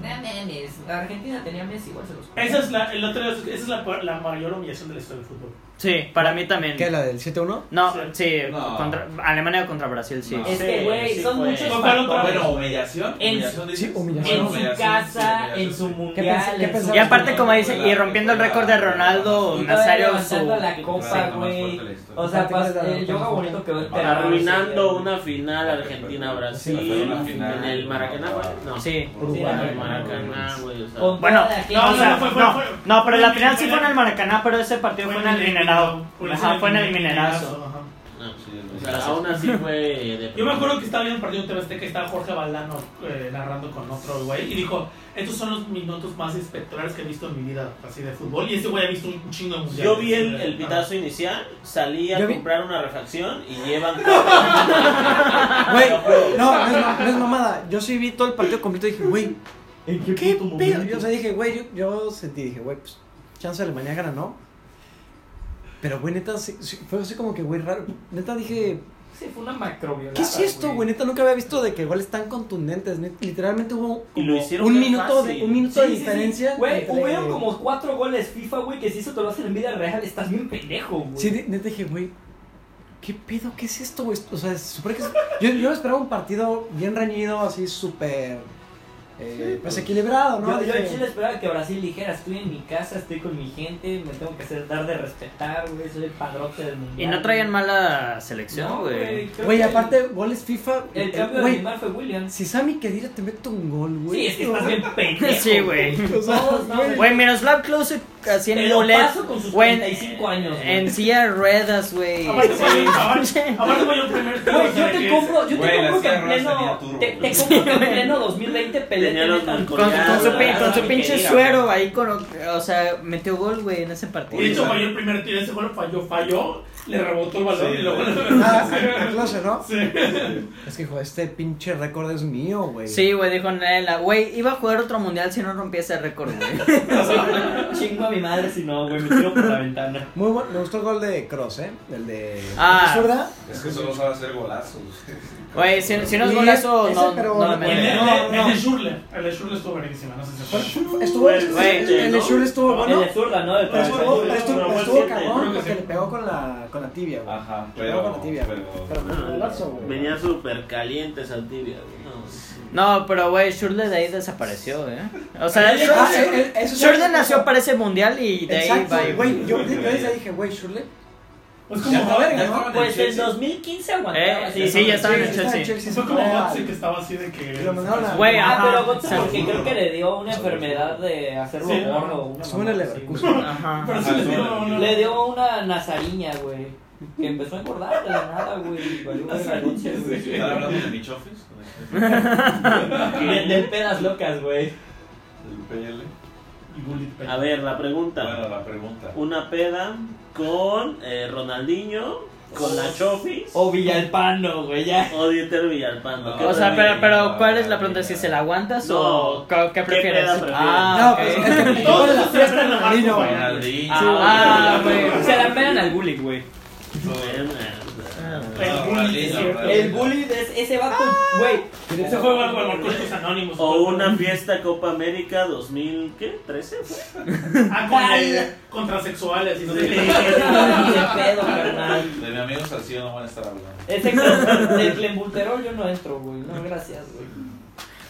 Speaker 5: No
Speaker 6: exactamente.
Speaker 5: mames, Argentina tenía Messi, igual se los
Speaker 4: Esa es la, el otro, esa es la, peor- la mayor humillación de la historia del fútbol.
Speaker 1: Sí, para mí también.
Speaker 3: ¿Qué, la del 7-1?
Speaker 1: No,
Speaker 4: Sí.
Speaker 1: sí,
Speaker 6: No.
Speaker 1: Contra, Alemania contra Brasil, sí.
Speaker 6: No.
Speaker 5: Es
Speaker 4: Sí,
Speaker 5: que, güey,
Speaker 4: sí
Speaker 5: son
Speaker 4: fue.
Speaker 5: muchos
Speaker 4: Con Carlos
Speaker 5: factores.
Speaker 6: Bueno, humillación.
Speaker 5: En-
Speaker 6: humillación, dices.
Speaker 3: sí, humillación.
Speaker 6: Bueno,
Speaker 5: En su
Speaker 6: humillación, sí,
Speaker 5: casa,
Speaker 6: humillación,
Speaker 5: en su
Speaker 6: sí.
Speaker 5: mundial.
Speaker 3: qué
Speaker 5: en su-
Speaker 3: pensabas?
Speaker 1: Y aparte, como dice,
Speaker 6: Fue la-
Speaker 1: y rompiendo el
Speaker 6: fue la-
Speaker 1: récord de Ronaldo,
Speaker 5: Y todavía
Speaker 1: Nazario,
Speaker 5: levantando
Speaker 1: su...
Speaker 5: la copa,
Speaker 6: Claro, más
Speaker 5: güey.
Speaker 6: fuerte la historia.
Speaker 5: O sea,
Speaker 3: Aparte,
Speaker 5: pas-
Speaker 3: claro,
Speaker 5: el yoga
Speaker 3: claro.
Speaker 5: bonito quedó enterrado.
Speaker 6: Arruinando
Speaker 2: Arruinando una final Argentina-Brasil
Speaker 6: Sí, la final.
Speaker 2: en el Maracaná, güey. No,
Speaker 1: Sí.
Speaker 5: Uruguay.
Speaker 2: en el Maracaná, güey. O sea,
Speaker 5: Con
Speaker 1: Bueno,
Speaker 5: toda la gente.
Speaker 1: no, o sea,
Speaker 4: No, fue- fue-
Speaker 1: no,
Speaker 4: fue-
Speaker 1: no, pero
Speaker 4: fue
Speaker 1: la
Speaker 4: en el
Speaker 1: final sí fue en el
Speaker 4: Mineral.
Speaker 1: Maracaná, pero ese partido fue en el Minerado. Ajá, fue en el Minerazo.
Speaker 2: no,
Speaker 6: Sí, el-
Speaker 2: o sea, aún así fue. de-
Speaker 4: Yo me acuerdo que estaba viendo un partido en TV Azteca, estaba Jorge Valdano eh, narrando con otro güey y dijo, estos son los minutos más espectaculares que he visto en mi vida así de fútbol y este güey ha visto un chingo de mundiales.
Speaker 2: Yo vi el, el pitazo inicial, salí a
Speaker 3: Yo vi-
Speaker 2: comprar una refacción y llevan.
Speaker 3: Güey, no, no es, ma- no es mamada. Yo sí vi todo el partido completo y dije, güey,
Speaker 5: ¿En
Speaker 3: ¿qué
Speaker 5: puto
Speaker 3: pedo?
Speaker 5: momento?
Speaker 3: Yo, o sea, dije, güey, yo, yo sentí, dije, güey, pues, chance de Alemania gana, ¿no? Pero, güey, neta, sí- sí, fue así como que, güey, raro. Neta, dije,
Speaker 5: Sí, fue una macroviolada.
Speaker 3: ¿Qué es esto, güey? Neta, nunca había visto de que goles tan contundentes. Net- Literalmente hubo
Speaker 2: Y lo hicieron
Speaker 3: un,
Speaker 2: bien
Speaker 3: minuto
Speaker 2: fácil.
Speaker 3: de, un minuto
Speaker 5: Sí,
Speaker 3: de
Speaker 5: sí, sí.
Speaker 3: diferencia.
Speaker 5: Güey,
Speaker 3: entre-
Speaker 5: hubieron como cuatro goles FIFA, güey, que si eso te lo hacen en vida real, estás bien pendejo, güey.
Speaker 3: Sí, de- neta dije, güey, ¿qué pedo? ¿Qué es esto, güey? O sea, se supone que es- yo, yo esperaba un partido bien reñido, así súper. eh, pues equilibrado, ¿no?
Speaker 5: yo, yo en
Speaker 3: Dije,
Speaker 5: Chile esperaba que Brasil dijera, estoy en mi casa, estoy con mi gente, me tengo que hacer dar de respetar, güey, soy el padrote del mundial.
Speaker 1: Y no traían
Speaker 5: más
Speaker 1: mala selección, güey.
Speaker 5: creo
Speaker 3: Güey,
Speaker 5: que
Speaker 3: aparte, goles FIFA.
Speaker 5: El, el
Speaker 3: eh,
Speaker 5: cambio de
Speaker 3: güey,
Speaker 5: Neymar fue Williams.
Speaker 3: Si Sammy Kedira te mete un gol,
Speaker 1: (laughs)
Speaker 3: güey. (laughs)
Speaker 5: Sí, es que estás bien pendejo.
Speaker 1: Sí, güey.
Speaker 3: O sea,
Speaker 5: Todos, no,
Speaker 3: güey.
Speaker 1: Güey, Miroslav Klose así en
Speaker 5: Te lo
Speaker 1: mulet.
Speaker 5: paso con sus
Speaker 1: güey, en-
Speaker 5: 35 años, güey.
Speaker 1: En silla de ruedas, güey.
Speaker 4: Aparte,
Speaker 1: Sí.
Speaker 4: voy a- aparte voy a un primer tiro,
Speaker 5: Güey,
Speaker 4: o
Speaker 5: yo
Speaker 4: sea,
Speaker 5: te
Speaker 4: que
Speaker 5: compro, yo
Speaker 6: Güey,
Speaker 5: te
Speaker 6: las
Speaker 5: compro que en
Speaker 6: sierras tenía
Speaker 5: pleno,
Speaker 6: turbo.
Speaker 5: te, te compro que en pleno 2020 Pelé
Speaker 2: Tenía los
Speaker 5: tenía tan-
Speaker 1: Con, con su, pin- con su
Speaker 5: Ah,
Speaker 1: pinche
Speaker 5: querida.
Speaker 1: suero ahí, con, lo- o sea, metió gol, güey, en ese
Speaker 4: es-
Speaker 1: partido.
Speaker 4: De hecho, falló el primer tiro, ese gol falló, falló, le rebotó el balón
Speaker 6: Sí,
Speaker 4: y luego
Speaker 3: Ah, qué clase, ¿no?
Speaker 4: Sí.
Speaker 3: Es que, hijo, este pinche récord es mío, güey.
Speaker 1: Sí, güey, dijo Nela, güey, iba a jugar otro mundial si no rompía ese récord, güey.
Speaker 5: (laughs) Chingo a mi madre si no, güey, me tiro por la ventana.
Speaker 3: Muy bueno, me gustó el gol de Cross, ¿eh? El de.
Speaker 1: Ah.
Speaker 3: ¿Es verdad?
Speaker 6: Es que solo sabe hacer golazos.
Speaker 1: Güey, si, si no es
Speaker 3: Y
Speaker 1: golazo,
Speaker 3: ese,
Speaker 1: no,
Speaker 3: pero-
Speaker 1: no lo
Speaker 3: no,
Speaker 4: El de-
Speaker 1: mete.
Speaker 4: el
Speaker 3: no,
Speaker 4: de- el de
Speaker 3: no.
Speaker 4: Schürrle, el de Schürrle estuvo verguísima, no sé si se acuerdan.
Speaker 3: Estuvo.
Speaker 2: Güey,
Speaker 3: el-
Speaker 1: güey,
Speaker 3: el- el de
Speaker 2: ¿no?
Speaker 3: Shul estuvo, ¿no?
Speaker 5: El de Pues, zurda, ¿no? El
Speaker 3: Pero estuvo,
Speaker 5: travesaño.
Speaker 3: pero
Speaker 2: Pero
Speaker 3: estuvo, pero
Speaker 2: fue
Speaker 3: estuvo
Speaker 2: siete,
Speaker 3: cabrón
Speaker 4: creo que
Speaker 3: porque
Speaker 4: sí.
Speaker 3: le pegó con la, con la tibia, güey.
Speaker 6: Ajá,
Speaker 3: Le pegó con la tibia. Pero con el lazo, güey.
Speaker 2: Venía súper caliente esa tibia, güey. No, sí.
Speaker 1: No, pero güey, Shurley de ahí desapareció, ¿eh? O sea,
Speaker 3: Ah, eh, eh, eso sí
Speaker 1: Shurley
Speaker 3: me
Speaker 1: nació
Speaker 3: pasó.
Speaker 1: para ese mundial y de ahí
Speaker 3: Exacto,
Speaker 1: va. y-
Speaker 3: güey. Yo, yo desde ahí dije, güey, Shurley.
Speaker 4: Es
Speaker 3: Ya
Speaker 4: como
Speaker 3: está verga,
Speaker 4: ya
Speaker 3: ¿no?
Speaker 4: estaba en el
Speaker 5: Pues el
Speaker 4: Chelsea.
Speaker 5: 2015 aguantaba.
Speaker 1: Eh, sí, ya estaba en el
Speaker 3: está
Speaker 1: Chelsea.
Speaker 4: Fue como Gotze que estaba así de que.
Speaker 3: Y lo mandaron a-
Speaker 1: Güey,
Speaker 5: Ah,
Speaker 1: ajá.
Speaker 5: pero Gotze porque
Speaker 1: Sí.
Speaker 5: creo que le dio una enfermedad de hacerlo
Speaker 4: Sí,
Speaker 5: gordo.
Speaker 4: no.
Speaker 5: una
Speaker 3: Suena el
Speaker 5: mamada así,
Speaker 3: Leverkusen.
Speaker 1: Ajá.
Speaker 4: Pero
Speaker 3: Ah,
Speaker 4: sí le dio
Speaker 5: güey.
Speaker 4: una-
Speaker 5: Le dio una nazariña, güey. Que empezó a engordar de la nada, güey. y valió verga Gotze, güey.
Speaker 6: ¿Están hablando de Mitch
Speaker 5: (laughs)
Speaker 6: Office?
Speaker 5: De de pedas locas, güey.
Speaker 6: ¿Del PL?
Speaker 4: Y Gullit Peña.
Speaker 2: A ver, la pregunta.
Speaker 6: Bueno, la pregunta.
Speaker 2: Una peda con eh, Ronaldinho, con la Chofis
Speaker 5: O Villalpano, güey, ya.
Speaker 2: o Dieter Villalpano. ¿Qué
Speaker 1: Ah, O sea,
Speaker 2: prefieres?
Speaker 1: pero, pero ¿cuál es la pregunta? ¿Si se la aguantas o
Speaker 2: No.
Speaker 1: co- qué
Speaker 2: ¿Qué
Speaker 1: prefieres?
Speaker 2: peda prefieres?
Speaker 1: ah,
Speaker 3: No,
Speaker 1: ok.
Speaker 3: pues es que me
Speaker 4: Todos
Speaker 3: tocó la
Speaker 4: esos
Speaker 3: fiesta
Speaker 4: siempre
Speaker 3: en
Speaker 4: la más
Speaker 3: Marino, güey.
Speaker 4: compañía.
Speaker 6: Ronaldinho.
Speaker 1: Ah, güey.
Speaker 5: Se la pegan al bullying, güey.
Speaker 2: Bueno, eh.
Speaker 4: El Gullit, es cierto.
Speaker 5: El bullying es ese vato, güey.
Speaker 4: Ese fue bueno, bueno,
Speaker 5: (laughs)
Speaker 4: Alcohólicos Anónimos.
Speaker 2: O una fiesta Copa América 2000, ¿qué? ¿13? fue?
Speaker 4: Ah,
Speaker 2: (laughs)
Speaker 4: con el- Contrasexuales. y no sé qué.
Speaker 2: (laughs)
Speaker 5: Ese pedo, carnal.
Speaker 6: De mi amigo Salcido no van a estar hablando.
Speaker 5: Ese clem- del clembulterol yo no entro, güey. No, gracias, güey.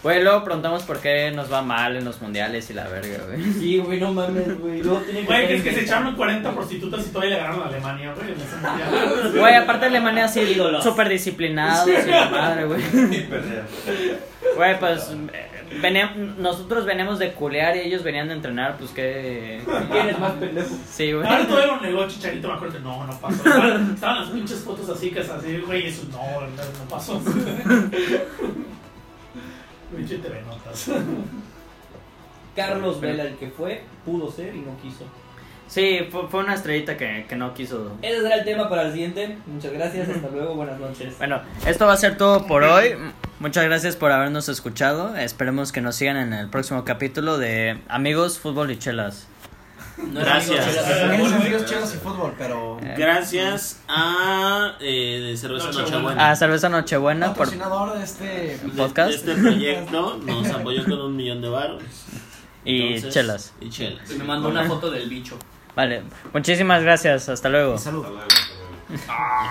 Speaker 1: Güey, luego preguntamos por qué nos va mal en los mundiales y la verga, güey.
Speaker 5: Sí, güey, no mames, güey. Luego tiene que
Speaker 4: Güey, que es
Speaker 5: estar
Speaker 4: que se
Speaker 5: en-
Speaker 4: echaron 40 prostitutas y todavía le ganaron a Alemania, güey. en ese
Speaker 2: (laughs)
Speaker 4: mundial.
Speaker 1: Güey, aparte Alemania así,
Speaker 5: Ídolos.
Speaker 1: súper disciplinados y la madre, güey.
Speaker 6: Y perder.
Speaker 1: Güey, pues eh, venía- nosotros veníamos de culear y ellos venían de entrenar, pues qué...
Speaker 5: ¿Quién es más pendejo?
Speaker 1: Sí, güey.
Speaker 4: Ahora todavía lo negó Chicharito, me acuerdo que no, no pasó. Estaban, estaban las pinches fotos así, que es así, güey, eso no, no, no pasó. Pinche TV Notas.
Speaker 5: Carlos Vela, el que fue, pudo ser y no quiso.
Speaker 1: Sí, fue, fue una estrellita que, que no quiso...
Speaker 5: Ese será el tema para el siguiente. Muchas gracias, hasta luego, buenas noches.
Speaker 1: Bueno, esto va a ser todo por hoy. Muchas gracias por habernos escuchado. Esperemos que nos sigan en el próximo capítulo de Amigos, Fútbol y Chelas.
Speaker 5: No es
Speaker 2: Gracias.
Speaker 5: amigo,
Speaker 3: Es
Speaker 5: chelas.
Speaker 3: un video chelas y fútbol, pero.
Speaker 2: Gracias a eh, de Cerveza
Speaker 1: A
Speaker 4: Nochebuena.
Speaker 2: Nochebuena.
Speaker 1: Ah, Cerveza Nochebuena por
Speaker 3: Patrocinador de este.
Speaker 2: De- de
Speaker 1: podcast.
Speaker 2: Este proyecto nos apoyó con un millón de varos.
Speaker 1: y
Speaker 2: Entonces-
Speaker 1: chelas.
Speaker 2: Y chelas.
Speaker 7: Me mandó una foto del bicho.
Speaker 1: Vale, muchísimas gracias. Hasta luego.
Speaker 3: Salud.
Speaker 6: Hasta luego, hasta luego.